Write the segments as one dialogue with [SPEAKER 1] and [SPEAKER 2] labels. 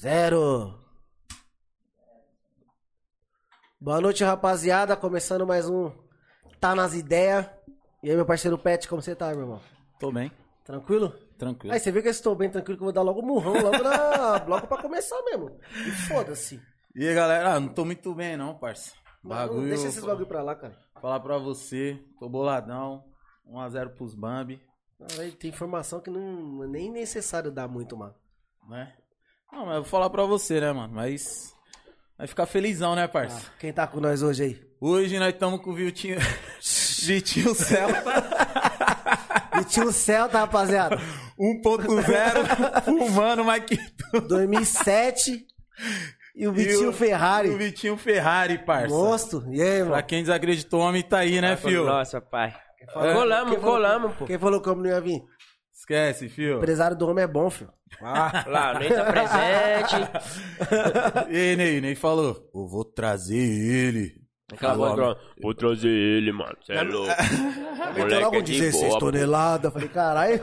[SPEAKER 1] Zero. Boa noite, rapaziada. Começando mais um Tá Nas Ideias. E aí, meu parceiro Pet, como você tá, meu irmão?
[SPEAKER 2] Tô bem,
[SPEAKER 1] Tranquilo?
[SPEAKER 2] tranquilo.
[SPEAKER 1] Aí, você vê que eu estou bem tranquilo, que eu vou dar logo um murrão, logo, na... logo pra começar mesmo. E foda-se.
[SPEAKER 2] E aí, galera? Ah, não tô muito bem, não, parça.
[SPEAKER 1] Mano,
[SPEAKER 2] Bagulho.
[SPEAKER 1] Deixa esses bagulho pra lá, cara.
[SPEAKER 2] Falar pra você, tô boladão. 1x0 pros Bambi,
[SPEAKER 1] Não, aí tem informação que não é nem necessário dar muito, mano.
[SPEAKER 2] né? Não, mas eu vou falar pra você, né, mano? Mas. Vai ficar felizão, né, parça?
[SPEAKER 1] Ah, quem tá com nós hoje aí?
[SPEAKER 2] Hoje nós estamos com o Vitinho. Vitinho Celta
[SPEAKER 1] E tio Celta, rapaziada.
[SPEAKER 2] 1.0, fumando, mas que.
[SPEAKER 1] 2007. E o Vitinho
[SPEAKER 2] o-
[SPEAKER 1] Ferrari.
[SPEAKER 2] O Vitinho Ferrari, parça.
[SPEAKER 1] Monstro. E aí,
[SPEAKER 2] Pra
[SPEAKER 1] mano?
[SPEAKER 2] quem desacreditou, o homem tá aí, né,
[SPEAKER 3] Nossa,
[SPEAKER 2] fio?
[SPEAKER 3] Nossa, pai.
[SPEAKER 1] falou-
[SPEAKER 3] Colamos,
[SPEAKER 1] É. quem falou-
[SPEAKER 3] colamos, pô.
[SPEAKER 1] Quem falou que o homem não ia vir?
[SPEAKER 2] Esquece, fio. Ah.
[SPEAKER 1] O empresário do homem é bom, filho.
[SPEAKER 3] Lá, nem tá presente.
[SPEAKER 2] Ei, Ney, Ney falou. Eu vou trazer ele.
[SPEAKER 3] Aquela
[SPEAKER 2] Falou,
[SPEAKER 3] voz grossa. Vou trazer ele, mano. Você é louco.
[SPEAKER 1] Meteu
[SPEAKER 3] Moleque é de boa. pô.
[SPEAKER 1] um toneladas. Falei, caralho.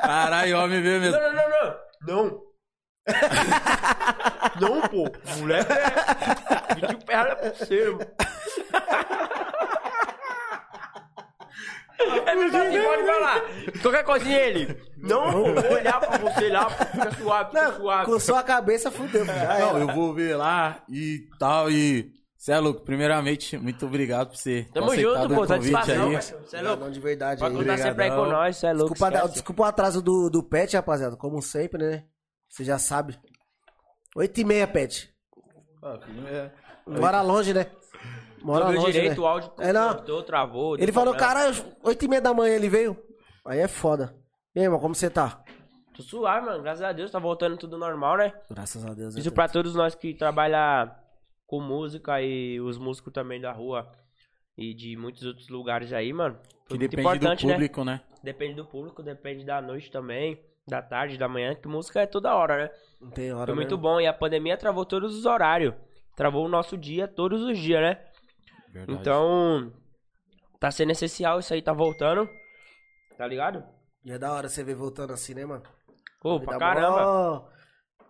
[SPEAKER 2] Caralho, homem veio mesmo.
[SPEAKER 3] Não, não, não, não. Não. não, pô. Moleque é... Vitinho Ferrari é parceiro. É verdade, pode falar. Qualquer coisinha ele. Não, pô. Vou olhar pra você lá, pô. Fica suave, fica suave.
[SPEAKER 1] Com sua cabeça, fudeu. filho. Já
[SPEAKER 2] Não,
[SPEAKER 1] era.
[SPEAKER 2] eu vou ver lá e tal. E. Cê é louco, primeiramente, muito obrigado por você. ter
[SPEAKER 3] Tamo
[SPEAKER 2] aceitado
[SPEAKER 3] junto,
[SPEAKER 2] o
[SPEAKER 3] pô.
[SPEAKER 2] convite
[SPEAKER 3] Satisfação,
[SPEAKER 2] aí.
[SPEAKER 3] parceiro. Você é louco.
[SPEAKER 1] Não, de verdade.
[SPEAKER 3] Vai
[SPEAKER 1] aí.
[SPEAKER 3] contar sempre aí com
[SPEAKER 2] Obrigadão.
[SPEAKER 3] nós, você é louco.
[SPEAKER 1] Desculpa,
[SPEAKER 3] esquece.
[SPEAKER 1] desculpa o atraso do, do Pet, rapaziada. Como sempre, né? Você já sabe. Oito e meia, Pet.
[SPEAKER 2] Ah, filho, é.
[SPEAKER 1] Mora longe, né? Mora
[SPEAKER 3] Ouviu
[SPEAKER 1] longe,
[SPEAKER 3] direito,
[SPEAKER 1] né?
[SPEAKER 3] o áudio
[SPEAKER 1] É, não.
[SPEAKER 3] cortou, travou.
[SPEAKER 1] Ele
[SPEAKER 3] deu
[SPEAKER 1] falou,
[SPEAKER 3] problema.
[SPEAKER 1] caralho, oito e meia da manhã ele veio. Aí é foda. E aí, irmão, como você tá?
[SPEAKER 3] Tô suave, mano. Graças a Deus, tá voltando tudo normal, né?
[SPEAKER 1] Graças a Deus.
[SPEAKER 3] Isso pra todos nós que trabalham com música e os músicos também da rua e de muitos outros lugares aí, mano.
[SPEAKER 2] Que
[SPEAKER 3] Foi muito
[SPEAKER 2] depende do
[SPEAKER 3] importante, né?
[SPEAKER 2] público, né?
[SPEAKER 3] Depende do público, depende da noite também, da tarde, da manhã, que música é toda hora, né?
[SPEAKER 1] Não tem hora né?
[SPEAKER 3] Foi muito
[SPEAKER 1] mesmo.
[SPEAKER 3] bom. E a pandemia travou todos os horários. Travou o nosso dia todos os dias, né?
[SPEAKER 2] Verdade.
[SPEAKER 3] Então, tá sendo essencial isso aí, tá voltando. Tá ligado?
[SPEAKER 1] E é da hora você ver voltando assim, né, mano?
[SPEAKER 3] Pô,
[SPEAKER 1] Me
[SPEAKER 3] pra
[SPEAKER 1] dá
[SPEAKER 3] caramba.
[SPEAKER 1] mó,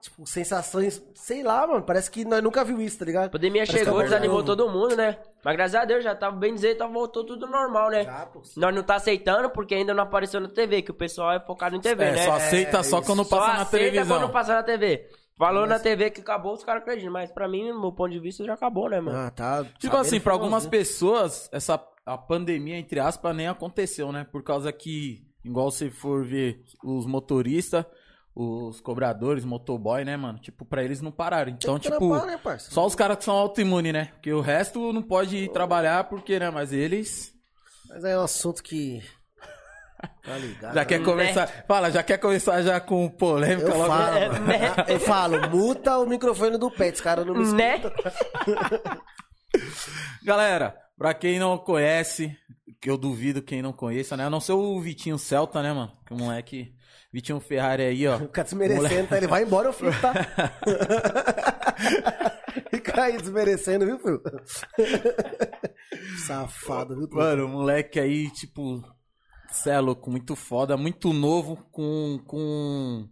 [SPEAKER 1] tipo, sensações, sei lá, mano. Parece que nós nunca viu isso, tá
[SPEAKER 3] A
[SPEAKER 1] ligado?
[SPEAKER 3] pandemia
[SPEAKER 1] Parece que
[SPEAKER 3] chegou,
[SPEAKER 1] é
[SPEAKER 3] desanimou
[SPEAKER 1] novo.
[SPEAKER 3] todo mundo, né? Mas graças a Deus já tava bem dizer, tá voltou tudo normal, né?
[SPEAKER 1] Já, pô.
[SPEAKER 3] Nós não tá aceitando porque ainda não apareceu na TV, que o pessoal é focado em TV,
[SPEAKER 2] é,
[SPEAKER 3] né?
[SPEAKER 2] só aceita
[SPEAKER 1] É,
[SPEAKER 2] só
[SPEAKER 1] isso.
[SPEAKER 2] quando
[SPEAKER 3] Só
[SPEAKER 2] passa na
[SPEAKER 3] aceita
[SPEAKER 2] televisão.
[SPEAKER 3] quando passar na TV. Falou
[SPEAKER 1] Mas-
[SPEAKER 3] na TV que acabou, os caras acreditam. Mas pra mim, no meu ponto de vista, já acabou, né, mano?
[SPEAKER 1] Ah, tá.
[SPEAKER 2] Tipo assim, pra algumas pessoas, essa a pandemia, entre aspas, nem aconteceu, né? Por causa que, igual você for ver os motoristas, os cobradores, motoboy, né, mano? Tipo, pra eles não pararam. Então, tipo,
[SPEAKER 1] né, parça?
[SPEAKER 2] só os caras que são autoimune, né? Porque o resto não pode ir trabalhar, porque, né? Mas eles.
[SPEAKER 1] Mas aí é um assunto que. Tá ligado?
[SPEAKER 2] Já quer
[SPEAKER 3] né?
[SPEAKER 2] começar. Fala, já quer começar já com polêmica
[SPEAKER 1] Eu
[SPEAKER 2] logo.
[SPEAKER 1] falo, mano. eu falo, muta o microfone do pet, os caras não me escutam.
[SPEAKER 3] Né?
[SPEAKER 2] Galera, pra quem não conhece, que eu duvido quem não conheça, né? A não ser o Vitinho Celta, né, mano? Que o moleque. Vitinho Ferrari aí, ó.
[SPEAKER 1] Fica desmerecendo, tá? Ele vai embora, eu fio, tá? Fica aí desmerecendo, viu, filho? Safado, viu? truta?
[SPEAKER 2] Mano, o moleque aí, tipo, cê é louco, muito foda, muito novo, com. com...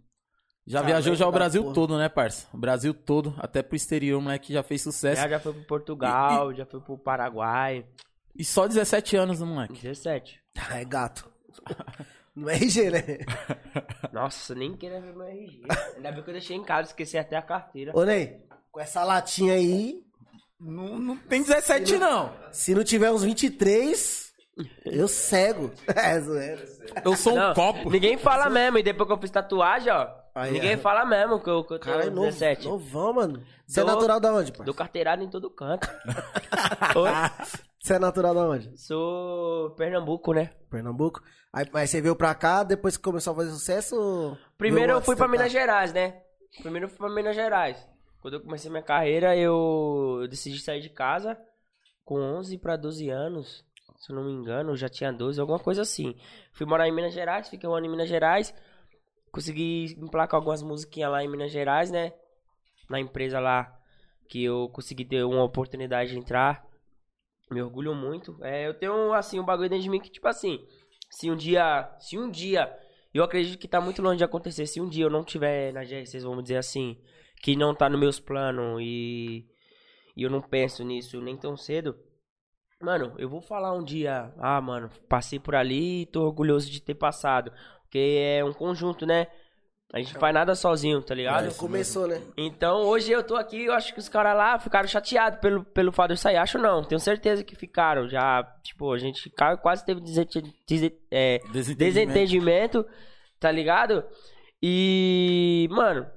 [SPEAKER 2] Já
[SPEAKER 1] Talento
[SPEAKER 2] viajou já o
[SPEAKER 1] da
[SPEAKER 2] Brasil
[SPEAKER 1] porra.
[SPEAKER 2] todo, né, parça? O Brasil todo, até pro exterior, o moleque já fez sucesso.
[SPEAKER 3] já, já foi pro Portugal, já foi pro Paraguai.
[SPEAKER 2] E só 17 anos, o moleque.
[SPEAKER 3] 17.
[SPEAKER 1] Ah, é gato. Não é RG, né?
[SPEAKER 3] Nossa, nem queria ver meu RG. Ainda bem que eu deixei em casa, esqueci até a carteira.
[SPEAKER 1] Ô, Ney, com essa latinha aí,
[SPEAKER 2] Não, não tem 17, não.
[SPEAKER 1] se não tiver uns 23, eu cego. É, zoeira.
[SPEAKER 2] Eu sou um
[SPEAKER 3] Não,
[SPEAKER 2] copo.
[SPEAKER 3] Ninguém fala mesmo, e depois que eu fiz tatuagem, ó.
[SPEAKER 1] Aí,
[SPEAKER 3] ninguém
[SPEAKER 1] é.
[SPEAKER 3] fala mesmo que eu, que eu tô
[SPEAKER 1] Cara, é
[SPEAKER 3] com
[SPEAKER 1] novo,
[SPEAKER 3] 17.
[SPEAKER 1] novão, mano. Você é
[SPEAKER 3] Dou-
[SPEAKER 1] natural da onde, pai?
[SPEAKER 3] Dou carteirada em todo canto. Oi?
[SPEAKER 1] Você é natural da onde?
[SPEAKER 3] Sou Pernambuco, né?
[SPEAKER 1] Pernambuco. Aí, mas você veio pra cá, depois que começou a fazer sucesso... ou
[SPEAKER 3] Primeiro
[SPEAKER 1] veio
[SPEAKER 3] eu
[SPEAKER 1] antes
[SPEAKER 3] fui pra
[SPEAKER 1] tentar?
[SPEAKER 3] Minas Gerais, né? Primeiro eu fui pra Minas Gerais. Quando eu comecei minha carreira, eu eu decidi sair de casa com 11 pra 12 anos. Se eu não me engano, eu já tinha 12, alguma coisa assim. Fui morar em Minas Gerais, fiquei um ano em Minas Gerais. Consegui emplacar algumas musiquinhas lá em Minas Gerais, né? Na empresa lá que eu consegui ter uma oportunidade de entrar. Me orgulho muito. É, eu tenho, assim, um bagulho dentro de mim que, tipo assim, se um dia, se um dia eu acredito que tá muito longe de acontecer. Se um dia eu não tiver na GR6, vamos dizer assim, que não tá nos meus planos e, e eu não penso nisso nem tão cedo, mano, eu vou falar um dia, ah, mano, passei por ali e tô orgulhoso de ter passado. Porque é um conjunto, né? A gente não faz nada sozinho, tá ligado?
[SPEAKER 2] É,
[SPEAKER 1] Já começou, né?
[SPEAKER 3] Então hoje eu tô aqui, eu acho que os caras lá ficaram chateados pelo, pelo fato de eu sair. Acho não, tenho certeza que ficaram. Já, tipo, a gente ca- quase teve desente- dese- é, desentendimento, tá ligado? E, mano,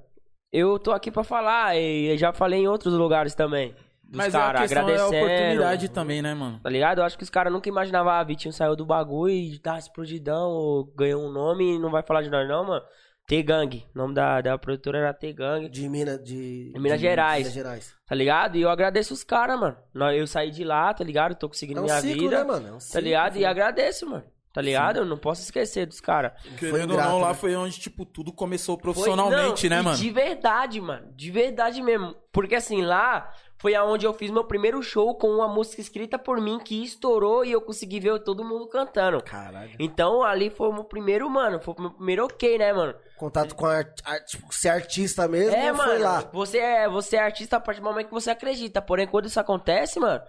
[SPEAKER 3] eu tô aqui pra falar, e eu já falei em outros lugares também. Dos
[SPEAKER 2] Mas
[SPEAKER 3] caras
[SPEAKER 2] a questão é a
[SPEAKER 3] agradecendo.
[SPEAKER 2] oportunidade também, né, mano?
[SPEAKER 3] Tá ligado? Eu acho que os caras nunca imaginavam, ah, Vitinho saiu do bagulho e tá explodidão, ou ganhou um nome e não vai falar de nós, não, mano. T-Gang. O nome da, da produtora era T-Gang.
[SPEAKER 1] De Minas, de,
[SPEAKER 3] Em Minas
[SPEAKER 1] de-
[SPEAKER 3] Gerais.
[SPEAKER 1] Minas Gerais.
[SPEAKER 3] Tá ligado? E eu agradeço os caras, mano. Nó- Eu saí de lá, tá ligado? Tô conseguindo
[SPEAKER 1] É um
[SPEAKER 3] minha
[SPEAKER 1] ciclo,
[SPEAKER 3] vida.
[SPEAKER 1] né, mano? É um
[SPEAKER 3] tá
[SPEAKER 1] ciclo,
[SPEAKER 3] ligado? E
[SPEAKER 1] filho.
[SPEAKER 3] agradeço, mano. Tá ligado? Eu não posso esquecer dos caras.
[SPEAKER 2] Querendo ou
[SPEAKER 1] ingrato,
[SPEAKER 2] não, lá
[SPEAKER 1] né?
[SPEAKER 2] foi onde, tipo, tudo começou
[SPEAKER 3] Foi-
[SPEAKER 2] profissionalmente,
[SPEAKER 3] não,
[SPEAKER 2] né,
[SPEAKER 3] e
[SPEAKER 2] mano?
[SPEAKER 3] De verdade, mano. De verdade mesmo. Porque assim, lá foi aonde eu fiz meu primeiro show com uma música escrita por mim que estourou e eu consegui ver todo mundo cantando.
[SPEAKER 1] Caralho.
[SPEAKER 3] Então ali foi o meu primeiro, mano. Foi o meu primeiro ok, né, mano?
[SPEAKER 1] Contato com a, art- a- tipo, ser artista mesmo,
[SPEAKER 3] é,
[SPEAKER 1] foi
[SPEAKER 3] mano.
[SPEAKER 1] lá.
[SPEAKER 3] Você, é, você é artista a partir do momento que você acredita. Porém, quando isso acontece, mano.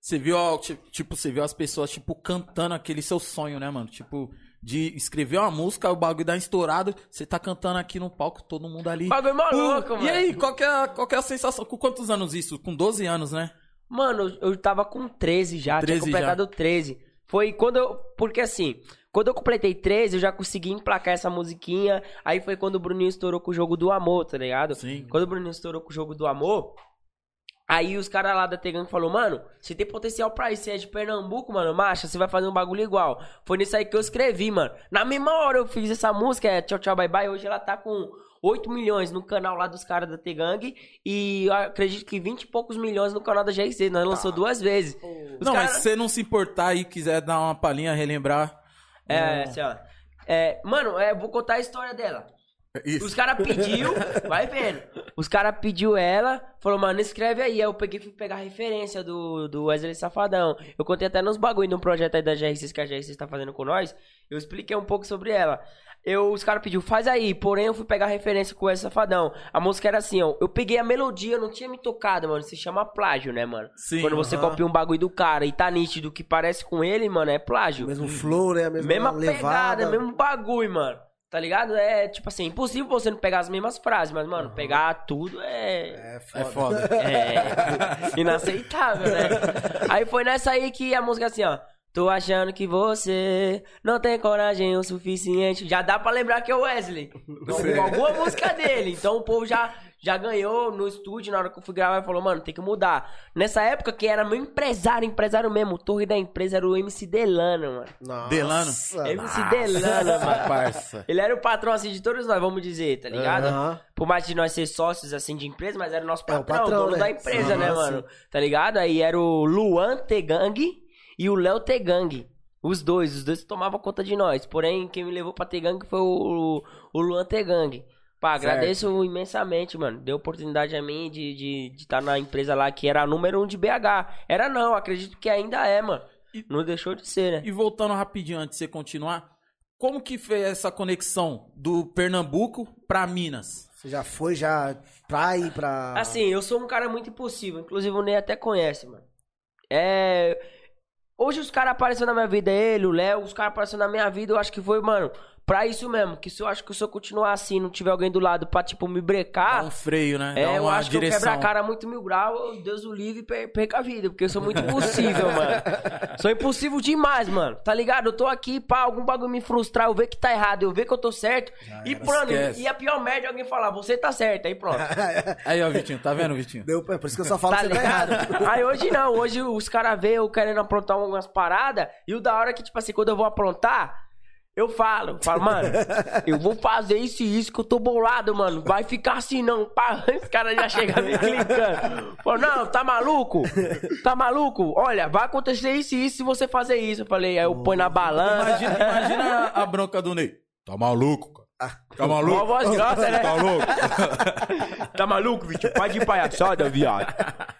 [SPEAKER 2] Você viu, ó, ti- tipo, você viu as pessoas, tipo, cantando aquele seu sonho, né, mano? Tipo, de escrever uma música, o bagulho dá estourado, você tá cantando aqui no palco, todo mundo ali.
[SPEAKER 3] O bagulho é maluco,
[SPEAKER 2] Uh,
[SPEAKER 3] mano.
[SPEAKER 2] E aí, qual que, é, a- qual que é a sensação? Com quantos anos isso? Com 12 anos, né?
[SPEAKER 3] Mano, eu tava com 13 já,
[SPEAKER 2] 13
[SPEAKER 3] tinha completado 13. Foi quando eu. Porque assim, quando eu completei 13, eu já consegui emplacar essa musiquinha. Aí foi quando o Bruninho estourou com o jogo do amor, tá ligado?
[SPEAKER 2] Sim.
[SPEAKER 3] Quando o Bruninho estourou com o jogo do amor. Aí os caras lá da Tegan falou, mano, você tem potencial pra isso, você é de Pernambuco, mano, marcha, você vai fazer um bagulho igual. Foi nisso aí que eu escrevi, mano. Na mesma hora eu fiz essa música, é Tchau Tchau Bye Bye, hoje ela tá com 8 milhões no canal lá dos caras da Tegang e eu acredito que 20 e poucos milhões no canal da GXC, nós né? lançou duas vezes. Os
[SPEAKER 2] não,
[SPEAKER 3] cara-
[SPEAKER 2] mas se você não se importar e quiser dar uma palhinha, relembrar.
[SPEAKER 3] É, assim, ó. É, mano, é, vou contar a história dela.
[SPEAKER 2] É Isso.
[SPEAKER 3] Os caras pediu, vai vendo. Os caras pediu ela, falou, mano, escreve aí. Aí eu peguei fui pegar a referência do, do Wesley Safadão. Eu contei até nos bagulho de um projeto aí da GR6 que a GR6 tá fazendo com nós. Eu expliquei um pouco sobre ela. Eu, os caras pediu, faz aí. Porém, eu fui pegar a referência com o Wesley Safadão. A música era assim, ó. Eu peguei a melodia, eu não tinha me tocado, mano. Se chama plágio, né, mano?
[SPEAKER 2] Sim,
[SPEAKER 3] Quando você
[SPEAKER 2] aham.
[SPEAKER 3] copia um bagulho do cara e tá nítido que parece com ele, mano, é plágio.
[SPEAKER 1] O mesmo flow, né? A mesma,
[SPEAKER 3] Mesma
[SPEAKER 1] levada.
[SPEAKER 3] pegada, mesmo bagulho, mano. Tá ligado? É tipo assim, impossível você não pegar as mesmas frases, mas, mano, pegar tudo é.
[SPEAKER 1] É
[SPEAKER 2] É
[SPEAKER 1] foda.
[SPEAKER 2] foda.
[SPEAKER 3] É. inaceitável, né? Aí foi nessa aí que a música assim, ó. Tô achando que você não tem coragem o suficiente. Já dá pra lembrar que é o Wesley. Então, com alguma música dele. Então o povo já, já ganhou no estúdio, na hora que eu fui gravar, falou, mano, tem que mudar. Nessa época, quem era meu empresário, empresário mesmo, o torre da empresa era o MC Delano, mano.
[SPEAKER 1] Nossa.
[SPEAKER 2] Delano.
[SPEAKER 3] MC Delano, mano.
[SPEAKER 2] Parça.
[SPEAKER 3] Ele era o patrão, assim, de todos nós, vamos dizer, tá ligado?
[SPEAKER 1] Aham.
[SPEAKER 3] Por mais de nós ser sócios, assim, de empresa, mas era o nosso
[SPEAKER 1] É,
[SPEAKER 3] patrão,
[SPEAKER 1] o
[SPEAKER 3] o
[SPEAKER 1] patrão,
[SPEAKER 3] dono
[SPEAKER 1] né?
[SPEAKER 3] da empresa,
[SPEAKER 1] Sim,
[SPEAKER 3] né,
[SPEAKER 1] sim.
[SPEAKER 3] mano? Tá ligado? Aí era o Luan Tegang e o Léo Tegang. Os dois, os dois tomavam conta de nós. Porém, quem me levou pra Tegang foi o, o Luan Tegang. Pá,
[SPEAKER 2] Certo.
[SPEAKER 3] agradeço imensamente, mano. Deu oportunidade a mim de estar de, de tá na empresa lá que era a número um de BH. Era não, acredito que ainda é, mano. Não deixou de ser, né?
[SPEAKER 2] E voltando rapidinho antes de você continuar, como que foi essa conexão do Pernambuco pra Minas?
[SPEAKER 1] Você já foi, já pra ir pra...
[SPEAKER 3] Assim, eu sou um cara muito impossível. Inclusive, o Ney até conhece, mano. É. Hoje os caras apareceram na minha vida, ele, o Léo, os caras apareceram na minha vida, eu acho que foi, mano, pra isso mesmo. Que se eu acho que se eu continuar assim, não tiver alguém do lado pra, tipo, me brecar.
[SPEAKER 2] Dá um freio, né? Dá
[SPEAKER 3] É, eu
[SPEAKER 2] uma
[SPEAKER 3] acho
[SPEAKER 2] direção.
[SPEAKER 3] que eu quebro a cara muito mil graus, Deus o livre, per- perca a vida, porque eu sou muito impossível, mano. Sou impossível demais, mano. Tá ligado? Eu tô aqui, pá, algum bagulho me frustrar, eu ver que tá errado, eu ver que eu tô certo. e pronto,
[SPEAKER 2] esquece.
[SPEAKER 3] e a pior merda é alguém falar, você tá certo, aí pronto.
[SPEAKER 2] Aí, ó, Vitinho, tá vendo, Vitinho?
[SPEAKER 1] Deu, é por isso que eu só falo
[SPEAKER 3] Tá
[SPEAKER 1] que você tá
[SPEAKER 3] ligado?
[SPEAKER 1] errado.
[SPEAKER 3] Aí hoje não, hoje os caras veem eu querendo aprontar algumas paradas, e o da hora é que, tipo assim, quando eu vou aprontar, eu falo, falo, mano, eu vou fazer isso e isso que eu tô bolado, mano. Vai ficar assim não, pá. Os caras já chegam me clicando. Falou, não, tá maluco? Tá maluco? Olha, vai acontecer isso e isso se você fazer isso. Eu falei, aí eu ponho na balança.
[SPEAKER 2] Imagina, imagina a bronca do Ney. Tá maluco, cara.
[SPEAKER 1] Ah.
[SPEAKER 2] Tá
[SPEAKER 3] Uma
[SPEAKER 2] maluco?
[SPEAKER 3] voz grossa, né?
[SPEAKER 2] Tá louco?
[SPEAKER 3] Tá maluco, bicho? Pode de palhaçada, viado.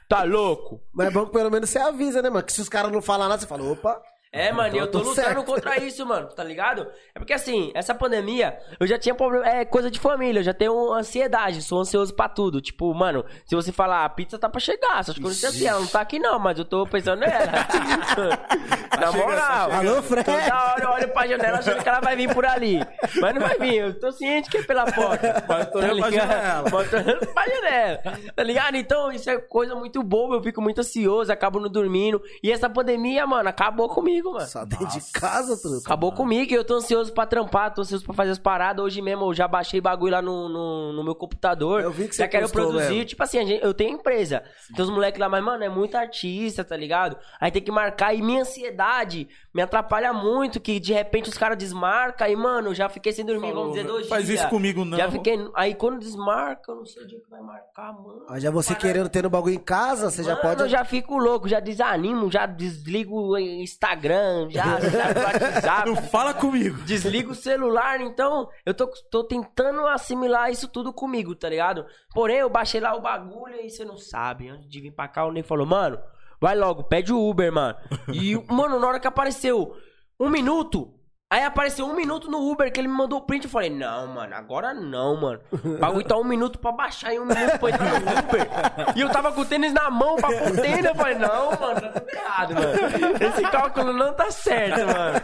[SPEAKER 3] Tá louco?
[SPEAKER 1] Mas é bom que pelo menos você avisa, né, mano? Que se os caras não falam nada, você fala, opa...
[SPEAKER 3] É,
[SPEAKER 2] Então,
[SPEAKER 3] mano, e eu tô,
[SPEAKER 2] tá
[SPEAKER 1] tô
[SPEAKER 3] lutando
[SPEAKER 1] certo.
[SPEAKER 3] contra isso, mano, tá ligado? É porque assim, essa pandemia, eu já tinha problema, é coisa de família, eu já tenho ansiedade, sou ansioso pra tudo. Tipo, mano, se você falar, a pizza tá pra chegar, essas coisas assim, ela não tá aqui não, mas eu tô pensando nela. Tá Na
[SPEAKER 2] tá chegando,
[SPEAKER 3] moral.
[SPEAKER 2] tá
[SPEAKER 1] Alô, Fred?
[SPEAKER 3] Toda hora eu olho pra janela achando que ela vai vir por ali. Mas não vai vir, eu tô ciente que é pela porta. Tá
[SPEAKER 2] Mas tô olhando pra
[SPEAKER 3] ligado?
[SPEAKER 2] janela.
[SPEAKER 3] Mas tô olhando pra janela. Tá ligado? Então isso é coisa muito boba, eu fico muito ansioso, acabo não dormindo. E essa pandemia, mano, acabou comigo, mano.
[SPEAKER 1] Só dentro de casa, truta.
[SPEAKER 3] Acabou comigo e eu tô ansioso pra trampar, tô ansioso pra fazer as paradas. Hoje mesmo eu já baixei bagulho lá no, no, no meu computador.
[SPEAKER 1] Eu vi que
[SPEAKER 3] já
[SPEAKER 1] você
[SPEAKER 3] quero
[SPEAKER 1] postou
[SPEAKER 3] produzir.
[SPEAKER 1] mesmo.
[SPEAKER 3] Tipo assim, a gente- eu tenho empresa. Tem os moleques lá, mas, mano, é muito artista, tá ligado? Aí tem que marcar. E minha ansiedade me atrapalha muito, que de repente os caras desmarcam. E, mano, eu já fiquei sem dormir,
[SPEAKER 2] Falou,
[SPEAKER 3] vamos dizer, dois
[SPEAKER 2] faz
[SPEAKER 3] dias.
[SPEAKER 2] isso comigo não.
[SPEAKER 3] Já fiquei. Aí quando desmarca, eu não sei o dia que vai marcar, mano.
[SPEAKER 1] Aí já você querendo ter no bagulho em casa, você já
[SPEAKER 3] Mano,
[SPEAKER 1] pode.
[SPEAKER 3] Eu já fico louco, já desanimo, já desligo o Instagram, já desligo o WhatsApp.
[SPEAKER 2] Não fala comigo.
[SPEAKER 3] Desliga o celular, então eu tô, tô tentando assimilar isso tudo comigo, tá ligado? Porém, eu baixei lá o bagulho e você não sabe. Antes de vir pra cá, o Ney falou, mano, vai logo, pede o Uber, mano. E, mano, na hora que apareceu um minuto, aí apareceu um minuto no Uber que ele me mandou o print. Eu falei, não, mano, agora não, mano. O bagulho tá um minuto pra baixar e um minuto pra entrar no Uber. E eu tava com o tênis na mão pra pôr o tênis. Eu falei, não, mano, tá tudo errado, mano. Esse cálculo não tá certo, mano.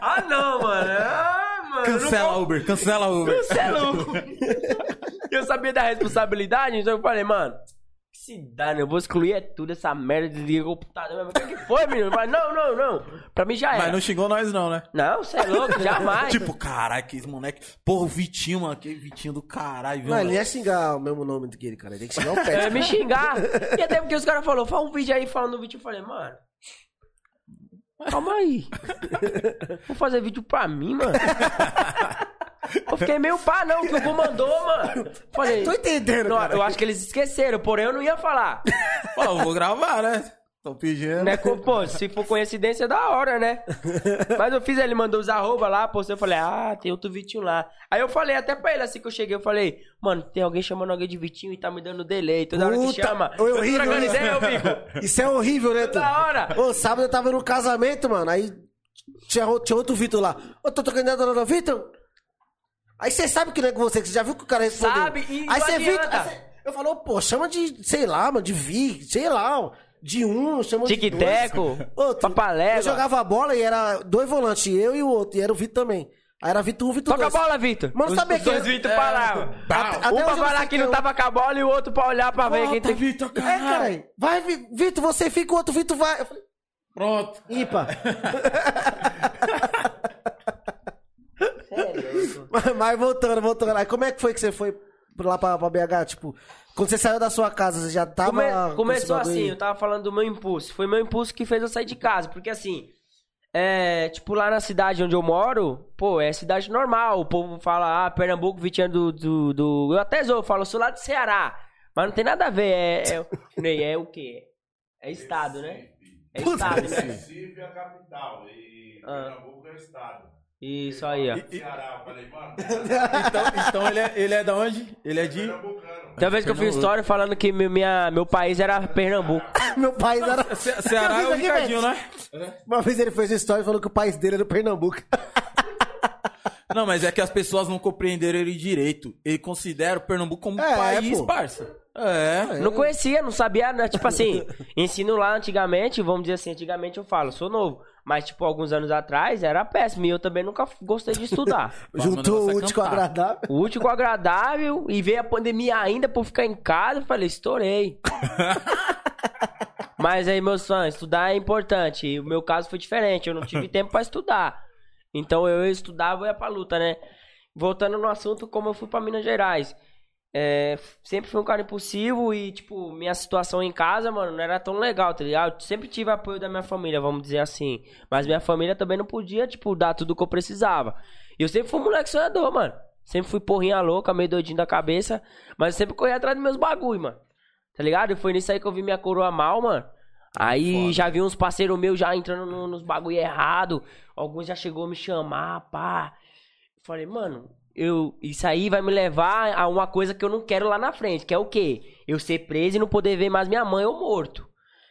[SPEAKER 3] Ah, não, mano. Ah, mano. eu não
[SPEAKER 2] Cancela Uber, cancela Uber.
[SPEAKER 3] você é louco. eu sabia da responsabilidade, então eu falei, mano, que se dane, eu vou excluir é tudo essa merda de ligar o computador. Mas o que que foi, menino? Eu falei, não, não, não. Pra mim já era.
[SPEAKER 2] Mas não xingou nós não, né?
[SPEAKER 3] Não, você é louco, É. jamais.
[SPEAKER 2] Tipo, caralho, que esse moleque. Porra, o Vitinho, mano. Que Vitinho do caralho, viu?
[SPEAKER 1] Não, ele
[SPEAKER 2] mano?
[SPEAKER 1] não ia xingar o mesmo nome do que ele, cara. Ele tem que xingar o
[SPEAKER 3] Eu ia
[SPEAKER 1] pet.
[SPEAKER 3] É, me xingar. E até porque os caras falaram, faz um vídeo aí falando do vídeo. Eu falei, mano. Calma aí. Vou fazer vídeo pra mim, mano. Eu fiquei meio pá, não, que o Gu mandou, mano. Falei,
[SPEAKER 1] Tô entendendo,
[SPEAKER 3] não,
[SPEAKER 1] cara.
[SPEAKER 3] eu acho que eles esqueceram, porém eu não ia falar.
[SPEAKER 2] Pô, eu vou gravar, né? Tô pedindo.
[SPEAKER 3] Né? co- Pô, se for coincidência, é da hora, né? Mas eu fiz, ele mandou os arroba lá, postei, eu falei, ah, tem outro Vitinho lá. Aí eu falei até pra ele, assim que eu cheguei, eu falei, mano, tem alguém chamando alguém de Vitinho e tá me dando delay. Toda hora que
[SPEAKER 1] Puta,
[SPEAKER 3] chama,
[SPEAKER 1] eu né?
[SPEAKER 3] eu tô
[SPEAKER 1] horrível
[SPEAKER 3] trocando
[SPEAKER 1] isso.
[SPEAKER 3] ideia, eu fico,
[SPEAKER 1] Isso é horrível, né,
[SPEAKER 3] da
[SPEAKER 1] truta?
[SPEAKER 3] hora.
[SPEAKER 1] Ô, sábado eu tava no casamento, mano. Aí tinha, o- tinha outro Vitor lá. Ô, tô tocando nada no Vitor? Aí você sabe que não é com você, que você já viu que o cara respondeu.
[SPEAKER 3] Sabe, e
[SPEAKER 1] Aí
[SPEAKER 3] não
[SPEAKER 1] você viu.
[SPEAKER 3] adianta.
[SPEAKER 1] aí cê- Eu falo, pô, chama de, sei lá, mano, de Vi, sei lá, ó, de um, chama de. dois.
[SPEAKER 3] Tic-teco,
[SPEAKER 1] Ô, tu-
[SPEAKER 3] papalégua.
[SPEAKER 1] Eu jogava a bola e era dois volantes, eu e o outro, e era o Vitor também. Aí era Vitor 1, Vitor
[SPEAKER 3] Toca a
[SPEAKER 1] 2.
[SPEAKER 3] bola, Vitor.
[SPEAKER 1] Mano,
[SPEAKER 3] os,
[SPEAKER 1] sabe
[SPEAKER 3] os
[SPEAKER 1] que-
[SPEAKER 3] dois Vitor pra lá.
[SPEAKER 1] Até- até hoje
[SPEAKER 3] um
[SPEAKER 1] eu
[SPEAKER 3] pra
[SPEAKER 1] não sei
[SPEAKER 3] falar que
[SPEAKER 1] quem
[SPEAKER 3] não
[SPEAKER 1] é o-
[SPEAKER 3] tava com a bola e o outro pra olhar pra ver quem
[SPEAKER 2] Volta,
[SPEAKER 3] tá- tem...
[SPEAKER 2] Vitor,
[SPEAKER 1] É,
[SPEAKER 2] caralho.
[SPEAKER 1] caralho. Vai, Vi- Vitor, você fica, o outro Vitor vai. Eu falei,
[SPEAKER 2] Pronto.
[SPEAKER 1] Ipa.
[SPEAKER 3] é
[SPEAKER 1] mas, mas voltando, voltando. Aí como é que foi que você foi pra lá pra, pra BH? Tipo, quando você saiu da sua casa, você já tava.
[SPEAKER 3] Come-
[SPEAKER 1] com esse
[SPEAKER 3] começou
[SPEAKER 1] bagulho
[SPEAKER 3] assim,
[SPEAKER 1] aí?
[SPEAKER 3] eu tava falando do meu impulso. Foi meu impulso que fez eu sair de casa. Porque assim, é, tipo, lá na cidade onde eu moro, pô, é cidade normal. O povo fala, ah, Pernambuco, Vitinho é do. do, do- Eu até zoo, eu falo, sou lá do Ceará. Mas não tem nada a ver. É, é, Ney, é o quê? É estado, né? É estado, né?
[SPEAKER 4] Recife é a capital e
[SPEAKER 3] Ah.
[SPEAKER 4] Pernambuco é o estado.
[SPEAKER 3] Isso aí, ó.
[SPEAKER 4] Ceará, eu falei, mano,
[SPEAKER 2] Então, então ele, é, ele é da onde? Ele é de.
[SPEAKER 4] pernambucano.
[SPEAKER 3] Tem uma vez que eu
[SPEAKER 1] é
[SPEAKER 3] fiz
[SPEAKER 2] Pernambuco.
[SPEAKER 3] história falando que meu, minha, meu país era Pernambuco.
[SPEAKER 1] Meu pai era.
[SPEAKER 2] Ce- Ceará é o Ricardinho, né?
[SPEAKER 1] Uma vez ele fez uma história e falou que o país dele era do Pernambuco.
[SPEAKER 2] Não, mas é que as pessoas não compreenderam ele direito. Ele considera o Pernambuco como um
[SPEAKER 1] É,
[SPEAKER 2] país,
[SPEAKER 1] pô.
[SPEAKER 2] parça. É.
[SPEAKER 3] Não conhecia, não sabia, né? Tipo assim, ensino lá antigamente, vamos dizer assim, antigamente eu falo, sou novo. Mas, tipo, alguns anos atrás era péssimo. E eu também nunca f- gostei de estudar.
[SPEAKER 2] Mas
[SPEAKER 1] Juntou
[SPEAKER 2] o
[SPEAKER 1] o
[SPEAKER 2] negócio é
[SPEAKER 1] útil com o
[SPEAKER 2] cantar.
[SPEAKER 1] agradável.
[SPEAKER 3] O útil com o agradável e veio a pandemia ainda por ficar em casa, eu falei, estourei. Mas aí, meus fãs, estudar é importante. E o meu caso foi diferente, eu não tive tempo pra estudar. Então eu estudava e ia pra luta, né? Voltando no assunto, como eu fui pra Minas Gerais. É, sempre fui um cara impulsivo e, tipo, minha situação em casa, mano, não era tão legal, tá ligado? Sempre tive apoio da minha família, vamos dizer assim. Mas minha família também não podia, tipo, dar tudo que eu precisava. E eu sempre fui um moleque sonhador, mano. Sempre fui porrinha louca, meio doidinho da cabeça. Mas eu sempre corri atrás dos meus bagulho, mano. Tá ligado? E foi nisso aí que eu vi minha coroa mal, mano. Aí já vi uns parceiros meus já entrando no- nos bagulho errado. Alguns já chegou a me chamar, pá. Falei, mano, eu, isso aí vai me levar a uma coisa que eu não quero lá na frente, que é o quê? Eu ser preso e não poder ver mais minha mãe ou morto.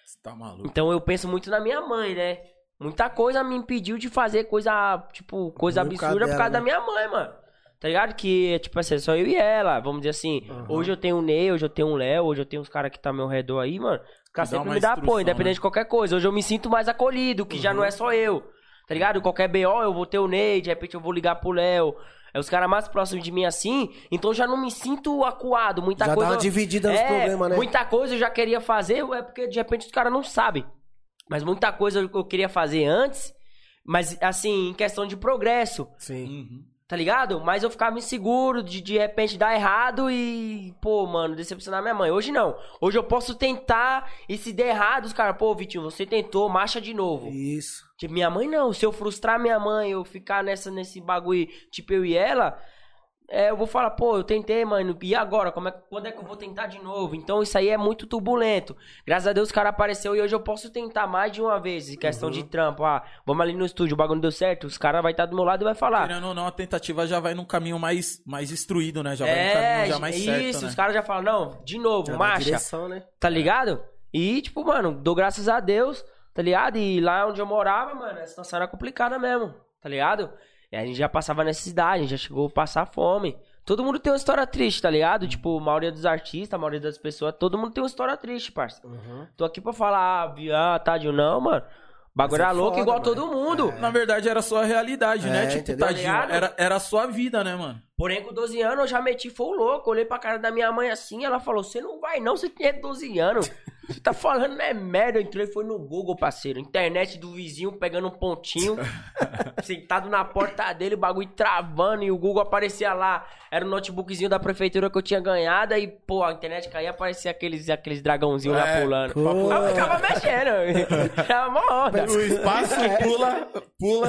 [SPEAKER 2] Você tá maluco.
[SPEAKER 3] Então eu penso muito na minha mãe, né? Muita coisa me impediu de fazer coisa, tipo, coisa
[SPEAKER 1] Por causa
[SPEAKER 3] absurda por
[SPEAKER 1] dela,
[SPEAKER 3] causa da
[SPEAKER 1] né?
[SPEAKER 3] minha mãe, mano. Tá ligado? Que, tipo assim, só eu e ela, vamos dizer assim.
[SPEAKER 1] Aham.
[SPEAKER 3] Hoje eu tenho o Ney, hoje eu tenho o Léo, hoje eu tenho os caras que tá ao meu redor aí, mano. Os caras
[SPEAKER 2] dá
[SPEAKER 3] sempre
[SPEAKER 2] uma
[SPEAKER 3] me dá
[SPEAKER 2] instrução,
[SPEAKER 3] apoio, independente
[SPEAKER 2] né?
[SPEAKER 3] de qualquer coisa. Hoje eu me sinto mais acolhido, que já não é
[SPEAKER 1] Uhum.
[SPEAKER 3] só eu. Tá ligado? Qualquer BO eu vou ter o Ney, de repente eu vou ligar pro Léo. É os caras mais próximos de mim assim, então eu já não me sinto acuado. Muita
[SPEAKER 1] Já
[SPEAKER 3] coisa.
[SPEAKER 1] tava dividida nos
[SPEAKER 3] É,
[SPEAKER 1] problemas, né?
[SPEAKER 3] Muita coisa eu já queria fazer, é porque de repente os caras não sabem. Mas muita coisa eu eu queria fazer antes, mas assim, em questão de progresso,
[SPEAKER 1] Sim.
[SPEAKER 2] Uhum.
[SPEAKER 3] tá ligado? Mas eu ficava inseguro de de repente dar errado e, pô, mano, decepcionar minha mãe. Hoje não. Hoje eu posso tentar e se der errado, os caras, pô, Vitinho, você tentou, marcha de novo.
[SPEAKER 1] Isso.
[SPEAKER 3] Tipo, minha mãe não. Se eu frustrar minha mãe, eu ficar nessa, nesse bagulho, tipo, eu e ela, é, eu vou falar, pô, eu tentei, mano. E agora? Como é, quando é que eu vou tentar de novo? Então isso aí é muito turbulento. Graças a Deus o cara apareceu e hoje eu posso tentar mais de uma vez. Em questão
[SPEAKER 2] Uhum.
[SPEAKER 3] de trampo, ah, vamos ali no estúdio, o bagulho não deu certo, os caras vai estar do meu lado e vai falar.
[SPEAKER 2] Querendo ou não, a tentativa já vai num caminho mais, mais instruído, né? Já vai num
[SPEAKER 3] É,
[SPEAKER 2] caminho já mais
[SPEAKER 3] isso,
[SPEAKER 2] certo, né?
[SPEAKER 3] os caras já falam, não, de novo,
[SPEAKER 1] Já dá
[SPEAKER 3] marcha.
[SPEAKER 1] direção, né?
[SPEAKER 3] Tá ligado? E, tipo, mano, dou graças a Deus, tá ligado? E lá onde eu morava, mano, a situação era complicada mesmo, tá ligado? E a gente já passava necessidade, a gente já chegou a passar fome. Todo mundo tem uma história triste, tá ligado? Tipo, a maioria dos artistas, a maioria das pessoas, todo mundo tem uma história triste, parça.
[SPEAKER 1] Uhum.
[SPEAKER 3] Tô aqui pra falar, ah, viado, tarde ou não, mano. O bagulho
[SPEAKER 1] Mas é
[SPEAKER 3] era louco
[SPEAKER 1] foda,
[SPEAKER 3] igual
[SPEAKER 1] mano.
[SPEAKER 3] todo mundo.
[SPEAKER 2] Na verdade, era só a realidade, né?
[SPEAKER 1] É,
[SPEAKER 2] Tipo,
[SPEAKER 1] entendeu?
[SPEAKER 2] tadinho,
[SPEAKER 3] Tá ligado?
[SPEAKER 2] era, era a sua vida, né, mano?
[SPEAKER 3] Porém, com 12 anos eu já meti foi um louco. Olhei pra cara da minha mãe assim, ela falou: Você não vai não, você tem 12 anos. Você tá falando é merda. Eu entrei foi no Google, parceiro. Internet do vizinho pegando um pontinho, sentado na porta dele, o bagulho travando. E o Google aparecia lá. Era o notebookzinho da prefeitura que eu tinha ganhado. E, pô, a internet caía aparecia aqueles, aqueles dragãozinhos lá
[SPEAKER 2] É,
[SPEAKER 3] pulando.
[SPEAKER 2] pra pular.
[SPEAKER 3] Aí eu ficava mexendo. Era uma onda.
[SPEAKER 2] O espaço pula, pula.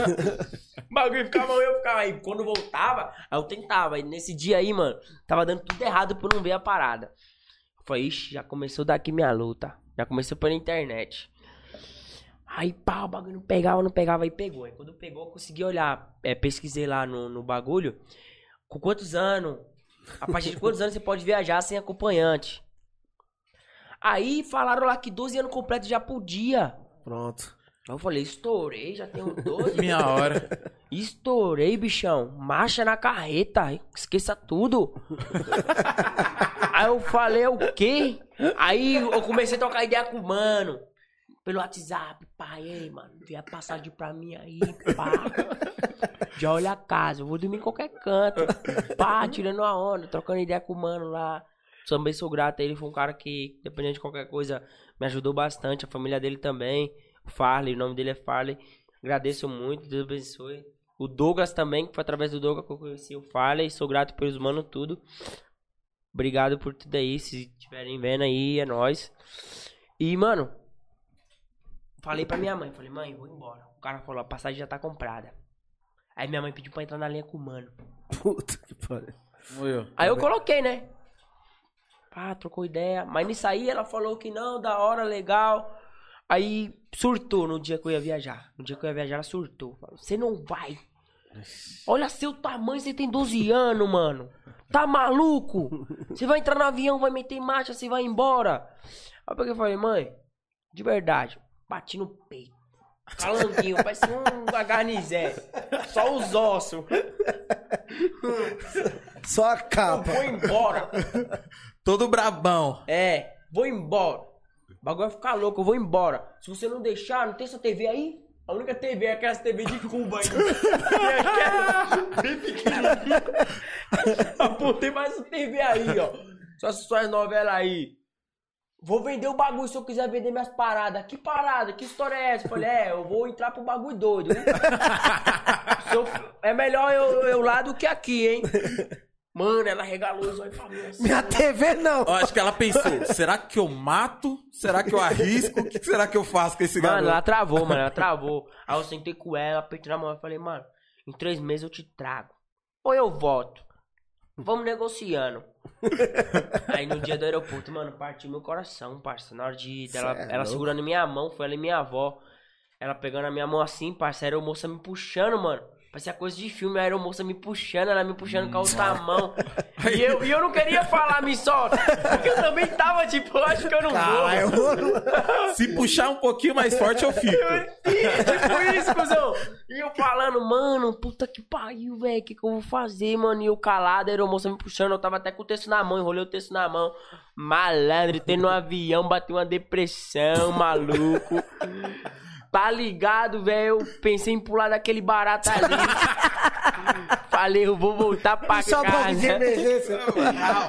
[SPEAKER 3] O bagulho ficava eu ficava aí. Quando voltava, aí eu tentava. E nesse dia aí, mano, tava dando tudo errado por não ver a parada. Eu falei, ixi, já começou daqui minha luta. Já começou pela internet. Aí, pá, o bagulho não pegava, não pegava, aí pegou. Aí quando pegou, eu consegui olhar. É, pesquisei lá no, no bagulho. Com quantos anos? A partir de quantos anos você pode viajar sem acompanhante? Aí falaram lá que 12 anos completo já podia.
[SPEAKER 1] Pronto.
[SPEAKER 3] Aí eu falei, estourei, já tenho 12.
[SPEAKER 2] Minha hora.
[SPEAKER 3] Estourei, bichão. Marcha na carreta. Esqueça tudo. Aí eu falei, o quê? Aí eu comecei a trocar ideia com o mano. Pelo WhatsApp, pai, ei, mano, vê a passagem pra mim aí, pá. Já olha a casa, eu vou dormir em qualquer canto. Pá, tirando a onda, trocando ideia com o mano lá. Também sou grato a ele, foi um cara que, dependendo de qualquer coisa, me ajudou bastante. A família dele também. O Farley, o nome dele é Farley. Agradeço muito, Deus abençoe. O Douglas também, que foi através do Douglas que eu conheci o Farley. Sou grato pelos manos tudo. Obrigado por tudo aí. Se estiverem vendo aí, é nóis. E, mano, falei pra minha mãe. Falei, mãe, eu vou embora. O cara falou, a passagem já tá comprada. Aí minha mãe pediu pra entrar na linha com o mano.
[SPEAKER 1] Puta que pariu.
[SPEAKER 2] Morreu.
[SPEAKER 3] Aí eu coloquei, né? Ah, trocou ideia. Mas nisso aí ela falou que não, da hora, legal. Aí surtou no dia que eu ia viajar. No dia que eu ia viajar, ela surtou. Falou, você não vai. Olha seu tamanho, você tem 12 anos, mano. Tá maluco? Você vai entrar no avião, vai meter marcha, você vai embora. Aí eu peguei e falei, mãe, de verdade, bati no peito. Calanguinho, parece um agarnizé. Só os ossos.
[SPEAKER 1] Só a capa.
[SPEAKER 3] Vou embora.
[SPEAKER 2] Todo brabão.
[SPEAKER 3] É, vou embora. O bagulho vai ficar louco, eu vou embora. Se você não deixar, não tem sua TV aí? A única TV é aquelas TV de Cuba aí. É aquela bem pequenininha. Apontei mais uma TV aí, ó. Só as suas novelas aí. Vou vender o bagulho se eu quiser vender minhas paradas. Que parada? Que história é essa? Eu Falei, é, eu vou entrar pro bagulho doido, né? Se eu- é melhor eu, eu lá do que aqui, hein? Mano, ela regalou os olhos pra mim assim.
[SPEAKER 1] Minha TV não.
[SPEAKER 2] Eu acho que ela pensou, será que eu mato? Será que eu arrisco? O que será que eu faço com esse
[SPEAKER 3] Mano, ela
[SPEAKER 2] garoto?
[SPEAKER 3] travou, mano, ela travou. Aí eu sentei com ela, apertei na mão e falei, mano, em três meses eu te trago. Ou eu volto. Vamos negociando. Aí no dia do aeroporto, mano, partiu meu coração, parça. Na hora de dela,
[SPEAKER 1] Cê é
[SPEAKER 3] ela
[SPEAKER 1] louco.
[SPEAKER 3] segurando minha mão, foi ela e minha avó. Ela pegando a minha mão assim, parça, era a moça me puxando, mano. Parecia coisa de filme, a aeromoça me puxando, ela me puxando com a outra mão. E eu, e eu não queria falar, me solta. Porque eu também tava tipo, eu acho que eu não vou.
[SPEAKER 1] Caralho, mano.
[SPEAKER 3] tá-
[SPEAKER 2] Se puxar um pouquinho mais forte, eu fico.
[SPEAKER 3] Ih, tipo isso, cuzão. E eu falando, mano, puta que pariu, velho, o que, que eu vou fazer, mano? E eu calado, a aeromoça me puxando, eu tava até com o texto na mão, enrolei o texto na mão. Malandro, entrei no avião, bati uma depressão, maluco. Tá ligado, velho? Eu pensei em pular daquele barato ali. Falei, eu vou voltar pra
[SPEAKER 1] Só um pouco de
[SPEAKER 3] casa.
[SPEAKER 1] emergência.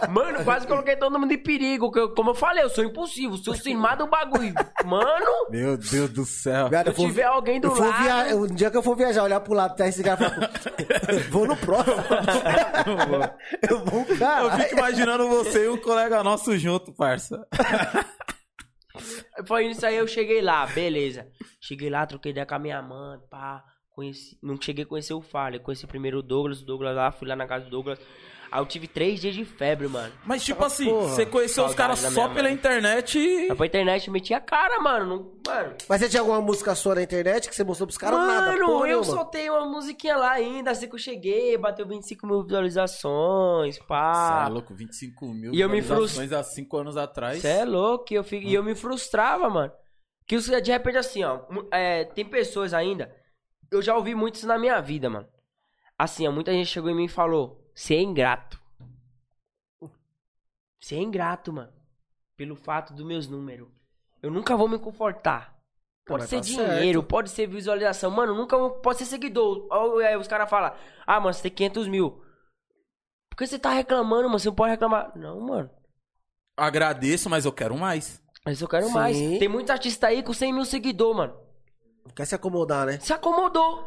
[SPEAKER 3] Mano, quase coloquei todo mundo em perigo. que eu- Como eu falei, eu sou impulsivo. Se eu cismar do bagulho, mano,
[SPEAKER 2] Meu Deus do céu.
[SPEAKER 1] Viado,
[SPEAKER 3] se eu tiver alguém do
[SPEAKER 1] eu for
[SPEAKER 3] lado.
[SPEAKER 1] via- Um dia que eu for viajar, olhar pro lado, tá esse cara e falar, vou no próximo. eu vou,
[SPEAKER 2] Eu
[SPEAKER 1] cara.
[SPEAKER 2] fico imaginando você e um colega nosso junto, parça.
[SPEAKER 3] Foi isso aí, eu cheguei lá, beleza. Cheguei lá, troquei ideia com a minha mãe, pá. Conheci, não cheguei a conhecer o Fallen, conheci primeiro o Douglas, o Douglas lá, fui lá na casa do Douglas. Aí eu tive três dias de febre, mano.
[SPEAKER 2] Mas, tipo assim,
[SPEAKER 1] porra.
[SPEAKER 2] você conheceu os caras
[SPEAKER 3] Saudade da
[SPEAKER 2] só
[SPEAKER 3] minha
[SPEAKER 2] pela
[SPEAKER 3] mãe.
[SPEAKER 2] internet e.
[SPEAKER 3] Aí pra internet meti a cara, mano. Não, mano,
[SPEAKER 1] Mas você tinha alguma música sua na internet que você mostrou pros caras? nada,
[SPEAKER 3] mano
[SPEAKER 1] porra
[SPEAKER 3] eu
[SPEAKER 1] nenhuma.
[SPEAKER 3] soltei uma musiquinha lá ainda, assim que eu cheguei, bateu 25 mil visualizações,
[SPEAKER 2] Cê
[SPEAKER 3] pá.
[SPEAKER 2] é louco, 25 mil
[SPEAKER 3] Ah, E eu me
[SPEAKER 2] visualizações há 5 anos atrás.
[SPEAKER 3] Você é louco, e eu, fico, e eu me frustrava, mano. Que os- de repente, assim, ó, mu- é, tem pessoas ainda. Eu já ouvi muito isso na minha vida, mano. Assim, ó, muita gente chegou em mim e falou: Você é ingrato. Você é ingrato, mano. Pelo fato dos meus números. Eu nunca vou me confortar. Pode
[SPEAKER 1] mas
[SPEAKER 3] ser
[SPEAKER 1] tá
[SPEAKER 3] dinheiro, pode ser visualização. Mano, nunca vou- pode ser seguidor. Ou, é, os caras falam: Ah, mano, você tem 500 mil. Por que você tá reclamando, mano? Você não pode reclamar. Não, mano.
[SPEAKER 2] Agradeço, mas eu quero mais.
[SPEAKER 3] Mas eu quero
[SPEAKER 1] Sim.
[SPEAKER 3] mais. Tem muito artista aí com 100 mil seguidores, mano.
[SPEAKER 1] Quer se acomodar, né?
[SPEAKER 3] Se acomodou.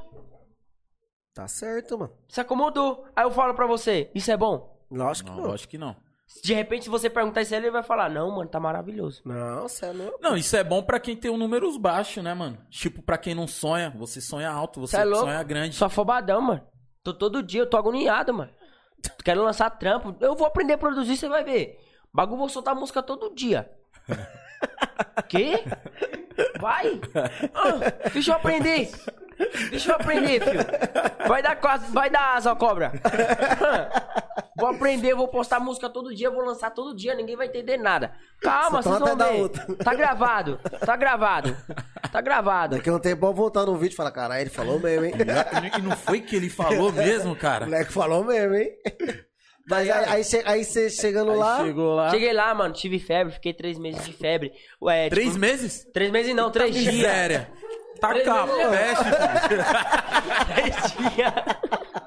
[SPEAKER 1] Tá certo, mano.
[SPEAKER 3] Se acomodou. Aí eu falo pra você, isso é bom?
[SPEAKER 1] Lógico
[SPEAKER 2] Não,
[SPEAKER 1] que
[SPEAKER 2] lógico
[SPEAKER 1] não.
[SPEAKER 2] acho que não.
[SPEAKER 3] De repente, se você perguntar isso a ele, ele vai falar, não, mano, tá maravilhoso.
[SPEAKER 1] Não, você é louco.
[SPEAKER 2] Não, isso é bom pra quem tem um números baixo, né, mano? Tipo, pra quem não sonha, você sonha alto, você
[SPEAKER 3] Cê é louco?
[SPEAKER 2] sonha grande.
[SPEAKER 3] Sou afobadão, mano. Tô todo dia, eu tô agoniado, mano. Quero lançar trampo. Eu vou aprender a produzir, você vai ver. Bagulho, vou soltar música todo dia. Quê? Vai! Ah, deixa eu aprender! Deixa eu aprender, filho. Vai dar, quase- vai dar asa, ó, cobra. Vou aprender, vou postar música todo dia, vou lançar todo dia, ninguém vai entender nada. Calma,
[SPEAKER 1] Só
[SPEAKER 3] vocês
[SPEAKER 1] até
[SPEAKER 3] vão
[SPEAKER 1] dar
[SPEAKER 3] ver.
[SPEAKER 1] outra.
[SPEAKER 3] Tá gravado, tá gravado, tá gravado.
[SPEAKER 1] Daqui a um tempo eu vou voltar no vídeo e falar, caralho, ele falou mesmo, hein?
[SPEAKER 2] E não foi que ele falou mesmo,
[SPEAKER 1] O
[SPEAKER 2] cara?
[SPEAKER 1] moleque falou mesmo, hein?
[SPEAKER 3] Tá
[SPEAKER 1] Mas aí, aí, che- aí você chegando
[SPEAKER 2] Aí
[SPEAKER 1] lá.
[SPEAKER 2] chegou lá.
[SPEAKER 3] Cheguei lá, mano, tive febre, fiquei três meses de febre. Ué,
[SPEAKER 2] Três
[SPEAKER 3] tipo,
[SPEAKER 2] meses?
[SPEAKER 3] três meses não, três dias.
[SPEAKER 2] Miséria. Taca a
[SPEAKER 3] Três
[SPEAKER 2] peste, filho.
[SPEAKER 3] Três dias.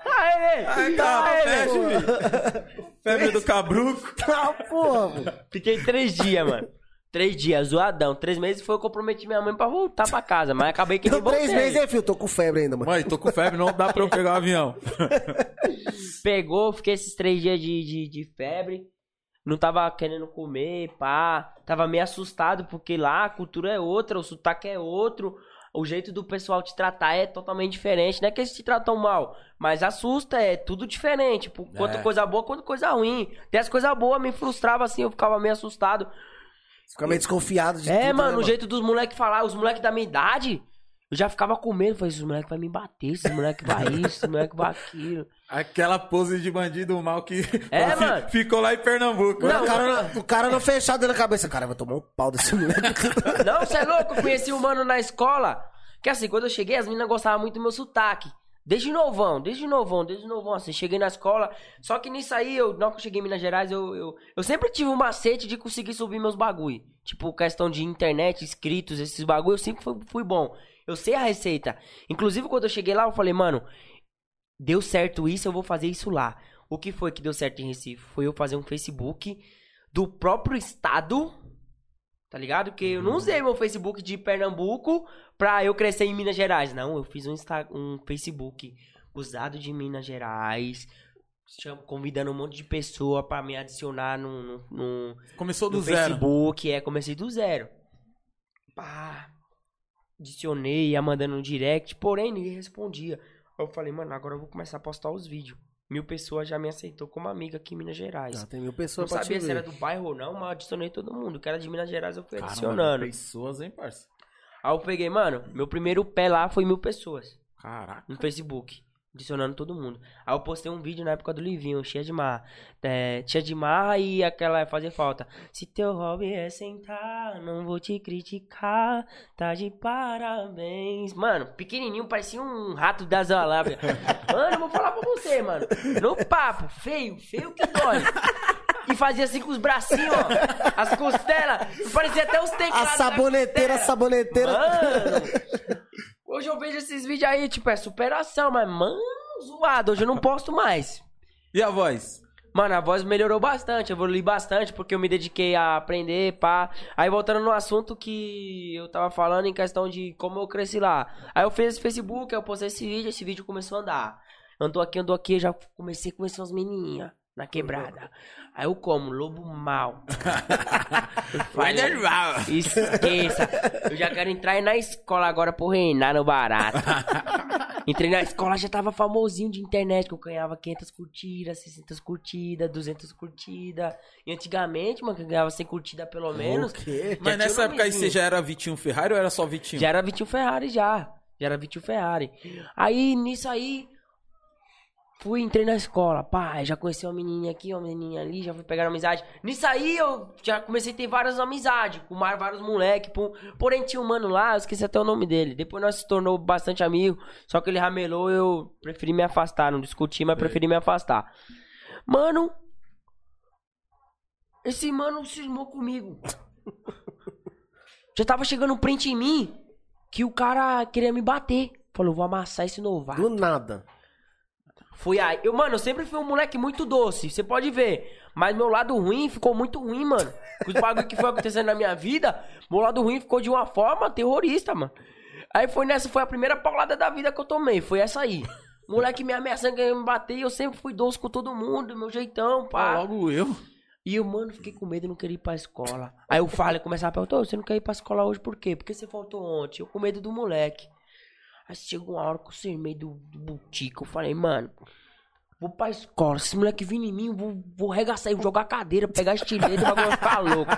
[SPEAKER 3] Aê,
[SPEAKER 2] Taca
[SPEAKER 3] aê,
[SPEAKER 2] Tá a
[SPEAKER 1] Ah,
[SPEAKER 2] peste,
[SPEAKER 3] aê, Tá, velho.
[SPEAKER 2] filho. Febre do cabruco.
[SPEAKER 1] Tá, porra, mano.
[SPEAKER 3] Fiquei três dias, mano. Três dias, zoadão. Três meses foi que eu prometi minha mãe pra voltar pra casa, mas acabei que
[SPEAKER 1] Deu
[SPEAKER 3] nem
[SPEAKER 1] três
[SPEAKER 3] voltei.
[SPEAKER 1] meses, hein, filho? Tô com febre ainda, mano.
[SPEAKER 2] Mãe, tô com febre, não dá pra eu pegar o avião.
[SPEAKER 3] Pegou, fiquei esses três dias de, de, de febre. Não tava querendo comer, pá. Tava meio assustado, porque lá a cultura é outra, o sotaque é outro. O jeito do pessoal te tratar é totalmente diferente. Não é que eles te tratam mal, mas assusta, é tudo diferente. Por quanto
[SPEAKER 2] É.
[SPEAKER 3] coisa boa, quanto coisa ruim. Até as coisas boas me frustrava assim, eu ficava meio assustado.
[SPEAKER 1] Fica meio desconfiado de tudo,
[SPEAKER 3] É,
[SPEAKER 1] né,
[SPEAKER 3] mano, o jeito dos moleques falar, os moleques da minha idade, eu já ficava com medo. Falei, esses moleques vai me bater, esses moleques vai isso, esses moleques vai aquilo.
[SPEAKER 2] Aquela pose de bandido mal que
[SPEAKER 3] É,
[SPEAKER 2] fi-
[SPEAKER 3] mano.
[SPEAKER 2] ficou lá em Pernambuco.
[SPEAKER 1] Mano,
[SPEAKER 3] Não,
[SPEAKER 1] o cara, na- o cara não fechado na cabeça. Cara, vai tomar um pau desse moleque.
[SPEAKER 3] Não, você é louco? Eu conheci um mano na escola. Que assim, quando eu cheguei, as meninas gostavam muito do meu sotaque. Desde novão, desde novão, desde novão, assim, cheguei na escola. Só que nisso aí, eu, na hora que eu cheguei em Minas Gerais, eu, eu, eu sempre tive um macete de conseguir subir meus bagulho. Tipo, questão de internet, inscritos, esses bagulho, eu sempre fui, fui bom. Eu sei a receita. Inclusive, quando eu cheguei lá, eu falei, mano, deu certo isso, eu vou fazer isso lá. O que foi que deu certo em Recife? Foi eu fazer um Facebook do próprio estado, tá ligado? Que
[SPEAKER 2] Uhum.
[SPEAKER 3] eu não usei meu Facebook de Pernambuco pra eu crescer em Minas Gerais. Não, eu fiz um, Insta um Facebook usado de Minas Gerais, cham- convidando um monte de pessoa pra me adicionar num- num- num,
[SPEAKER 2] Começou do
[SPEAKER 3] no
[SPEAKER 2] zero.
[SPEAKER 3] Facebook, é, comecei do zero. Pá. Adicionei, ia mandando um direct, porém ninguém respondia. Aí Eu falei, mano, agora eu vou começar a postar os vídeos. Mil pessoas já me aceitou como amiga aqui em Minas Gerais.
[SPEAKER 1] Já tem mil
[SPEAKER 3] não
[SPEAKER 1] pessoas pra te
[SPEAKER 3] sabia se era
[SPEAKER 1] ver.
[SPEAKER 3] do bairro ou não, mas eu adicionei todo mundo. Que era de Minas Gerais, eu fui
[SPEAKER 2] Caramba,
[SPEAKER 3] tá adicionando.
[SPEAKER 2] pessoas, hein, parça?
[SPEAKER 3] Aí eu peguei, mano, meu primeiro pé lá foi mil pessoas
[SPEAKER 2] Caraca.
[SPEAKER 3] no Facebook. Adicionando todo mundo. Aí eu postei um vídeo na época do Livinho, cheia de marra. É, cheia de marra e aquela fazer falta. Se teu hobby é sentar, não vou te criticar. Tá de parabéns. Mano, pequenininho, parecia um rato da Zalabria. Mano, eu vou falar pra você, mano. No papo, feio, feio que dói. E fazia assim com os bracinhos, ó. As costelas. Parecia até os
[SPEAKER 1] A
[SPEAKER 3] teclados. da
[SPEAKER 1] saboneteira, a
[SPEAKER 3] costela.
[SPEAKER 1] saboneteira.
[SPEAKER 3] Mano, hoje eu vejo esses vídeos aí, tipo, é superação, mas, mano, zoado. Hoje eu não posto mais.
[SPEAKER 2] E a voz?
[SPEAKER 3] Mano, a voz melhorou bastante, eu evolui bastante, porque eu me dediquei a aprender, pá. Aí voltando no assunto que eu tava falando em questão de como eu cresci lá. Aí eu fiz esse Facebook, aí eu postei esse vídeo, esse vídeo começou a andar. Andou aqui, andou aqui, já comecei a conhecer umas menininhas na quebrada. Aí eu como, lobo mal. Vai
[SPEAKER 2] normal.
[SPEAKER 3] Esqueça. Eu já quero entrar aí na escola agora por reinar no barato. Entrei na escola, já tava famosinho de internet, que eu ganhava 500 curtidas, 600 curtidas, 200 curtidas. E antigamente, mano, que eu ganhava 100 curtidas pelo menos.
[SPEAKER 1] O quê?
[SPEAKER 3] Já
[SPEAKER 2] Mas nessa
[SPEAKER 3] tinha um
[SPEAKER 2] época aí você
[SPEAKER 3] nomezinho.
[SPEAKER 2] já era Vitinho Ferrari ou era só Vitinho?
[SPEAKER 3] Já era Vitinho Ferrari, já. Já era Vitinho Ferrari. Aí, nisso aí, fui, entrei na escola. Pá, já conheci uma menininha aqui, uma menininha ali, já fui pegar amizade. Nisso aí, eu já comecei a ter várias amizades, com mais vários moleques. Porém, tinha um mano lá, eu esqueci até o nome dele. Depois nós se tornou bastante amigo, só que ele ramelou, eu preferi me afastar. Não discuti, mas preferi me afastar. Mano, esse mano cismou comigo. Já tava chegando um print em mim que o cara queria me bater. Falou, vou amassar esse novato.
[SPEAKER 1] Do nada.
[SPEAKER 3] Fui aí. Eu, mano, eu sempre fui um moleque muito doce, você pode ver. Mas meu lado ruim ficou muito ruim, mano. Com os bagulho que foi acontecendo na minha vida, meu lado ruim ficou de uma forma terrorista, mano. Aí foi nessa, foi a primeira paulada da vida que eu tomei, foi essa aí. Moleque me ameaçando, querendo me bater, e eu sempre fui doce com todo mundo, meu jeitão, pá.
[SPEAKER 2] Ah, logo eu.
[SPEAKER 3] E eu, mano, fiquei com medo, não queria ir pra escola. Aí eu falei, começava a perguntar, "Ô, você não quer ir pra escola hoje por quê? Por que você faltou ontem? Eu com medo do moleque. Aí chegou uma hora que eu cermei do, do butico, eu falei, mano, vou pra escola, se esse moleque vir em mim, eu vou, vou arregaçar ele, jogar a cadeira, pegar estilete, o bagulho ficar louco.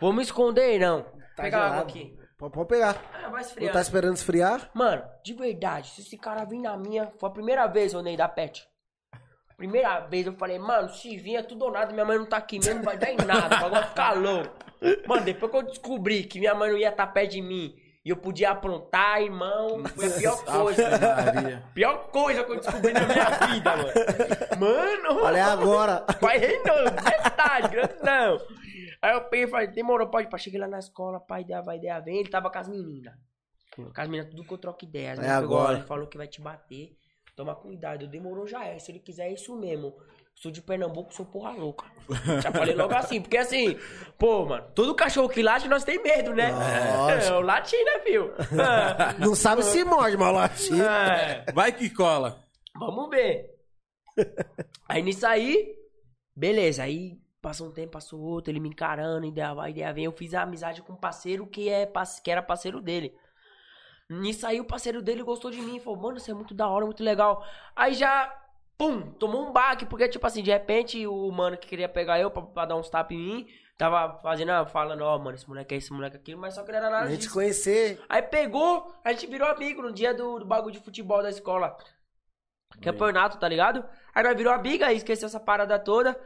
[SPEAKER 3] Vou me esconder, não. Pega água
[SPEAKER 1] Tá gelado.
[SPEAKER 3] aqui.
[SPEAKER 1] Pô, Pode pegar.
[SPEAKER 3] Ah, vai
[SPEAKER 1] Não
[SPEAKER 3] esfriar.
[SPEAKER 1] tá esperando esfriar?
[SPEAKER 3] Mano, de verdade, se esse cara vir na minha, foi a primeira vez eu andei da pet. Primeira vez eu falei, mano, se vir é tudo ou nada, minha mãe não tá aqui mesmo, vai dar em nada, agora ficar louco. Mano, depois que eu descobri que minha mãe não ia estar perto de mim e eu podia aprontar, irmão, foi a pior coisa.
[SPEAKER 2] Maria.
[SPEAKER 3] pior coisa que eu descobri na minha vida, mano. Mano,
[SPEAKER 1] Olha é agora.
[SPEAKER 3] Pai reinou, verdade, grandão. Aí eu peguei e falei, demorou, pode ir pra cheguei lá na escola, pai ideia, vai ideia, vem. Ele tava com as meninas. Com as meninas, tudo que eu troco ideia. As
[SPEAKER 1] Hum. É
[SPEAKER 3] meninas pegou,
[SPEAKER 1] agora.
[SPEAKER 3] Ele falou que vai te bater. Toma cuidado, demorou já é. Se ele quiser, é isso mesmo. Sou de Pernambuco, sou porra louca. Já falei logo assim, porque assim, pô, mano, todo cachorro que late, nós tem medo, né?
[SPEAKER 1] Lógico.
[SPEAKER 3] É, o latim, né, filho? Ah,
[SPEAKER 1] Não sabe se morde, mal latido.
[SPEAKER 3] é.
[SPEAKER 2] Vai que cola.
[SPEAKER 3] Vamos ver. aí nisso aí, beleza. Aí passou um tempo, passou outro, ele me encarando, ideia vai, ideia vem. Eu fiz a amizade com um parceiro que, é, parce- que era parceiro dele. Nisso aí, o parceiro dele gostou de mim. Falou, mano, você é muito da hora, muito legal. Aí já, pum, tomou um baque. Porque, tipo assim, de repente, o mano que queria pegar eu pra, pra dar uns tapas em mim, tava fazendo, ah, falando, ó, mano, esse moleque é esse moleque é aquilo, mas só que não era nada
[SPEAKER 1] A gente
[SPEAKER 3] disso.
[SPEAKER 1] conhecer.
[SPEAKER 3] Aí pegou, a gente virou amigo no dia do, do bagulho de futebol da escola. Campeonato, tá ligado? Aí nós virou amiga aí esqueceu essa parada toda.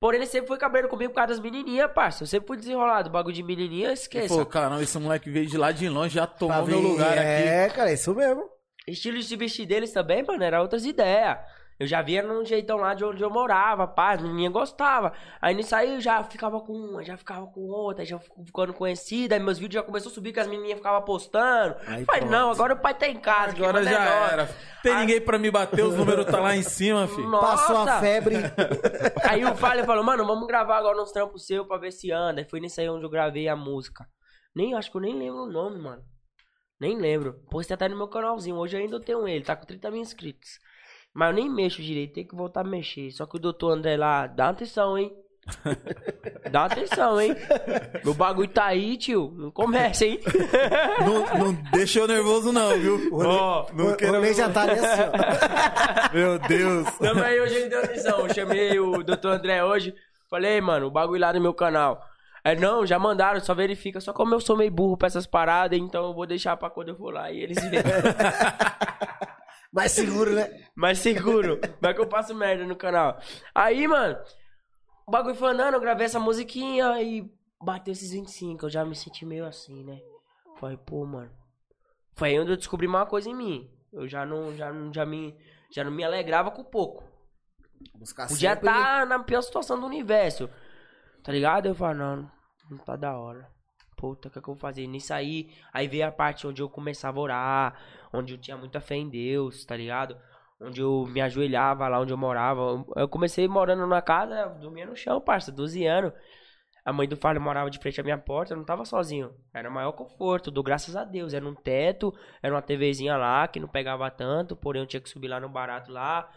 [SPEAKER 3] Porém, ele sempre foi cabreiro comigo por causa das menininhas, parça. Eu sempre fui desenrolado. Bagulho de menininha,
[SPEAKER 2] Ele
[SPEAKER 3] esqueça.
[SPEAKER 2] falou, caramba, esse moleque veio de lá de longe, já tomou
[SPEAKER 1] Pra
[SPEAKER 2] meu
[SPEAKER 1] vir-
[SPEAKER 2] lugar aqui.
[SPEAKER 1] É, cara, é isso mesmo.
[SPEAKER 3] Estilo de vestir deles também, mano, era outras ideias. Eu já via num jeitão lá de onde eu morava, pá, as menininhas gostavam. Aí nisso aí eu já ficava com uma, já ficava com outra, já fico ficando conhecida. Aí meus vídeos já começou a subir que as menininhas ficavam postando.
[SPEAKER 1] Aí
[SPEAKER 3] Falei,
[SPEAKER 1] pronto.
[SPEAKER 3] não, agora o pai tá em casa. quem
[SPEAKER 2] Agora
[SPEAKER 3] manda é
[SPEAKER 2] já
[SPEAKER 3] nós.
[SPEAKER 2] era. Tem
[SPEAKER 3] Ah.
[SPEAKER 2] ninguém pra me bater, os números tá lá em cima, filho.
[SPEAKER 3] Nossa!
[SPEAKER 1] Passou a febre.
[SPEAKER 3] Aí o Vale falou, mano, vamos gravar agora uns trampos seu pra ver se anda. E foi nisso aí onde eu gravei a música. Nem, acho que eu nem lembro o nome, mano. Nem lembro. Postei até no meu canalzinho. Hoje ainda eu tenho ele, tá com 30 mil inscritos. Mas eu nem mexo direito, tem que voltar a mexer. Só que o doutor André lá, dá atenção, hein? Dá atenção, hein? Meu bagulho tá aí, tio. Não começa, hein?
[SPEAKER 2] Não, não deixa eu nervoso, não, viu?
[SPEAKER 1] O Ney-
[SPEAKER 2] Ó, não
[SPEAKER 1] o-
[SPEAKER 2] quero-
[SPEAKER 1] o Ney já tá ali assim,
[SPEAKER 2] Meu Deus.
[SPEAKER 3] Não, mas aí hoje ele deu atenção. Eu chamei o Dr. André hoje. Falei, mano, o bagulho lá no meu canal. É, não, já mandaram, só verifica. Só como eu sou meio burro pra essas paradas, então eu vou deixar pra quando eu for lá e eles verem.
[SPEAKER 1] ó. Mais seguro, né?
[SPEAKER 3] Mais seguro. Vai que eu passo merda no canal. Aí, mano, o bagulho foi andando, eu gravei essa musiquinha e bateu esses 25. Eu já me senti meio assim, né? Falei, pô, mano. Foi aí onde eu descobri uma coisa em mim. Eu já não, já, não- já, me, já não me alegrava com pouco.
[SPEAKER 1] Buscar
[SPEAKER 3] Podia tá.
[SPEAKER 1] sempre-
[SPEAKER 3] estar na pior situação do universo. Tá ligado? Eu falo, não, não tá da hora. Puta, o que, é que eu vou fazer? Nisso aí, aí veio a parte onde eu começava a orar, onde eu tinha muita fé em Deus, tá ligado? Onde eu me ajoelhava lá onde eu morava. Eu comecei morando na casa, eu dormia no chão, parça, 12 anos. A mãe do Fábio morava de frente à minha porta, eu não tava sozinho. Era o maior conforto, dou graças a Deus. Era um teto, era uma TVzinha lá que não pegava tanto, porém eu tinha que subir lá no barato lá.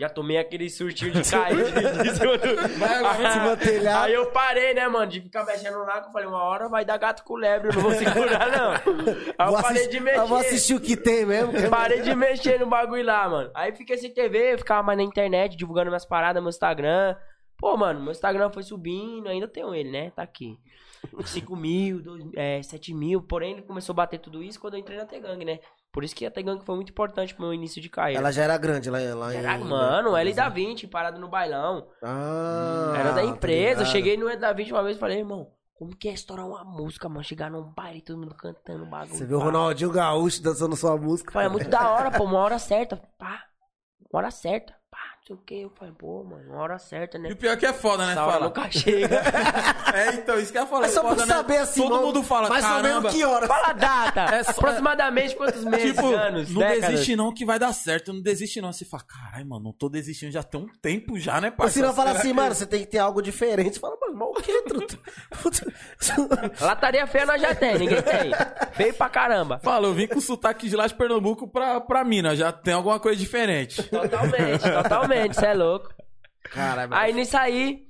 [SPEAKER 3] Já tomei aquele surtinho de cair de, de cima do-
[SPEAKER 1] Vai, vai, vai, vai, telhado.
[SPEAKER 3] Aí eu parei, né, mano, de ficar mexendo lá, que eu falei, uma hora vai dar gato com lebre, eu não vou segurar, não. Aí eu
[SPEAKER 1] Vou
[SPEAKER 3] parei
[SPEAKER 1] assistir-
[SPEAKER 3] de
[SPEAKER 1] Eu vou
[SPEAKER 3] mexer.
[SPEAKER 1] assistir o que tem mesmo. que é-
[SPEAKER 3] Parei de mexer no bagulho lá, mano. Aí fiquei sem TV, eu ficava mais na internet, divulgando minhas paradas, meu Instagram. Pô, mano, meu Instagram foi subindo, ainda tenho ele, né? Tá aqui. 5 mil, 7 mil, porém ele começou a bater tudo isso quando eu entrei na T-Gang, né? Por isso que a T-Gang foi muito importante pro meu início de carreira.
[SPEAKER 1] Ela é, né? já era grande lá, lá em...
[SPEAKER 3] Caraca, mano, ela e da 20, parado no bailão.
[SPEAKER 1] Ah,
[SPEAKER 3] Era da
[SPEAKER 1] tá
[SPEAKER 3] empresa.
[SPEAKER 1] ligado.
[SPEAKER 3] Cheguei no Ed da 20 uma vez e falei, irmão, como que é estourar uma música, mano? Chegar num baile e todo mundo cantando bagulho.
[SPEAKER 1] Você viu o
[SPEAKER 3] pá.
[SPEAKER 1] Ronaldinho Gaúcho dançando sua música.
[SPEAKER 3] Falei, é muito da hora, pô, uma hora certa, pá. Uma hora certa, pá, não sei o que. Eu falei, pô, mano, uma hora certa,
[SPEAKER 2] E
[SPEAKER 3] né?
[SPEAKER 2] o pior é que é foda, né?
[SPEAKER 3] Essa hora
[SPEAKER 2] Fala.
[SPEAKER 3] nunca chega.
[SPEAKER 2] É, então, isso que eu ia falar.
[SPEAKER 1] Mas só
[SPEAKER 2] foda,
[SPEAKER 1] pra
[SPEAKER 2] né?
[SPEAKER 1] saber assim,
[SPEAKER 2] Todo
[SPEAKER 1] mano,
[SPEAKER 2] mundo fala,
[SPEAKER 1] mais
[SPEAKER 2] caramba.
[SPEAKER 1] ou menos que horas.
[SPEAKER 3] Fala a data.
[SPEAKER 2] É só-
[SPEAKER 3] aproximadamente quantos meses,
[SPEAKER 2] Tipo,
[SPEAKER 3] anos,
[SPEAKER 2] não
[SPEAKER 3] décadas?
[SPEAKER 2] desiste não que vai dar certo, não desiste não. Você fala, caralho, mano, não tô desistindo já tem um tempo já, né,
[SPEAKER 1] Ou
[SPEAKER 2] parceiro?
[SPEAKER 1] se não fala assim, mano, você tem que ter algo diferente. Você fala, mano, mal o quê, truta? Puta.
[SPEAKER 3] Lataria feia nós já tem, ninguém tem. Feio pra caramba.
[SPEAKER 2] Fala, eu vim com sotaque de lá de Pernambuco pra, pra Minas, já tem alguma coisa diferente.
[SPEAKER 3] Totalmente, totalmente, cê é louco.
[SPEAKER 1] Caralho,
[SPEAKER 3] Aí nisso aí,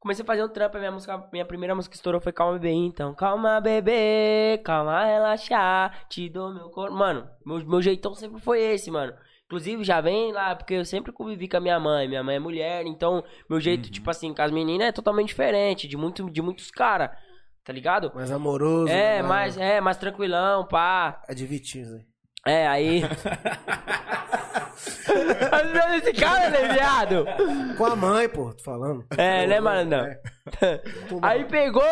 [SPEAKER 3] comecei a fazer um trampo. Minha, música, minha primeira música que estourou foi Calma Bebê. Então, calma bebê, calma relaxar, te dou meu corpo. Mano, meu, meu jeitão sempre foi esse, mano. Inclusive, já vem lá, porque eu sempre convivi com a minha mãe. Minha mãe é mulher, então meu
[SPEAKER 1] Uhum.
[SPEAKER 3] jeito, tipo assim, com as meninas é totalmente diferente de, muito, de muitos caras, tá ligado?
[SPEAKER 1] mais amoroso.
[SPEAKER 3] É,
[SPEAKER 1] né, mano?
[SPEAKER 3] mais, é, mais tranquilão, pá.
[SPEAKER 1] É de Vitinho, né?
[SPEAKER 3] É, aí. Olha esse cara, né, viado?
[SPEAKER 1] Com a mãe, pô, tô falando.
[SPEAKER 3] É, né, malandrão? É, Aí pegou,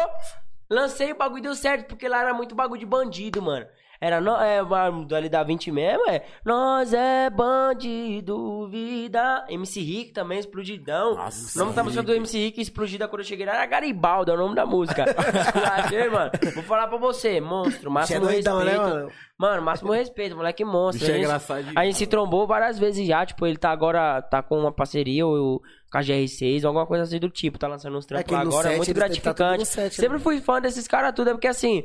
[SPEAKER 3] lancei o bagulho e deu certo, porque lá era muito bagulho de bandido, mano. Era no, é, mano, ali da 20 mesmo, é. Nós é bandido, vida. MC Rick também, explodidão.
[SPEAKER 2] Nossa,
[SPEAKER 3] o nome da música do MC Rick, explodida quando eu cheguei lá, era Garibaldo, é o nome da música. Esculachei, mano. Vou falar pra você, monstro,
[SPEAKER 1] Você é
[SPEAKER 3] máximo
[SPEAKER 1] doidão, né,
[SPEAKER 3] respeito.
[SPEAKER 1] mano?
[SPEAKER 3] Mano, máximo respeito, moleque monstro.
[SPEAKER 2] Bicho é
[SPEAKER 3] A gente-
[SPEAKER 2] engraçadinho.
[SPEAKER 3] A gente se trombou várias vezes já, tipo, ele tá agora, tá com uma parceria ou com a GR6, alguma coisa assim do tipo, tá lançando uns trampos
[SPEAKER 1] que
[SPEAKER 3] lá
[SPEAKER 1] no
[SPEAKER 3] agora,
[SPEAKER 1] set
[SPEAKER 3] é muito
[SPEAKER 1] eles têm que tá tudo no
[SPEAKER 3] gratificante.
[SPEAKER 1] set, né,
[SPEAKER 3] Sempre
[SPEAKER 1] mano?
[SPEAKER 3] fui fã desses caras tudo, é porque assim,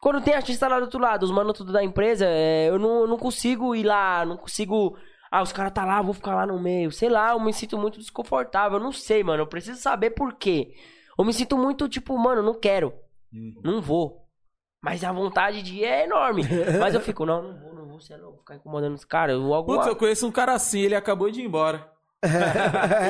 [SPEAKER 3] quando tem artista lá do outro lado, os mano tudo da empresa, é, eu não, não consigo ir lá, não consigo... Ah, os caras tá lá, vou ficar lá no meio. Sei lá, eu me sinto muito desconfortável, eu não sei, mano, eu preciso saber por quê. Eu me sinto muito, tipo, mano, não quero. Não vou. Mas a vontade de ir é enorme. Mas eu fico, não, não vou, não vou, você é louco, ficar incomodando os caras. Eu alguma...
[SPEAKER 2] Putz, eu conheço um cara assim, ele acabou de ir embora.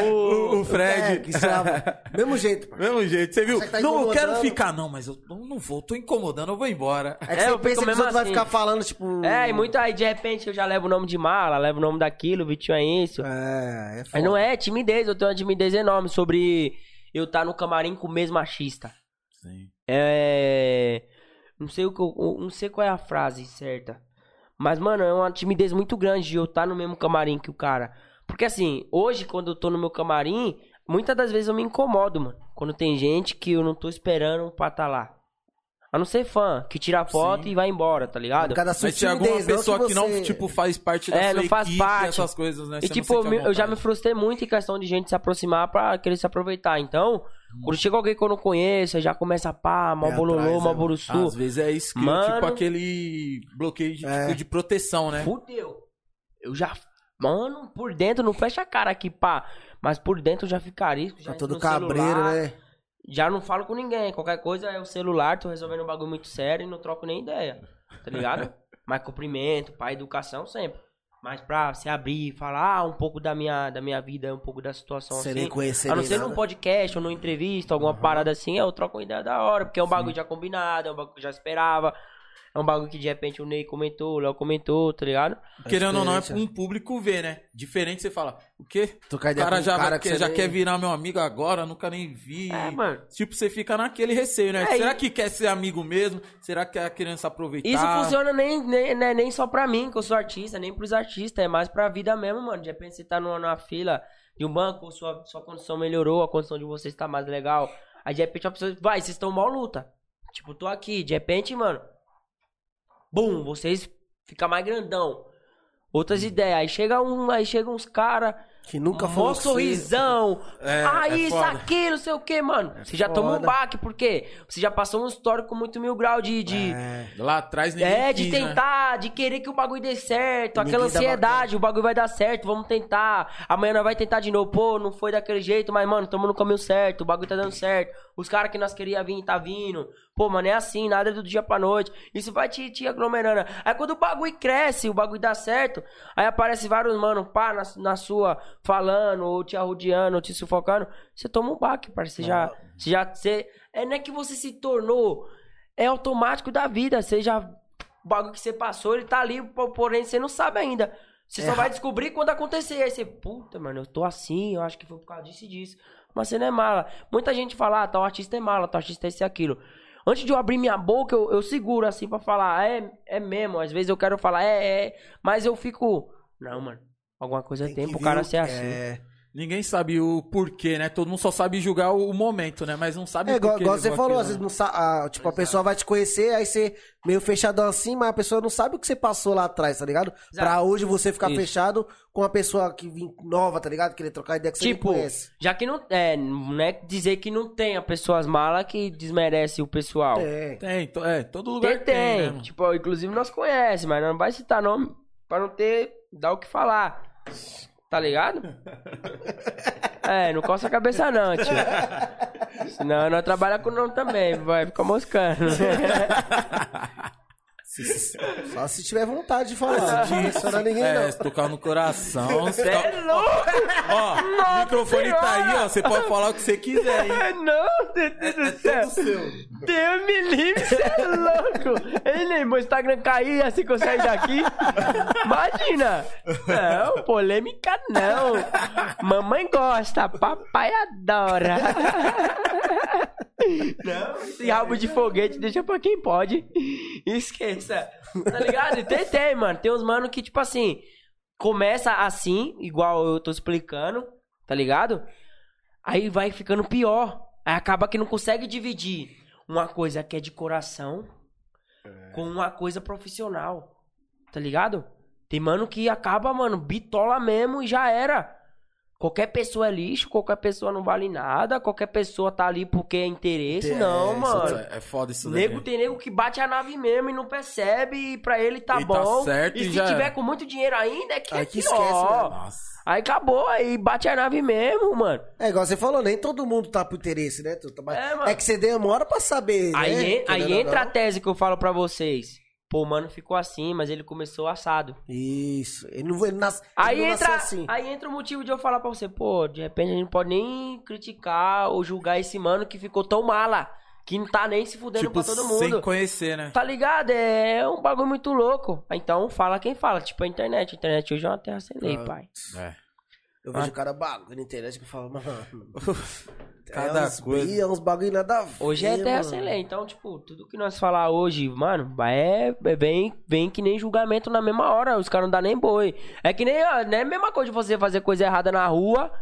[SPEAKER 2] o, o
[SPEAKER 1] É,
[SPEAKER 2] Fred.
[SPEAKER 1] que estava. Mesmo jeito, pô.
[SPEAKER 2] Mesmo jeito, você viu?
[SPEAKER 1] Você tá
[SPEAKER 2] não, eu quero
[SPEAKER 1] incomodando.
[SPEAKER 2] ficar, não, mas eu não, não vou, tô incomodando, eu vou embora.
[SPEAKER 1] É que
[SPEAKER 3] É,
[SPEAKER 1] você
[SPEAKER 3] eu fico
[SPEAKER 1] pensa que os
[SPEAKER 3] mesmo
[SPEAKER 1] outros vai
[SPEAKER 3] assim.
[SPEAKER 1] ficar falando, tipo...
[SPEAKER 3] É, e muito aí, de repente, eu já levo o nome de mala, levo o nome daquilo, o Vitinho é isso.
[SPEAKER 1] É, é foda.
[SPEAKER 3] Mas não é, é timidez, eu tenho uma timidez enorme sobre eu estar no camarim com o mesmo machista.
[SPEAKER 2] Sim.
[SPEAKER 3] É. Não sei, o que eu- eu- não sei qual é a frase certa. Mas, mano, é uma timidez muito grande de eu estar no mesmo camarim que o cara. Porque, assim, hoje, quando eu tô no meu camarim, muitas das vezes eu me incomodo, mano. Quando tem gente que eu não tô esperando pra tá lá. A não ser fã, que tira a foto
[SPEAKER 2] Sim.
[SPEAKER 3] e vai embora, tá ligado?
[SPEAKER 1] Por causa da
[SPEAKER 2] Mas
[SPEAKER 1] sua
[SPEAKER 2] tinha alguma
[SPEAKER 1] timidez,
[SPEAKER 2] pessoa que, não,
[SPEAKER 1] você-
[SPEAKER 2] tipo, faz parte da
[SPEAKER 3] É,
[SPEAKER 2] sua
[SPEAKER 3] não faz
[SPEAKER 2] equipe,
[SPEAKER 3] parte.
[SPEAKER 2] essas coisas, né?
[SPEAKER 3] E
[SPEAKER 2] Você não
[SPEAKER 3] tipo, eu,
[SPEAKER 2] sente a
[SPEAKER 3] me- eu já me
[SPEAKER 2] vontade.
[SPEAKER 3] frustrei muito em questão de gente se aproximar pra querer se aproveitar. Então, quando chega alguém que eu não conheço, aí já começa pá, mó
[SPEAKER 1] É
[SPEAKER 3] bololô,
[SPEAKER 1] atrás,
[SPEAKER 3] mó
[SPEAKER 1] né, mano?
[SPEAKER 3] buruçu.
[SPEAKER 2] Às vezes Hum. é isso que
[SPEAKER 3] Mano.
[SPEAKER 2] tipo aquele bloqueio de,
[SPEAKER 1] É.
[SPEAKER 2] tipo, de proteção, né?
[SPEAKER 3] Fudeu. Eu já. Mano, por dentro, não fecha a cara aqui, pá. Mas por dentro eu já fica arisco, já
[SPEAKER 1] Tá
[SPEAKER 3] entro
[SPEAKER 1] todo
[SPEAKER 3] no celular,
[SPEAKER 1] cabreiro, né?
[SPEAKER 3] Já não falo com ninguém. Qualquer coisa é o celular, tô resolvendo um bagulho muito sério e não troco nem ideia. Tá ligado? Mas cumprimento, pá, educação sempre. Mas pra se abrir, falar um pouco da minha, da minha vida, um pouco da situação
[SPEAKER 1] Você
[SPEAKER 3] assim.
[SPEAKER 1] nem conhecer
[SPEAKER 3] A não
[SPEAKER 1] nem
[SPEAKER 3] ser
[SPEAKER 1] nada.
[SPEAKER 3] num podcast ou numa entrevista, alguma parada assim, eu troco uma ideia da hora, porque é um bagulho já combinado, é um bagulho que eu já esperava. É um bagulho que de repente o Ney comentou, o Léo comentou, tá ligado?
[SPEAKER 2] Querendo ou não, é pra
[SPEAKER 1] diferença.
[SPEAKER 2] um público ver, né? Diferente você fala, o quê?
[SPEAKER 3] É,
[SPEAKER 1] Trocar
[SPEAKER 2] O
[SPEAKER 1] ideia
[SPEAKER 2] cara
[SPEAKER 1] com um
[SPEAKER 2] já, vai-
[SPEAKER 1] que você
[SPEAKER 2] já
[SPEAKER 1] nem-
[SPEAKER 2] quer virar meu amigo agora, nunca nem vi.
[SPEAKER 3] É, mano.
[SPEAKER 2] Tipo, você fica naquele receio, né?
[SPEAKER 3] É,
[SPEAKER 2] Será
[SPEAKER 3] e-
[SPEAKER 2] que quer ser amigo mesmo? Será que tá querendo se aproveitar?
[SPEAKER 3] Isso funciona nem, nem, né, nem só pra mim, que eu sou artista, nem pros artistas, é mais pra vida mesmo, mano. De repente você tá numa, numa fila de um banco, sua, sua condição melhorou, a condição de vocês tá mais legal. Aí de repente a pessoa, vai, vocês estão mal luta. Tipo, tô aqui, de repente, mano, bum, vocês ficam mais grandão. Outras ideias, aí chega um, aí chega uns cara,
[SPEAKER 1] Que nunca foi.
[SPEAKER 3] mó sorrisão,
[SPEAKER 2] É,
[SPEAKER 3] ah,
[SPEAKER 2] é
[SPEAKER 3] isso,
[SPEAKER 2] foda.
[SPEAKER 3] aquilo, não sei o que, mano. você já tomou um
[SPEAKER 1] foda.
[SPEAKER 3] baque, por quê? Você já passou um histórico muito mil grau de-
[SPEAKER 1] É.
[SPEAKER 3] de,
[SPEAKER 2] Lá atrás ninguém
[SPEAKER 3] é, de
[SPEAKER 2] quis, né?
[SPEAKER 3] tentar, de querer que o bagulho dê certo,
[SPEAKER 1] Ninguém
[SPEAKER 3] aquela
[SPEAKER 1] dá
[SPEAKER 3] ansiedade, o bagulho vai dar certo, vamos tentar. Amanhã nós vai tentar de novo, pô, não foi daquele jeito, mas mano, estamos no caminho certo, o bagulho tá dando certo. Os caras que nós queria vir, tá vindo. Pô, mano, é assim, nada é do dia pra noite. Isso vai te, te aglomerando. Aí quando o bagulho cresce, o bagulho dá certo, aí aparece vários, mano, pá, na, na sua, falando, ou te arrodeando, ou te sufocando. Você toma um baque, parceiro. Você já. Você já. Você, é, não é que você se tornou. É automático da vida. Você já o bagulho que você passou, ele tá ali, po- porém você não sabe ainda. Você
[SPEAKER 1] É
[SPEAKER 3] só vai descobrir quando acontecer. Aí você, puta, mano, eu tô assim, eu acho que foi por causa disso e disso. Mas você não é mala. Muita gente fala, ah, tal artista é mala, tal artista é isso e aquilo. Antes de eu abrir minha boca, eu, eu seguro assim pra falar, é, é mesmo. Às vezes eu quero falar, é, é, mas eu fico, não, mano, alguma coisa tem, pro cara ser assim.
[SPEAKER 1] É,
[SPEAKER 2] Ninguém sabe o porquê, né? Todo mundo só sabe julgar o momento, né? Mas não sabe
[SPEAKER 1] É,
[SPEAKER 2] o
[SPEAKER 1] igual,
[SPEAKER 2] porquê.
[SPEAKER 1] igual você
[SPEAKER 2] levou
[SPEAKER 1] falou,
[SPEAKER 2] aquilo,
[SPEAKER 1] às vezes
[SPEAKER 2] né?
[SPEAKER 1] não sa- ah, tipo, a pessoa vai te conhecer, aí você meio fechadão assim, mas a pessoa não sabe o que você passou lá atrás, tá ligado?
[SPEAKER 3] Exato.
[SPEAKER 1] Pra hoje você ficar
[SPEAKER 3] Isso.
[SPEAKER 1] fechado com uma pessoa que vim nova, tá ligado? Querer trocar ideia que você
[SPEAKER 3] Tipo,
[SPEAKER 1] não conhece.
[SPEAKER 3] já que não é, não é dizer que não tem a pessoas malas que desmerece o pessoal.
[SPEAKER 1] É.
[SPEAKER 2] Tem, to- é, todo lugar
[SPEAKER 3] Tem,
[SPEAKER 2] tem,
[SPEAKER 3] tem.
[SPEAKER 2] né, mano?
[SPEAKER 3] tipo, inclusive nós conhece, mas não vai citar nome pra não ter, dar o que falar. Tá ligado? É, não coça a cabeça não, tio. Senão nós trabalha com nome também, vai ficar moscando.
[SPEAKER 1] Só se tiver vontade de falar. Não menciona ninguém,
[SPEAKER 2] É,
[SPEAKER 1] não.
[SPEAKER 2] se tocar no coração. se
[SPEAKER 3] Cê
[SPEAKER 2] tocar-
[SPEAKER 3] é louco!
[SPEAKER 2] Ó, o microfone tá aí, ó. Você pode falar o que você quiser, hein?
[SPEAKER 3] Não, Deus do céu!
[SPEAKER 1] seu.
[SPEAKER 3] Deus me livre, você é louco! Ei, nem meu Instagram cair assim que eu sair daqui. Imagina! Não, polêmica não. Mamãe gosta, papai adora. Não, esse rabo de foguete deixa pra quem pode. Esqueça. Tá ligado? Tem, tem, mano. Tem uns mano que, tipo assim, começa assim, igual eu tô explicando, tá ligado? Aí vai ficando pior. Aí acaba que não consegue dividir uma coisa que é de coração com uma coisa profissional. Tá ligado? Tem mano que acaba, mano, bitola mesmo e já era. Qualquer pessoa é lixo, qualquer pessoa não vale nada, qualquer pessoa tá ali porque é interesse.
[SPEAKER 1] É,
[SPEAKER 3] não,
[SPEAKER 1] isso
[SPEAKER 3] mano.
[SPEAKER 2] É foda isso daí.
[SPEAKER 3] Nego tem nego que bate a nave mesmo e não percebe e pra ele tá
[SPEAKER 2] E tá
[SPEAKER 3] bom.
[SPEAKER 2] certo
[SPEAKER 3] e
[SPEAKER 2] e
[SPEAKER 3] se
[SPEAKER 2] já
[SPEAKER 3] tiver
[SPEAKER 2] era.
[SPEAKER 3] com muito dinheiro ainda é que
[SPEAKER 1] Aí
[SPEAKER 3] é
[SPEAKER 1] que
[SPEAKER 3] pior.
[SPEAKER 1] esquece, né?
[SPEAKER 2] Nossa.
[SPEAKER 3] Aí acabou, aí bate a nave mesmo, mano.
[SPEAKER 1] É igual você falou, nem todo mundo tá pro interesse, né? Tuta? Mas
[SPEAKER 3] É,
[SPEAKER 1] é,
[SPEAKER 3] mano.
[SPEAKER 1] que você demora pra saber. né?
[SPEAKER 3] Aí, en- aí
[SPEAKER 1] Querendo ou
[SPEAKER 3] entra a
[SPEAKER 1] não.
[SPEAKER 3] tese que eu falo pra vocês. Pô, o mano, ficou assim, mas ele começou assado.
[SPEAKER 1] Isso. Ele não, ele nas- ele
[SPEAKER 3] Aí
[SPEAKER 1] não nasceu
[SPEAKER 3] entra,
[SPEAKER 1] assim.
[SPEAKER 3] aí entra o motivo de eu falar pra você, pô, de repente a gente não pode nem criticar ou julgar esse mano que ficou tão mala, que não tá nem se fudendo
[SPEAKER 2] Tipo,
[SPEAKER 3] pra todo mundo.
[SPEAKER 2] sem conhecer, né?
[SPEAKER 3] Tá ligado? É um bagulho muito louco. Então fala quem fala, tipo a internet. A internet hoje é uma terra sem lei,
[SPEAKER 1] Ah.
[SPEAKER 3] pai.
[SPEAKER 2] É.
[SPEAKER 1] Eu
[SPEAKER 3] Ah.
[SPEAKER 1] vejo o cara bagulho na internet que fala, mano.
[SPEAKER 2] Cada
[SPEAKER 1] é uns
[SPEAKER 2] coisa.
[SPEAKER 1] bia, uns bagulho nada a ver,
[SPEAKER 3] Hoje é terra
[SPEAKER 1] mano.
[SPEAKER 3] sem lei. Então, tipo, tudo que nós falar hoje, mano, é, é bem, bem que nem julgamento na mesma hora. Os caras não dá nem boi. É que nem ó, não é a mesma coisa de você fazer coisa errada na rua.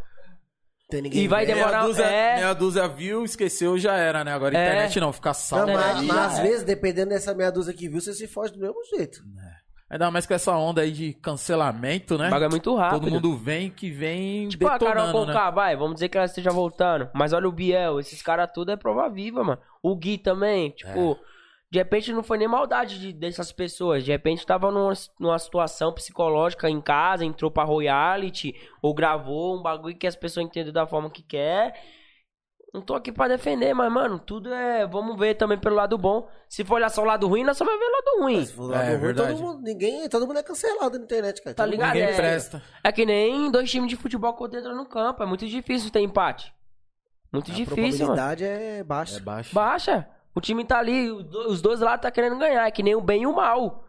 [SPEAKER 1] Tem ninguém
[SPEAKER 3] E vai
[SPEAKER 1] vendo.
[SPEAKER 3] demorar-
[SPEAKER 2] Meia dúzia,
[SPEAKER 3] é.
[SPEAKER 2] meia dúzia viu, esqueceu, já era, né? Agora
[SPEAKER 3] É.
[SPEAKER 2] internet não, fica
[SPEAKER 1] Não,
[SPEAKER 2] salvo.
[SPEAKER 1] mas,
[SPEAKER 2] aí.
[SPEAKER 3] né?
[SPEAKER 1] mas às vezes, dependendo dessa meia dúzia que viu, você se foge do mesmo jeito.
[SPEAKER 2] Ainda mais com essa onda aí de cancelamento, né?
[SPEAKER 3] O bagulho é muito rápido.
[SPEAKER 2] Todo mundo vem que vem
[SPEAKER 3] Tipo, a
[SPEAKER 2] detonando,
[SPEAKER 3] Carol
[SPEAKER 2] né?
[SPEAKER 3] Conká, vai, vamos dizer que ela esteja voltando. Mas olha o Biel, esses caras tudo é prova viva, mano. O Gui também, tipo, de repente não foi nem maldade de- dessas pessoas. De repente tava numa, numa situação psicológica em casa, entrou pra royalty, ou gravou um bagulho que as pessoas entendem da forma que quer. Não tô aqui pra defender, mas, mano, tudo é. Vamos ver também pelo lado bom. Se for olhar só o lado ruim, nós só vai ver o lado ruim.
[SPEAKER 1] Mas, vou lá
[SPEAKER 2] É,
[SPEAKER 1] no rua,
[SPEAKER 2] verdade.
[SPEAKER 1] todo mundo, ninguém, todo mundo é cancelado na internet, cara.
[SPEAKER 3] Tá
[SPEAKER 1] Todo
[SPEAKER 3] ligado?
[SPEAKER 2] Ninguém
[SPEAKER 3] É.
[SPEAKER 2] presta.
[SPEAKER 3] É que nem dois times de futebol quando entram no campo. É muito difícil ter empate. Muito
[SPEAKER 1] mundo- A
[SPEAKER 3] difícil, mano.
[SPEAKER 1] probabilidade é baixa.
[SPEAKER 2] É baixo.
[SPEAKER 3] Baixa. O time tá ali, o do- os dois lados tá querendo ganhar, é que nem o bem e o mal.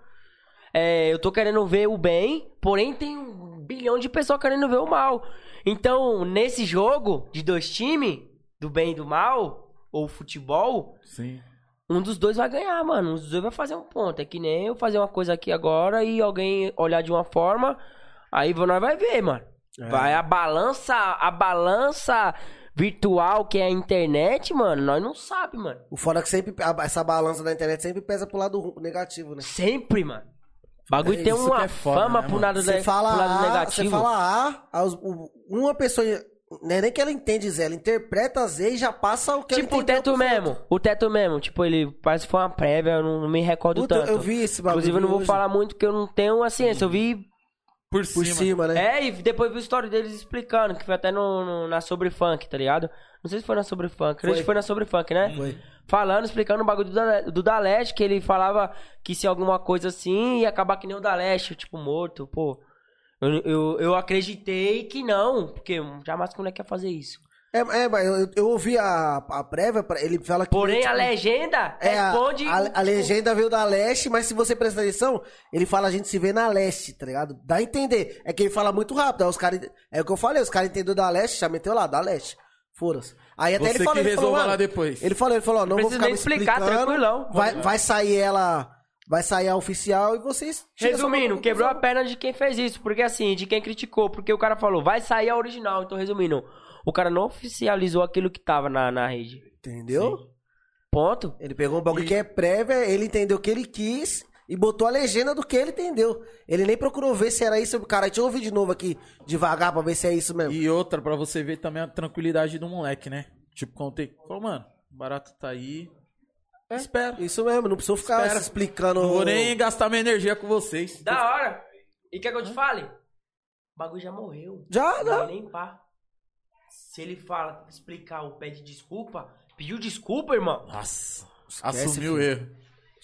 [SPEAKER 3] É, eu tô querendo ver o bem, porém tem um bilhão de pessoas querendo ver o mal. Então, nesse jogo de dois times, do bem e do mal, ou futebol,
[SPEAKER 2] Sim.
[SPEAKER 3] um dos dois vai ganhar, mano. Um dos dois vai fazer um ponto. É que nem eu fazer uma coisa aqui agora e alguém olhar de uma forma, aí vo- nós vai ver, mano.
[SPEAKER 2] É.
[SPEAKER 3] Vai a balança, a balança virtual que é a internet, mano, nós não sabe, mano.
[SPEAKER 1] O foda é que sempre, a- essa balança da internet sempre pesa pro lado ru- negativo, né?
[SPEAKER 3] Sempre, mano. O bagulho
[SPEAKER 2] É
[SPEAKER 3] tem
[SPEAKER 2] isso que
[SPEAKER 3] uma
[SPEAKER 2] é foda,
[SPEAKER 3] fama
[SPEAKER 2] né,
[SPEAKER 3] pro,
[SPEAKER 2] mano?
[SPEAKER 3] lado
[SPEAKER 1] Você
[SPEAKER 3] ne-
[SPEAKER 1] fala
[SPEAKER 3] pro lado
[SPEAKER 1] A,
[SPEAKER 3] negativo.
[SPEAKER 1] você fala A, aos- o- uma pessoa, né, nem que ela entende Z, ela interpreta Z e já passa o que
[SPEAKER 3] tipo,
[SPEAKER 1] ela
[SPEAKER 3] o
[SPEAKER 1] entendeu
[SPEAKER 3] teto
[SPEAKER 1] pros
[SPEAKER 3] mesmo.
[SPEAKER 1] outros.
[SPEAKER 3] O teto mesmo. Tipo, ele parece que foi uma prévia, eu não, não me recordo
[SPEAKER 1] Puta,
[SPEAKER 3] tanto.
[SPEAKER 1] eu vi esse bagulho.
[SPEAKER 3] Inclusive, eu não vou
[SPEAKER 1] hoje.
[SPEAKER 3] falar muito porque eu não tenho a ciência. Eu vi
[SPEAKER 2] Por,
[SPEAKER 1] por
[SPEAKER 2] cima.
[SPEAKER 1] cima, né?
[SPEAKER 3] É, e depois vi o story deles explicando, que foi até no, no- na Sobre Funk, tá ligado? Não sei se foi na Sobre Funk, foi. que foi na Sobre Funk, né?
[SPEAKER 1] Foi.
[SPEAKER 3] Falando, explicando o bagulho do, Dale- do Daleste, que ele falava que se alguma coisa assim ia acabar que nem o Daleste, tipo, morto, pô. Eu, eu, eu acreditei que não, porque jamais que o moleque ia fazer isso.
[SPEAKER 1] É, é, mas eu, eu ouvi a, a prévia, pra- ele fala que.
[SPEAKER 3] Porém,
[SPEAKER 1] tipo,
[SPEAKER 3] a legenda
[SPEAKER 1] é, a-
[SPEAKER 3] responde.
[SPEAKER 1] a, a legenda é veio da leste, mas se você prestar atenção, ele fala a gente se vê na leste, tá ligado? Dá a entender. É que ele fala muito rápido. Aí os caras. É o que eu falei, os caras entenderam da leste, já meteu lá, da leste. Foram-se. Aí até
[SPEAKER 2] Você
[SPEAKER 1] ele falou.
[SPEAKER 2] que
[SPEAKER 1] ele falou,
[SPEAKER 2] resolva
[SPEAKER 1] mano,
[SPEAKER 2] lá depois.
[SPEAKER 1] Ele falou, ele falou, ó, não vou
[SPEAKER 3] Preciso
[SPEAKER 1] ficar me
[SPEAKER 3] nem explicar,
[SPEAKER 1] explicando,
[SPEAKER 3] tranquilão.
[SPEAKER 1] Vai, vai sair ela. Vai sair a oficial e vocês. tiram essa
[SPEAKER 3] Resumindo,
[SPEAKER 1] conclusão.
[SPEAKER 3] quebrou a perna de quem fez isso, porque assim, de quem criticou, porque o cara falou, vai sair a original, então resumindo, o cara não oficializou aquilo que tava na, na rede.
[SPEAKER 1] Entendeu?
[SPEAKER 3] Ponto.
[SPEAKER 1] Ele pegou um bagulho que é prévia, ele entendeu o que ele quis e botou a legenda do que ele entendeu. Ele nem procurou ver se era isso. Cara, deixa eu ouvir de novo aqui, devagar, pra ver se é isso mesmo.
[SPEAKER 2] E outra, pra você ver também a tranquilidade do moleque, né? Tipo, contei. Falou, mano, o barato tá aí.
[SPEAKER 1] É.
[SPEAKER 2] Espera.
[SPEAKER 1] Isso mesmo, não precisou ficar
[SPEAKER 2] Espera.
[SPEAKER 1] se explicando.
[SPEAKER 2] Não vou nem gastar minha energia com vocês.
[SPEAKER 3] Da hora. E quer que eu te fale? O bagulho já morreu.
[SPEAKER 1] Já,
[SPEAKER 3] Não vai
[SPEAKER 1] não.
[SPEAKER 3] nem pá. Se ele fala, explicar ou pede desculpa, pediu desculpa, irmão.
[SPEAKER 2] Nossa.
[SPEAKER 1] Esquece,
[SPEAKER 2] assumiu o
[SPEAKER 1] filho.
[SPEAKER 2] erro.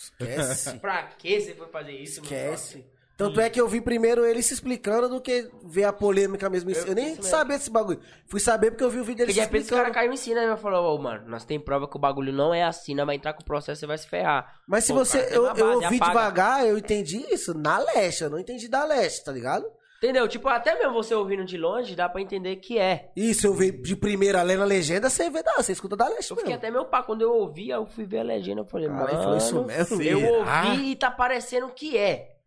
[SPEAKER 1] Esquece.
[SPEAKER 3] Pra que você foi fazer isso, meu
[SPEAKER 1] esquece. Tanto é que eu vi primeiro ele se explicando do que ver a polêmica mesmo. em si. Eu, nem sabia desse bagulho. Fui saber porque eu vi o vídeo dele
[SPEAKER 3] Porque é
[SPEAKER 1] se
[SPEAKER 3] de repente esse cara
[SPEAKER 1] explicando.
[SPEAKER 3] caiu em cima e falou, ô mano, nós tem prova que o bagulho não é assim, nós vai entrar com o processo e vai se ferrar.
[SPEAKER 1] Mas se
[SPEAKER 3] Pô,
[SPEAKER 1] você.
[SPEAKER 3] cara, tem
[SPEAKER 1] Eu,
[SPEAKER 3] uma
[SPEAKER 1] eu
[SPEAKER 3] base,
[SPEAKER 1] ouvi
[SPEAKER 3] apaga.
[SPEAKER 1] devagar, eu entendi isso na leste. Eu não entendi da leste, tá ligado?
[SPEAKER 3] Entendeu? Tipo, até mesmo você ouvindo de longe, dá pra entender que é.
[SPEAKER 1] Isso, eu vi de primeira lendo a legenda, você vê, da, você escuta da leste.
[SPEAKER 3] Eu fiquei
[SPEAKER 1] mesmo.
[SPEAKER 3] até meio pá, quando eu ouvi, eu fui ver a legenda, eu falei,
[SPEAKER 1] Caralho,
[SPEAKER 3] mano,
[SPEAKER 1] falou isso mesmo? Ah.
[SPEAKER 3] eu
[SPEAKER 2] Será?
[SPEAKER 3] ouvi e tá parecendo que é.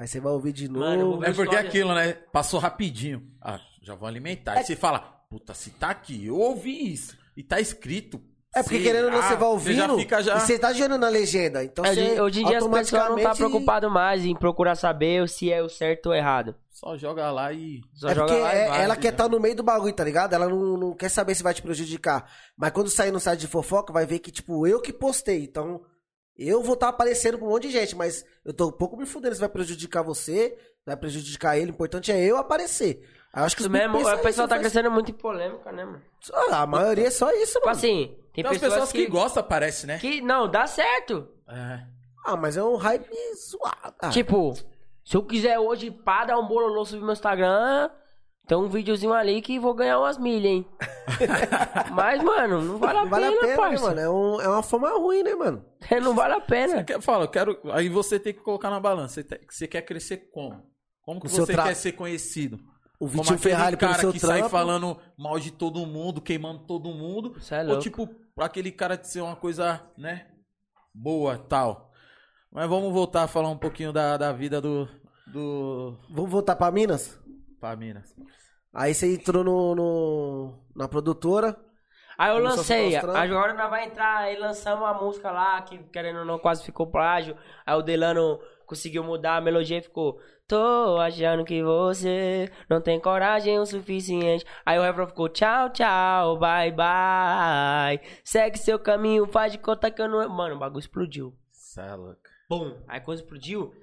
[SPEAKER 1] Aí você vai ouvir de novo.
[SPEAKER 3] Mano, eu vou ver-
[SPEAKER 2] É porque é
[SPEAKER 3] história.
[SPEAKER 2] aquilo, né? Passou rapidinho. Ah, já vou alimentar.
[SPEAKER 1] É
[SPEAKER 2] Aí você fala, puta, se tá aqui, eu ouvi isso. E tá escrito.
[SPEAKER 1] É porque
[SPEAKER 2] será?
[SPEAKER 1] querendo ou não, você vai ouvindo
[SPEAKER 2] Ah, Você já fica já.
[SPEAKER 1] e você tá gerando a legenda. Então você
[SPEAKER 3] Hoje, É, hoje em dia as pessoas não tá
[SPEAKER 1] automaticamente-
[SPEAKER 3] preocupado mais em procurar saber se é o certo ou errado.
[SPEAKER 2] Só joga lá e.
[SPEAKER 3] Só
[SPEAKER 1] é
[SPEAKER 3] joga
[SPEAKER 1] porque
[SPEAKER 3] lá e
[SPEAKER 1] é-
[SPEAKER 3] vai,
[SPEAKER 1] ela
[SPEAKER 3] filho.
[SPEAKER 1] quer estar no meio do bagulho, tá ligado? Ela não, não quer saber se vai te prejudicar. Mas quando sair no site de fofoca, vai ver que, tipo, eu que postei. Então, eu vou estar aparecendo pra um monte de gente, mas eu tô um pouco me fudendo se vai prejudicar você, vai prejudicar ele. O importante é eu aparecer. Aí eu acho que
[SPEAKER 3] Isso
[SPEAKER 1] os
[SPEAKER 3] mesmo,
[SPEAKER 1] pensam
[SPEAKER 3] a pessoa
[SPEAKER 1] isso,
[SPEAKER 3] tá
[SPEAKER 1] faz-
[SPEAKER 3] crescendo muito em polêmica, né, mano?
[SPEAKER 1] Ah, a maioria é só isso,
[SPEAKER 3] Tipo
[SPEAKER 1] mano.
[SPEAKER 3] assim, tem,
[SPEAKER 2] Tem as
[SPEAKER 3] pessoas, que,
[SPEAKER 2] gostam, parece, né?
[SPEAKER 3] que não, dá certo.
[SPEAKER 2] É.
[SPEAKER 1] Ah, mas é um hype zoado. Ah,
[SPEAKER 3] Tipo, se eu quiser hoje pá, dar um bololô subir meu Instagram, tem um videozinho ali que vou ganhar umas milhas, hein? Mas, mano, não vale a
[SPEAKER 1] não vale a
[SPEAKER 3] pena,
[SPEAKER 1] pena, né,
[SPEAKER 3] parça.
[SPEAKER 1] mano? É, um- é uma fama ruim, né, mano?
[SPEAKER 3] É, não vale a
[SPEAKER 2] Você
[SPEAKER 3] pena.
[SPEAKER 2] quer, fala, eu quero. Aí você tem que colocar na balança. Você, te- você quer crescer como? Como que
[SPEAKER 1] O seu
[SPEAKER 2] você
[SPEAKER 1] tra-
[SPEAKER 2] quer ser conhecido?
[SPEAKER 1] O
[SPEAKER 2] Como
[SPEAKER 1] Vitinho
[SPEAKER 2] aquele
[SPEAKER 1] Ferrari pelo
[SPEAKER 2] cara
[SPEAKER 1] seu
[SPEAKER 2] que sai
[SPEAKER 1] trampo.
[SPEAKER 2] falando mal de todo mundo, queimando todo mundo.
[SPEAKER 3] Isso
[SPEAKER 1] Tá
[SPEAKER 3] é
[SPEAKER 2] Ou
[SPEAKER 3] louco.
[SPEAKER 2] tipo, pra aquele cara de ser uma coisa, né? Boa, tal. Mas vamos voltar a falar um pouquinho da, da vida do. Do.
[SPEAKER 1] Vamos voltar pra Minas?
[SPEAKER 2] Pá, Minas.
[SPEAKER 1] Aí você entrou no, no- na produtora.
[SPEAKER 3] Aí eu
[SPEAKER 1] Começou a
[SPEAKER 3] lancei,
[SPEAKER 1] ficar mostrando.
[SPEAKER 3] agora nós vai entrar e lançamos uma música lá, que querendo ou não quase ficou plágio. Aí o Delano conseguiu mudar a melodia e ficou... Tô achando que você não tem coragem o suficiente. Aí o refrão ficou tchau, tchau, bye, bye. Segue seu caminho, faz de conta que eu não... Mano, o bagulho explodiu.
[SPEAKER 2] Cê é louco.
[SPEAKER 3] Bom, aí quando explodiu,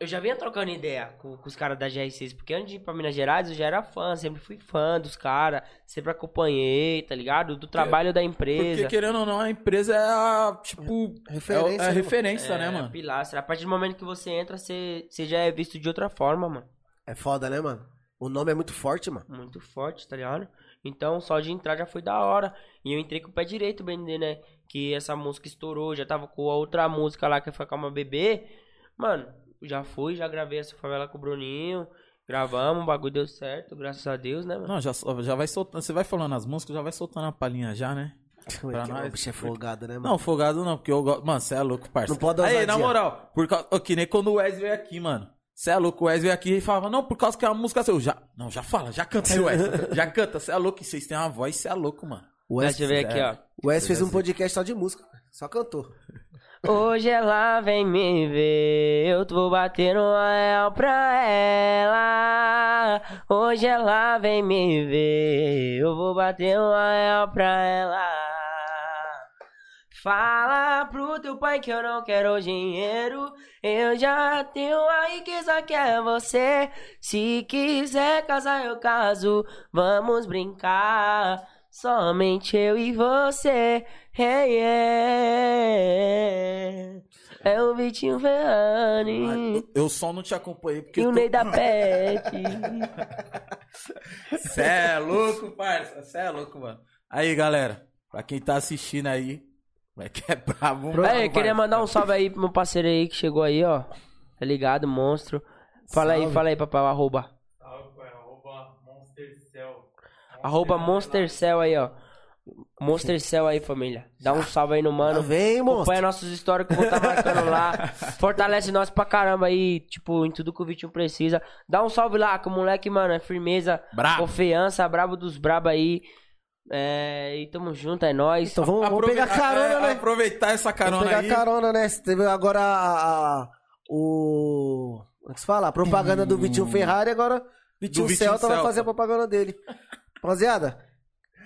[SPEAKER 3] eu já vinha trocando ideia com, com os caras da GR6, porque antes de ir pra Minas Gerais eu já era fã, sempre fui fã dos caras, sempre acompanhei, tá ligado? Do trabalho da
[SPEAKER 2] Porque
[SPEAKER 3] empresa.
[SPEAKER 2] querendo ou não, a empresa é a, tipo,
[SPEAKER 1] Referência,
[SPEAKER 2] é,
[SPEAKER 1] né,
[SPEAKER 2] a referência, né,
[SPEAKER 3] É,
[SPEAKER 2] mano?
[SPEAKER 3] pilastra. A partir do momento que você entra, você, você já é visto de outra forma, mano.
[SPEAKER 1] É foda, né, mano? O nome é muito forte, mano.
[SPEAKER 3] Muito forte, tá ligado? Então só de entrar já foi da hora. E eu entrei com o pé direito, BND, né? que essa música estourou, já tava com a outra música lá que foi Calma Bebê. Mano, já fui, já gravei essa favela com o Bruninho. Gravamos, o bagulho deu certo, graças a Deus, né, mano?
[SPEAKER 2] Não, já, sol- já vai soltando. Você vai falando as músicas, já vai soltando a palhinha já, né? Pra
[SPEAKER 1] que
[SPEAKER 2] nós-
[SPEAKER 1] o bicho é folgado, né, mano?
[SPEAKER 2] Não, folgado não, porque eu gosto. Mano, você é louco, parça.
[SPEAKER 1] Não pode dar
[SPEAKER 2] Aí,
[SPEAKER 1] ousadia.
[SPEAKER 2] na moral, por causa. ô, Que nem quando o Wes veio aqui, mano. Você é louco, o Wes veio aqui e falava, não, por causa que a música é seu. Já, não, já fala, já canta aí, Wes. já canta, você é louco, e vocês têm uma voz, você é louco, mano.
[SPEAKER 1] o
[SPEAKER 3] Deixa
[SPEAKER 1] Wes,
[SPEAKER 3] eu ver aqui, ó.
[SPEAKER 1] o Wes
[SPEAKER 2] é
[SPEAKER 1] fez
[SPEAKER 2] assim.
[SPEAKER 1] um podcast só de música. Só cantou.
[SPEAKER 3] Hoje ela vem me ver, eu tô batendo a real pra ela. Hoje ela vem me ver, eu vou bater a real pra ela. Fala pro teu pai que eu não quero dinheiro, eu já tenho a riqueza que é você. Se quiser casar, eu caso, vamos brincar. Somente eu e você. Hey, yeah. É o Vitinho Ferrari
[SPEAKER 2] Ah, Eu só não te acompanhei porque.
[SPEAKER 3] Hum. e o
[SPEAKER 2] eu tô-
[SPEAKER 3] Ney da Pet.
[SPEAKER 2] Cê é louco, parça. Cê é louco, mano. Aí, galera. Pra quem tá assistindo aí, vai que é bravo. mano,
[SPEAKER 3] Aí,
[SPEAKER 2] parça.
[SPEAKER 3] queria mandar um salve aí pro meu parceiro aí que chegou aí, ó. Tá ligado, monstro. Fala aí,
[SPEAKER 1] Salve.
[SPEAKER 3] fala aí, papai, o arroba.
[SPEAKER 4] Salve, pai. Arroba Monstercell.
[SPEAKER 3] Arroba
[SPEAKER 1] né?
[SPEAKER 3] Monstercell aí, ó. Monstercell aí, família. Dá um salve aí no
[SPEAKER 1] Mano,
[SPEAKER 3] mano.
[SPEAKER 1] vem, é monstro.
[SPEAKER 3] Acompanha nossos stories que eu vou estar marcando lá. Fortalece nós pra caramba aí, tipo, em tudo que o Vitinho precisa. Dá um salve lá, que o moleque, mano, é firmeza,
[SPEAKER 1] Ah.
[SPEAKER 2] Bravo.
[SPEAKER 3] confiança, brabo dos brabo aí. É, e tamo junto, é nóis.
[SPEAKER 1] Então vamos, vamos pegar
[SPEAKER 2] Aproveitar-
[SPEAKER 1] carona,
[SPEAKER 2] é,
[SPEAKER 1] né?
[SPEAKER 2] Aproveitar essa
[SPEAKER 1] Vamos
[SPEAKER 2] carona
[SPEAKER 1] pegar
[SPEAKER 2] aí.
[SPEAKER 1] carona, né? Você Teve agora a, a- o... Como é que se fala? A propaganda do Vitinho Ferrari, agora Vitinho,
[SPEAKER 2] Hum. Vitinho
[SPEAKER 1] Celta, vai
[SPEAKER 2] Celta.
[SPEAKER 1] fazer a propaganda dele. Rapaziada,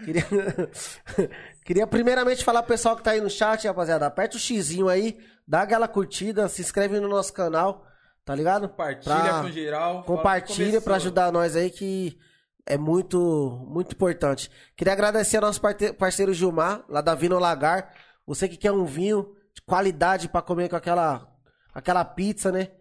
[SPEAKER 1] queria... queria primeiramente falar pro pessoal que tá aí no chat, rapaziada. Aperta o xizinho aí, dá aquela curtida, se inscreve no nosso canal, tá ligado?
[SPEAKER 2] Compartilha
[SPEAKER 1] Pra-
[SPEAKER 2] com geral. fala que
[SPEAKER 1] Compartilha
[SPEAKER 2] começou.
[SPEAKER 1] pra ajudar nós aí que é muito muito importante. Queria agradecer ao nosso parte- parceiro Gilmar, lá da Vino Lagar. Você que quer um vinho de qualidade pra comer com aquela aquela pizza, né?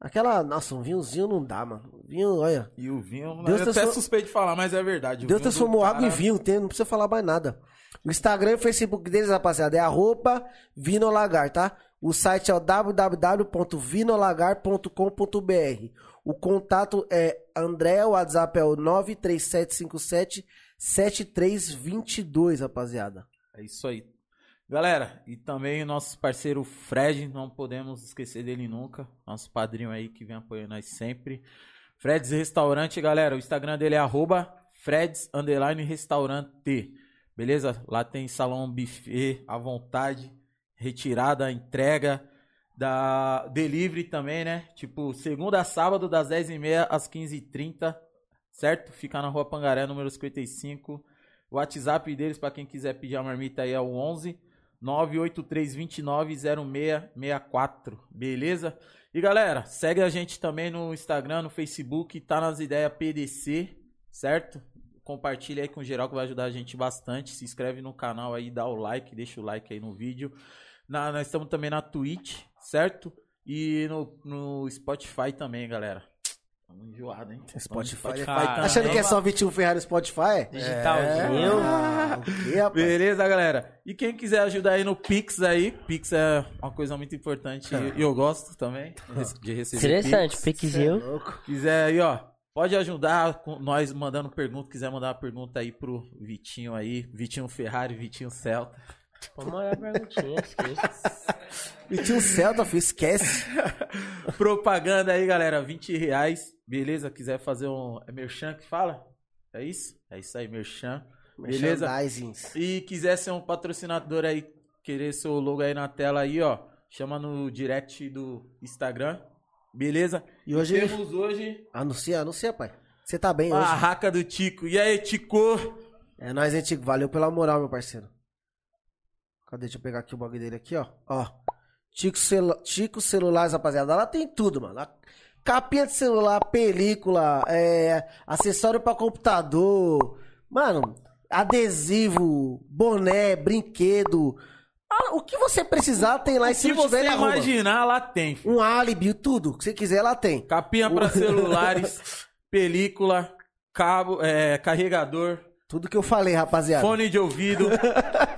[SPEAKER 1] Aquela, nossa, um vinhozinho não dá, mano. Vinho, olha.
[SPEAKER 2] E o vinho,
[SPEAKER 1] Deus
[SPEAKER 2] eu até
[SPEAKER 1] transform-
[SPEAKER 2] suspeito de falar, mas é verdade. o
[SPEAKER 1] Deus
[SPEAKER 2] vinho do
[SPEAKER 1] transformou água em
[SPEAKER 2] cara-
[SPEAKER 1] vinho, tem, não precisa falar mais nada. O Instagram e o Facebook deles, rapaziada, é arroba Vinolagar, tá? O site é o www.vinolagar.com.br. O contato é André, o WhatsApp é o 937577322, rapaziada.
[SPEAKER 2] É isso aí. Galera, e também o nosso parceiro Fred, não podemos esquecer dele nunca. Nosso padrinho aí que vem apoiando nós sempre. Fred's Restaurante, galera. O Instagram dele é arroba Fred's Underline Restaurante. Beleza? Lá tem salão buffet à vontade, retirada, entrega, da delivery também, né? Tipo, segunda a sábado, das 10h30 às 15h30, certo? Fica na rua Pangaré, número 55. O WhatsApp deles, pra quem quiser pedir a marmita aí, é o 11 983290664, beleza? E galera, segue a gente também no Instagram, no Facebook, tá nas ideias PDC, certo? Compartilha aí com geral que vai ajudar a gente bastante. Se inscreve no canal aí, dá o like, deixa o like aí no vídeo. Na- nós estamos também na Twitch, certo? E no, no Spotify também, galera. Tamo enjoado, hein? Tamo no
[SPEAKER 1] Spotify.
[SPEAKER 2] tá
[SPEAKER 3] Caramba.
[SPEAKER 1] Achando que é só Vitinho Ferrari no Spotify? É.
[SPEAKER 3] Digitalzinho.
[SPEAKER 1] Ah, o quê, rapaz?
[SPEAKER 2] Beleza, galera? E quem quiser ajudar aí no Pix aí, Pix é uma coisa muito importante e eu gosto também de receber
[SPEAKER 3] Interessante,
[SPEAKER 2] Pix.
[SPEAKER 1] Cê é
[SPEAKER 3] piquezinho.
[SPEAKER 1] louco.
[SPEAKER 2] Quiser aí, ó, pode ajudar com nós mandando pergunta, quiser mandar uma pergunta aí pro Vitinho aí, Vitinho Ferrari, Vitinho Celta.
[SPEAKER 1] é
[SPEAKER 3] Vamos olhar a perguntinha, esqueça.
[SPEAKER 1] Vitinho um Celta, filho, esquece.
[SPEAKER 2] Propaganda aí, galera, 20 reais, beleza? Quiser fazer um... É merchan que fala? É isso? É isso aí, merchan. Beleza?
[SPEAKER 1] Merchandisings.
[SPEAKER 2] E quiser ser um patrocinador aí, querer seu logo aí na tela aí, ó, chama no direct do Instagram, beleza?
[SPEAKER 1] E hoje-
[SPEAKER 2] temos hoje
[SPEAKER 1] Anuncia, anuncia, pai. Você tá bem
[SPEAKER 2] a
[SPEAKER 1] hoje.
[SPEAKER 2] barraca do Tico. E aí, Tico?
[SPEAKER 1] É nóis, hein, Tico? Valeu pela moral, meu parceiro. Cadê? Deixa eu pegar aqui o bagulho dele aqui, ó. Ó. Tico, celu... Tico Celulares, rapaziada. Lá tem tudo, mano. Lá... Capinha de celular, película, é... acessório pra computador. Mano, adesivo, boné, brinquedo. Ah, O que você precisar tem lá. E se
[SPEAKER 2] Se
[SPEAKER 1] não tiver,
[SPEAKER 2] você
[SPEAKER 1] ele arruma.
[SPEAKER 2] imaginar, lá tem. filho.
[SPEAKER 1] Um álibi, tudo. O que você quiser, lá tem.
[SPEAKER 2] Capinha pra celulares, película, cabo, é, carregador,
[SPEAKER 1] Tudo que eu falei, rapaziada.
[SPEAKER 2] Fone de ouvido.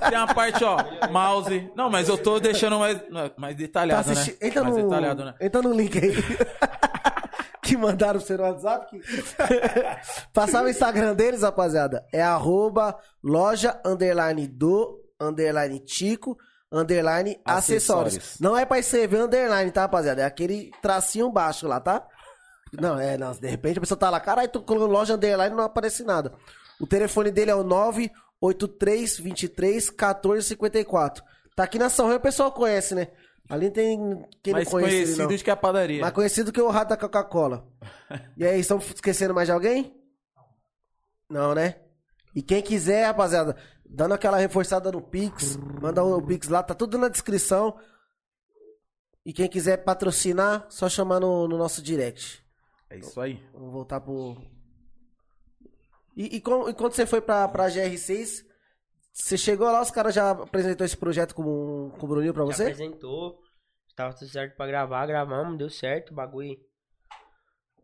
[SPEAKER 2] Tem a parte, ó, mouse. Não, mas eu tô deixando mais,
[SPEAKER 1] Tá
[SPEAKER 2] mais detalhado,
[SPEAKER 1] assisti-
[SPEAKER 2] né?
[SPEAKER 1] entra,
[SPEAKER 2] mais
[SPEAKER 1] no...
[SPEAKER 2] detalhado, né?
[SPEAKER 1] entra no link aí. que mandaram pro seu WhatsApp. Que... Passar o Instagram deles, rapaziada. É arroba loja underline do underline tico underline acessórios.
[SPEAKER 2] Acessórios.
[SPEAKER 1] Não é pra escrever underline, tá, rapaziada? É aquele tracinho baixo lá, tá? Não, é, não, de repente a pessoa tá lá, caralho, tô colocando loja underline e não aparece nada. O telefone dele é o 98323 1454. Tá aqui na São Rio, o pessoal conhece, né? Ali tem quem
[SPEAKER 2] Mais
[SPEAKER 1] não conhece ele, não.
[SPEAKER 2] conhecido de que a padaria.
[SPEAKER 1] Mais conhecido que o rato da Coca-Cola. E aí, estão esquecendo mais de alguém? Não, né? E quem quiser, rapaziada, dando aquela reforçada no Pix, manda o Pix lá, tá tudo na descrição. E quem quiser patrocinar, só chamar no, no nosso direct.
[SPEAKER 2] É isso aí.
[SPEAKER 1] Vamos voltar pro. E, e como- e quando você foi pra, pra GR6, você chegou lá, os caras já apresentou esse projeto com, com o Bruninho pra
[SPEAKER 3] Já
[SPEAKER 1] você?
[SPEAKER 3] apresentou. Tava tudo certo pra gravar, gravamos, deu certo. O bagulho.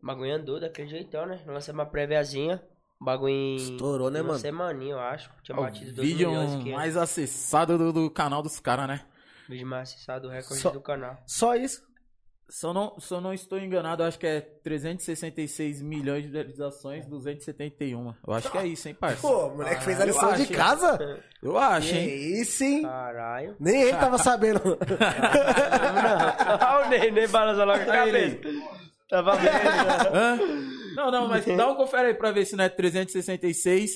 [SPEAKER 3] O bagulho andou daquele jeitão, né? Nós Lançamos uma préviazinha. O bagulho em.
[SPEAKER 1] Estourou, né,
[SPEAKER 3] uma
[SPEAKER 1] mano? um
[SPEAKER 3] semaninha, eu acho. Tinha
[SPEAKER 2] É o
[SPEAKER 3] batido 2
[SPEAKER 2] vídeo
[SPEAKER 3] milhões. Que é
[SPEAKER 2] mais acessado do, do canal dos caras, né?
[SPEAKER 3] Vídeo mais acessado, o recorde
[SPEAKER 1] Só-
[SPEAKER 3] do canal.
[SPEAKER 1] Só isso.
[SPEAKER 2] Se eu, não, se eu não estou enganado, eu acho que é 366 milhões de visualizações, 271. Eu acho que é isso, hein, parceiro?
[SPEAKER 1] Pô, o moleque fez a
[SPEAKER 2] Caralho,
[SPEAKER 1] lição de
[SPEAKER 2] acho.
[SPEAKER 1] casa?
[SPEAKER 2] Eu acho,
[SPEAKER 1] Que
[SPEAKER 2] hein?
[SPEAKER 1] isso, hein?
[SPEAKER 3] Tá. Caralho.
[SPEAKER 1] Nem ele tava sabendo.
[SPEAKER 3] Não, o Ney, Ney balançou logo a
[SPEAKER 2] Aí,
[SPEAKER 3] cabeça. Tá Tava vendo.
[SPEAKER 2] Hã? Não, não, mas dá um confere aí pra ver se não é 366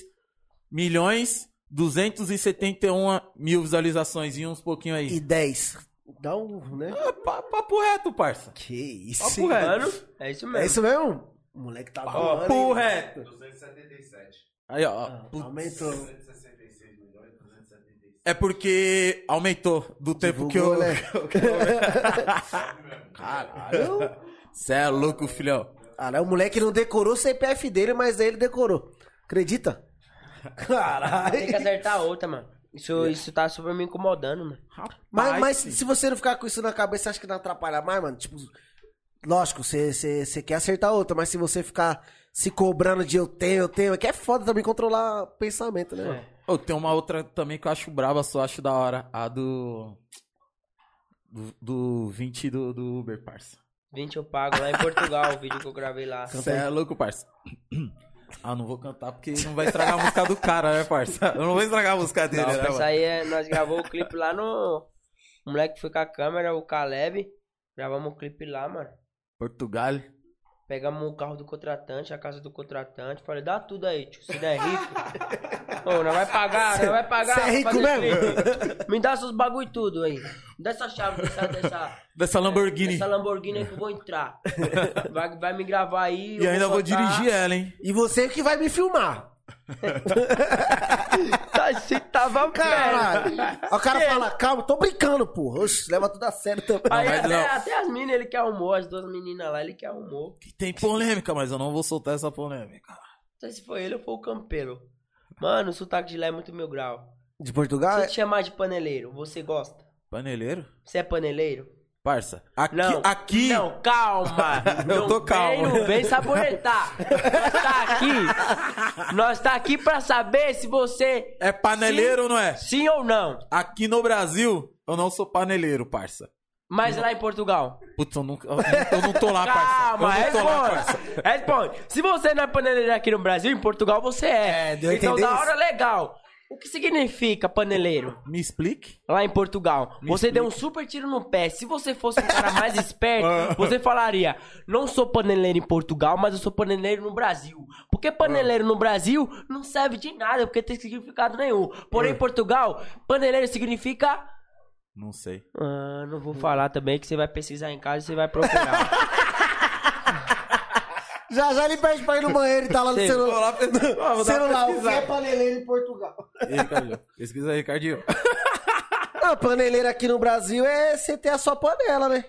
[SPEAKER 2] milhões 271 mil visualizações e uns pouquinho
[SPEAKER 1] E
[SPEAKER 2] aí.
[SPEAKER 1] 10. Dá um, né?
[SPEAKER 2] Ah, pa- Papo reto, parça.
[SPEAKER 1] Que isso.
[SPEAKER 2] Papo
[SPEAKER 1] hein?
[SPEAKER 2] reto.
[SPEAKER 3] Mano, é isso mesmo.
[SPEAKER 1] É isso mesmo? O moleque tá voando, hein?
[SPEAKER 2] Papo reto.
[SPEAKER 4] 277.
[SPEAKER 2] Aí, ó.
[SPEAKER 1] Ah,
[SPEAKER 2] putz.
[SPEAKER 1] Aumentou.
[SPEAKER 4] 266 milhões, 277.
[SPEAKER 2] É porque aumentou do tempo que eu.
[SPEAKER 1] Divulgou, né?
[SPEAKER 2] Caralho. Cê é louco, filhão.
[SPEAKER 1] Caralho, o moleque Ah, não decorou o CPF dele, mas ele decorou. Acredita?
[SPEAKER 3] Tem que
[SPEAKER 1] Caralho.
[SPEAKER 3] acertar outra, mano. Isso, isso tá super me incomodando, mano.
[SPEAKER 1] Mas,
[SPEAKER 2] Rapaz,
[SPEAKER 1] mas se você não ficar com isso na cabeça, você acha que não atrapalha mais, mano? Tipo, lógico, você- você você quer acertar outra, mas se você ficar se cobrando de eu tenho, eu tenho, é que é foda também controlar o pensamento,
[SPEAKER 2] É.
[SPEAKER 1] né? mano?
[SPEAKER 2] Ô, tem uma outra também que eu acho braba, só acho da hora. A do. Do, do 20 do, do Uber, parça.
[SPEAKER 3] 20 eu pago lá em Portugal, o vídeo que eu gravei lá.
[SPEAKER 2] Você é louco, parça. Ah, não vou cantar porque não vai estragar a música do cara, né, parça? Eu não vou estragar a música dele,
[SPEAKER 3] Não,
[SPEAKER 2] né,
[SPEAKER 3] mas
[SPEAKER 2] mano?
[SPEAKER 3] aí é, nós gravou o clipe lá no. O moleque foi com a câmera, o Caleb. Gravamos o clipe lá, mano.
[SPEAKER 2] Portugal.
[SPEAKER 3] Pegamos o carro do contratante, a casa do contratante. Falei, dá tudo aí, tio. Você não é rico. Ô, não vai pagar, não vai pagar.
[SPEAKER 1] cê é
[SPEAKER 3] pra
[SPEAKER 1] rico
[SPEAKER 3] fazer
[SPEAKER 1] mesmo?
[SPEAKER 3] clipe. Me dá seus bagulho tudo aí. Me dá essa chave dessa, dessa,
[SPEAKER 2] Dessa Lamborghini.
[SPEAKER 3] dessa Lamborghini aí que eu vou entrar. Vai, vai me gravar aí.
[SPEAKER 2] E ainda vou
[SPEAKER 3] cantar.
[SPEAKER 2] dirigir ela, hein?
[SPEAKER 1] E você que vai me filmar.
[SPEAKER 3] Tá, Você tava
[SPEAKER 2] É.
[SPEAKER 1] Caralho.
[SPEAKER 3] merda.
[SPEAKER 1] Aí o cara fala, calma, tô brincando, porra. Oxe, leva tudo a sério também.
[SPEAKER 3] Aí
[SPEAKER 2] mas
[SPEAKER 3] até,
[SPEAKER 2] não.
[SPEAKER 3] até as minas ele que arrumou, as duas meninas lá, ele que arrumou.
[SPEAKER 2] Que tem polêmica, mas eu não vou soltar essa polêmica.
[SPEAKER 3] Não sei se foi ele ou foi o campeiro. Mano, o sotaque de lá é muito mil grau.
[SPEAKER 1] De Portugal?
[SPEAKER 2] Ah,
[SPEAKER 3] Se eu
[SPEAKER 1] é-
[SPEAKER 3] te chamar de paneleiro, você gosta?
[SPEAKER 2] Paneleiro?
[SPEAKER 3] Você é paneleiro?
[SPEAKER 2] Parça, aqui.
[SPEAKER 3] Não.
[SPEAKER 2] aqui
[SPEAKER 3] Não, calma.
[SPEAKER 2] Eu
[SPEAKER 3] Não
[SPEAKER 2] tô
[SPEAKER 3] vem,
[SPEAKER 2] calmo.
[SPEAKER 3] Não vem sabonetar. Nós tá aqui. Nós tá aqui pra saber se você...
[SPEAKER 2] É paneleiro ou não é?
[SPEAKER 3] Sim ou não.
[SPEAKER 2] Aqui no Brasil, eu não sou paneleiro, parça.
[SPEAKER 3] Mas lá em Portugal.
[SPEAKER 2] Putz, eu, nunca, eu, eu não tô lá, Ah,
[SPEAKER 1] Ah,
[SPEAKER 2] parça. Eu
[SPEAKER 3] Calma,
[SPEAKER 1] é
[SPEAKER 2] não tô lá, parça.
[SPEAKER 3] responde. Responde. Se você não é paneleiro aqui no Brasil, em Portugal você é.
[SPEAKER 1] É, deu a
[SPEAKER 3] então
[SPEAKER 1] entender
[SPEAKER 3] da
[SPEAKER 1] isso.
[SPEAKER 3] hora legal. O que significa paneleiro?
[SPEAKER 2] Me explique.
[SPEAKER 3] lá em Portugal.
[SPEAKER 2] Me
[SPEAKER 3] você
[SPEAKER 2] explica.
[SPEAKER 3] deu um super tiro no pé. Se você fosse um cara mais
[SPEAKER 1] Ah.
[SPEAKER 3] esperto, você falaria: Não sou paneleiro em Portugal, mas eu sou paneleiro no Brasil.
[SPEAKER 1] Ah.
[SPEAKER 3] Porque paneleiro no Brasil não serve de nada, porque tem significado nenhum.
[SPEAKER 1] Ah.
[SPEAKER 3] Porém, em Portugal, paneleiro significa.
[SPEAKER 2] Não sei.
[SPEAKER 3] Ah, não vou falar também, que você vai pesquisar em casa e você vai procurar.
[SPEAKER 1] Já já ele pede pra ir no banheiro e tá lá no
[SPEAKER 3] Sim.
[SPEAKER 1] celular.
[SPEAKER 2] Ah, vou dar uma
[SPEAKER 1] celular, o que
[SPEAKER 2] pesquisada.
[SPEAKER 1] é paneleiro em Portugal?
[SPEAKER 2] E aí, Ricardinho? Pesquisa aí, Ricardinho.
[SPEAKER 1] Ah, paneleiro aqui no Brasil é você ter a sua panela, né?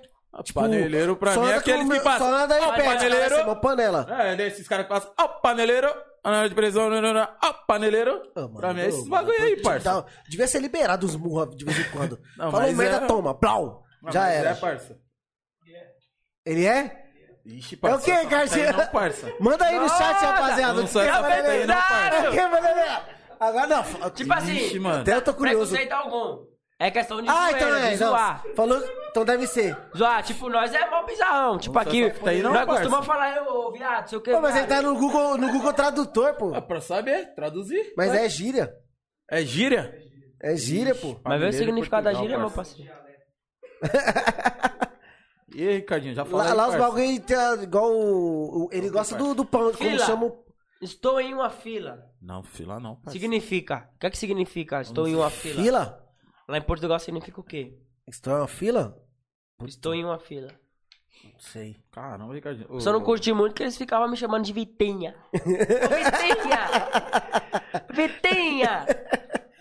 [SPEAKER 2] paneleiro pra
[SPEAKER 1] Só
[SPEAKER 2] mim
[SPEAKER 1] anda
[SPEAKER 2] é
[SPEAKER 1] com
[SPEAKER 2] aquele
[SPEAKER 1] o
[SPEAKER 2] que
[SPEAKER 1] meu-
[SPEAKER 2] passa.
[SPEAKER 1] Só nada aí
[SPEAKER 2] Ó,
[SPEAKER 1] pede,
[SPEAKER 2] paneleiro.
[SPEAKER 1] paneleiro. uma panela.
[SPEAKER 2] É, desses caras que passam. Ó, paneleiro. Panela de prisão. Não, não, não. Ó, paneleiro.
[SPEAKER 1] Ah, mano,
[SPEAKER 2] pra mim é
[SPEAKER 1] ô,
[SPEAKER 2] esses
[SPEAKER 1] mano,
[SPEAKER 2] bagulho aí,
[SPEAKER 1] te um-
[SPEAKER 2] parça. Ah,
[SPEAKER 1] dá- devia ser liberado os murros de vez em quando.
[SPEAKER 2] Não,
[SPEAKER 1] Falou
[SPEAKER 2] mas
[SPEAKER 1] merda,
[SPEAKER 2] é-
[SPEAKER 1] toma, plau.
[SPEAKER 2] Ah,
[SPEAKER 1] Já
[SPEAKER 2] mas
[SPEAKER 1] era.
[SPEAKER 2] É, parça.
[SPEAKER 1] Ele é?
[SPEAKER 2] Ixi, parça.
[SPEAKER 1] É o quê,
[SPEAKER 2] essa fita aí
[SPEAKER 1] Garcia?
[SPEAKER 2] Não, parça.
[SPEAKER 1] Manda aí no chat,
[SPEAKER 3] Nada.
[SPEAKER 1] rapaziada.
[SPEAKER 2] Não sou
[SPEAKER 1] Que
[SPEAKER 2] essa fita aí, não,
[SPEAKER 1] paneleiro?
[SPEAKER 2] parça.
[SPEAKER 1] Que paneleiro? Agora não.
[SPEAKER 3] Tipo assim,
[SPEAKER 2] Ixi, mano.
[SPEAKER 1] Até eu tô curioso.
[SPEAKER 3] preconceito algum. É questão de
[SPEAKER 1] Ah,
[SPEAKER 3] zoeira,
[SPEAKER 1] então é.
[SPEAKER 3] de
[SPEAKER 1] não.
[SPEAKER 3] zoar.
[SPEAKER 1] Falou. Então deve ser.
[SPEAKER 3] Zoar, tipo, nós é mó bizarrão. Tipo,
[SPEAKER 2] Não
[SPEAKER 3] aqui,
[SPEAKER 2] tá aí não,
[SPEAKER 3] nós
[SPEAKER 2] parça.
[SPEAKER 3] costumamos falar, eu, viado, sei o que.
[SPEAKER 1] é Pô, mas ele tá no Google, no Google Tradutor, pô.
[SPEAKER 2] Ah, pra saber, traduzir.
[SPEAKER 1] Mas é gíria.
[SPEAKER 2] É gíria?
[SPEAKER 1] É gíria, pô.
[SPEAKER 3] Mas vê o
[SPEAKER 2] Mineiro e
[SPEAKER 3] significado da
[SPEAKER 2] Portugal,
[SPEAKER 3] gíria, é meu
[SPEAKER 2] parça.
[SPEAKER 3] parceiro.
[SPEAKER 2] E aí, Ricardinho, já falou.
[SPEAKER 1] Lá, lá os bagulho tem igual o, o- Ele gosta do, do pão, como
[SPEAKER 3] Fila.
[SPEAKER 1] chama o.
[SPEAKER 3] Estou em uma fila.
[SPEAKER 2] Não, fila não, parça.
[SPEAKER 3] Significa. O que é que significa? Estou em uma fila.
[SPEAKER 1] Fila?
[SPEAKER 3] Lá em Portugal significa o quê?
[SPEAKER 1] Estou é uma fila?
[SPEAKER 3] Estou em uma fila.
[SPEAKER 1] Não sei.
[SPEAKER 2] Caramba, Ricardinho. Ô,
[SPEAKER 3] Só não curti muito que eles ficavam me chamando de Vitinha. Ô, Vitinha! Vitinha!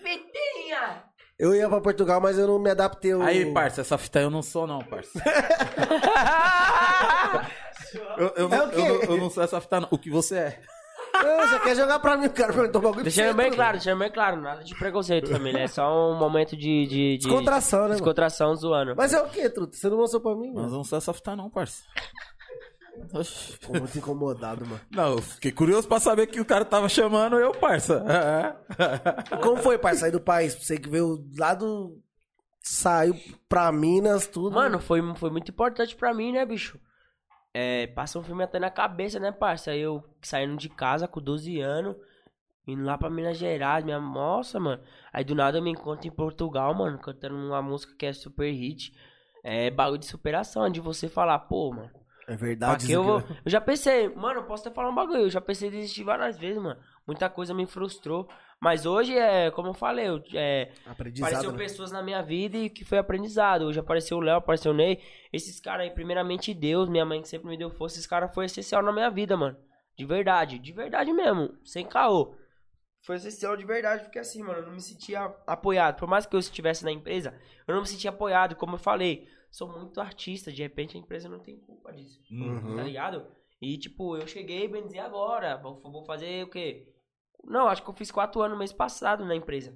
[SPEAKER 3] Vitinha!
[SPEAKER 1] Eu ia pra Portugal, mas eu não me adaptei. ao-
[SPEAKER 2] Aí, parça, essa fita aí eu não sou, não, parça. Eu, eu,
[SPEAKER 1] É
[SPEAKER 2] não,
[SPEAKER 1] o quê?
[SPEAKER 2] eu, não, eu não sou essa fita, não. O que você é?
[SPEAKER 1] Ah, você quer jogar pra mim, o cara perguntou o bagulho.
[SPEAKER 3] Deixando
[SPEAKER 1] pra
[SPEAKER 3] bem
[SPEAKER 1] você,
[SPEAKER 3] claro, deixando bem claro, nada de preconceito, família. É só um momento de. de, de
[SPEAKER 1] Descontração, né, mano?
[SPEAKER 3] Descontração zoando.
[SPEAKER 1] Mas é o quê, Truta? Você não mostrou pra mim,
[SPEAKER 2] Mas
[SPEAKER 1] mano?
[SPEAKER 2] eu não sou essa fita, não, parça. Oxi.
[SPEAKER 1] Tô muito incomodado, mano.
[SPEAKER 2] Não, eu fiquei curioso pra saber que o cara tava chamando eu, parça. É.
[SPEAKER 1] Como foi, pai, sair do país? Você que veio lá do. Saiu pra Minas, tudo.
[SPEAKER 3] Mano, foi, foi muito importante pra mim, né, bicho? É, passa um filme até na cabeça, né, parça? Eu saindo de casa com 12 anos, indo lá pra Minas Gerais, minha nossa, mano. Aí do nada eu me encontro em Portugal, mano, cantando uma música que é super hit. É bagulho de superação, de você falar, pô, mano,
[SPEAKER 1] É
[SPEAKER 3] pra
[SPEAKER 1] verdade.
[SPEAKER 3] que eu vou. Eu já pensei, mano, eu posso até falar um bagulho, eu já pensei em desistir várias vezes, mano. Muita coisa me frustrou. Mas hoje é, como eu falei, eu- é, Apareceu
[SPEAKER 1] Aprendizado. né?
[SPEAKER 3] pessoas na minha vida e que foi aprendizado. Hoje apareceu o Léo, apareceu o Ney. Esses caras aí, primeiramente Deus, minha mãe que sempre me deu força, esses caras foi essencial na minha vida, mano. De verdade, de verdade mesmo, sem caô. Foi essencial de verdade, porque assim, mano, eu não me sentia apoiado. Por mais que eu estivesse na empresa, eu não me sentia apoiado, como eu falei. Sou muito artista, de repente a empresa não tem culpa disso,
[SPEAKER 1] Uhum.
[SPEAKER 3] tá ligado? E tipo, eu cheguei, bem dizer agora, vou vou fazer o quê? Não, acho que eu fiz quatro anos mês passado na empresa.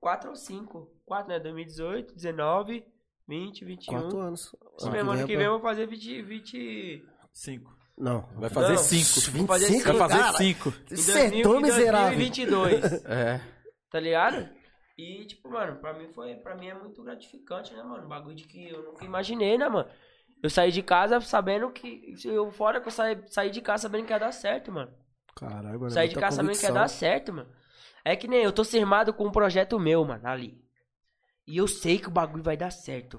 [SPEAKER 3] 4 ou 5. 4, né? 2018, 19, 20, 21.
[SPEAKER 1] Quatro anos.
[SPEAKER 3] Isso mesmo, um. ano que vem eu vou fazer 20. 20...
[SPEAKER 2] Cinco.
[SPEAKER 1] Não.
[SPEAKER 2] Vai fazer
[SPEAKER 3] Não.
[SPEAKER 2] cinco.
[SPEAKER 3] Vou fazer
[SPEAKER 1] 25,
[SPEAKER 2] Vai fazer
[SPEAKER 1] cara.
[SPEAKER 2] cinco.
[SPEAKER 3] é
[SPEAKER 1] Acertou, é miserável.
[SPEAKER 3] 2022,
[SPEAKER 2] É.
[SPEAKER 3] tá ligado? E, tipo, mano, pra mim foi. Pra mim é muito gratificante, né, mano? Um bagulho de que eu nunca imaginei, né, mano? Eu saí de casa sabendo que. Eu, fora que eu saí, saí de casa sabendo que ia dar certo, mano.
[SPEAKER 1] Caralho, mano. é
[SPEAKER 3] Sair de casa também quer dar certo, mano. É que nem eu tô firmado com um projeto meu, mano, ali. E eu sei que o bagulho vai dar certo.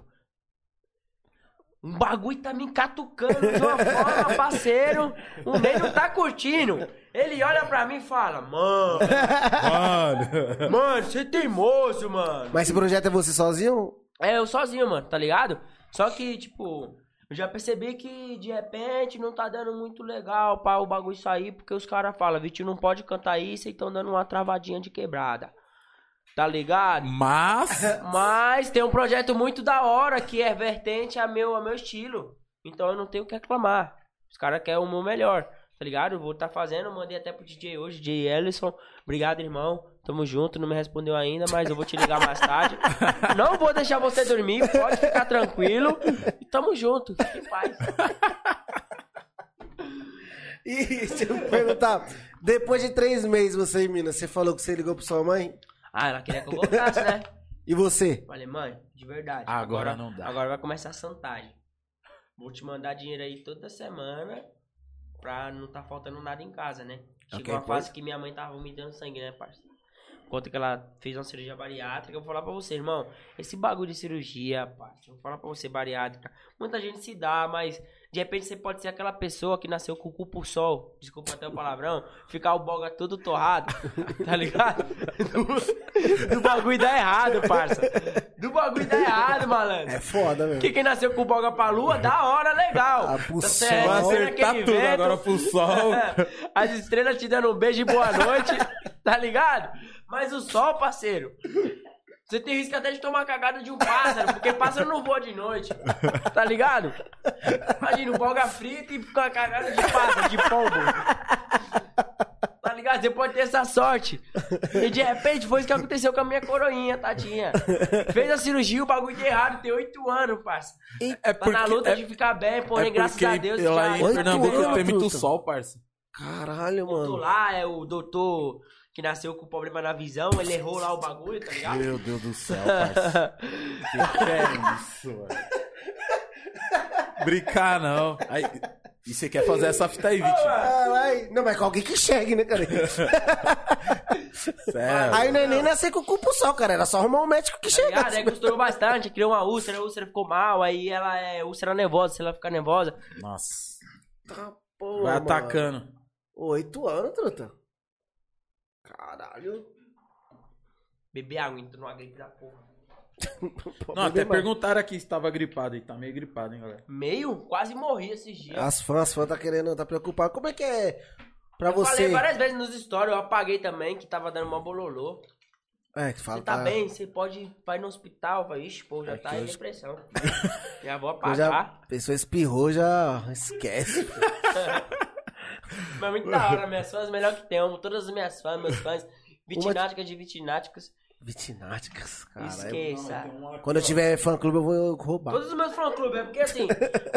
[SPEAKER 3] Um bagulho tá me catucando de uma forma, parceiro. O meio não tá curtindo. Ele olha pra mim e fala: Mano,
[SPEAKER 2] Mano.
[SPEAKER 3] mano, você é teimoso, mano.
[SPEAKER 1] Mas esse projeto é você sozinho?
[SPEAKER 3] É, eu sozinho, mano, tá ligado? Só que, tipo, eu já percebi que de repente não tá dando muito legal pra o bagulho sair, porque os caras falam, Vitinho, não pode cantar isso e tão dando uma travadinha de quebrada. Tá ligado?
[SPEAKER 2] Mas.
[SPEAKER 3] Mas tem um projeto muito da hora que é vertente a meu, a meu estilo. Então eu não tenho o que reclamar. Os caras querem o meu melhor, tá ligado? Eu vou estar fazendo, mandei até pro DJ hoje, DJ Ellison. Obrigado, irmão. Tamo junto, não me respondeu ainda, mas eu vou te ligar mais tarde. Não vou deixar você dormir, pode ficar tranquilo. E tamo junto, fique em paz.
[SPEAKER 1] E deixa eu perguntar. Depois de três meses você em Minas, você falou que você ligou pra sua mãe?
[SPEAKER 3] Ah, ela queria que eu voltasse, né?
[SPEAKER 1] E você?
[SPEAKER 3] Falei, mãe, de verdade.
[SPEAKER 2] Agora não dá.
[SPEAKER 3] Agora vai começar a santagem. Vou te mandar dinheiro aí toda semana pra não tá faltando nada em casa, né? Chegou
[SPEAKER 2] Ok,
[SPEAKER 3] uma
[SPEAKER 2] pois.
[SPEAKER 3] fase que minha mãe tava vomitando sangue, né, parceiro? Conta que ela fez uma cirurgia bariátrica, eu vou falar pra você, irmão. Esse bagulho de cirurgia, parceiro, eu vou falar pra você, bariátrica. Muita gente se dá, mas de repente você pode ser aquela pessoa que nasceu com o cu pro sol, desculpa até o palavrão, ficar o boga todo torrado, tá ligado? Do, do bagulho dá errado, parça. Do bagulho dá errado, malandro.
[SPEAKER 1] É foda, velho.
[SPEAKER 3] Que quem nasceu com o boga pra lua, da hora, legal.
[SPEAKER 1] Ah, pro
[SPEAKER 3] Tá
[SPEAKER 1] sol.
[SPEAKER 3] certo,
[SPEAKER 2] Vai
[SPEAKER 3] aquele
[SPEAKER 2] acertar tudo
[SPEAKER 3] vento,
[SPEAKER 2] agora pro sol.
[SPEAKER 3] É, As estrelas te dando um beijo e boa noite, tá ligado? Mas o sol, parceiro. Você tem risco até de tomar cagada de um pássaro, porque pássaro não voa de noite, tá ligado? Imagina, um bolga frita e com a cagada de pássaro, de pombo. Tá ligado? Você pode ter essa sorte. E de repente foi isso que aconteceu com a minha coroinha, tadinha. Fez a cirurgia, o bagulho de errado, tem oito anos, parça.
[SPEAKER 2] É
[SPEAKER 3] Tá na luta de ficar bem, porém, graças a Deus,
[SPEAKER 2] lá é
[SPEAKER 3] já- é.
[SPEAKER 2] em
[SPEAKER 1] Oito
[SPEAKER 2] Pernambuco
[SPEAKER 1] anos,
[SPEAKER 2] tem muito
[SPEAKER 1] truta.
[SPEAKER 2] sol, parça.
[SPEAKER 1] Caralho,
[SPEAKER 3] doutor
[SPEAKER 1] mano.
[SPEAKER 3] lá é o doutor que nasceu com problema na visão, ele errou lá o bagulho, tá ligado?
[SPEAKER 2] Meu Deus do céu, parceiro. Que que é isso, mano? Brincar, não. Aí, e você quer fazer essa fita aí, Vitinho?
[SPEAKER 1] Caralho. Não, mas com alguém que chegue, né, cara?
[SPEAKER 2] Sério.
[SPEAKER 1] Aí o neném nasceu com o cupo só, cara. Era só arrumar um médico que
[SPEAKER 3] É. Tá
[SPEAKER 1] chegasse.
[SPEAKER 3] ligado? Aí costurou bastante, criou uma úlcera, a úlcera ficou mal, aí ela é úlcera nervosa, se ela ficar nervosa.
[SPEAKER 2] Nossa.
[SPEAKER 1] Tá, porra,
[SPEAKER 2] Vai
[SPEAKER 1] mano.
[SPEAKER 2] atacando.
[SPEAKER 1] Oito anos, truta. Caralho.
[SPEAKER 3] Beber água, entrou numa gripe da porra.
[SPEAKER 1] Pô,
[SPEAKER 2] Não, até
[SPEAKER 1] bebê, mano.
[SPEAKER 2] perguntaram aqui se tava gripado aí. Tá meio gripado, hein, galera.
[SPEAKER 3] Meio? Quase morri esses dias.
[SPEAKER 1] As fãs, as fãs tá querendo, tá preocupado. Como é que é pra
[SPEAKER 3] Eu
[SPEAKER 1] você?
[SPEAKER 3] Falei várias vezes nos stories, eu apaguei também, que tava dando mó bololô.
[SPEAKER 1] É, que fala.
[SPEAKER 3] Você tá
[SPEAKER 1] pra-
[SPEAKER 3] bem, você pode vai no hospital, vai, ixi, pô, já
[SPEAKER 1] É
[SPEAKER 3] tá
[SPEAKER 1] que
[SPEAKER 3] em
[SPEAKER 1] hoje-
[SPEAKER 3] depressão. já vou
[SPEAKER 1] Eu
[SPEAKER 3] apagar.
[SPEAKER 1] já, a pessoa espirrou, já esquece.
[SPEAKER 3] Mas muito da hora, minhas fãs, melhor que tem, amo todas as minhas fãs, meus fãs. Vitináticas de vitináticos,
[SPEAKER 1] Vitináticas, caralho.
[SPEAKER 3] esqueça.
[SPEAKER 1] Quando eu tiver fã clube, eu vou roubar.
[SPEAKER 3] Todos os meus fã-clubes, é porque assim,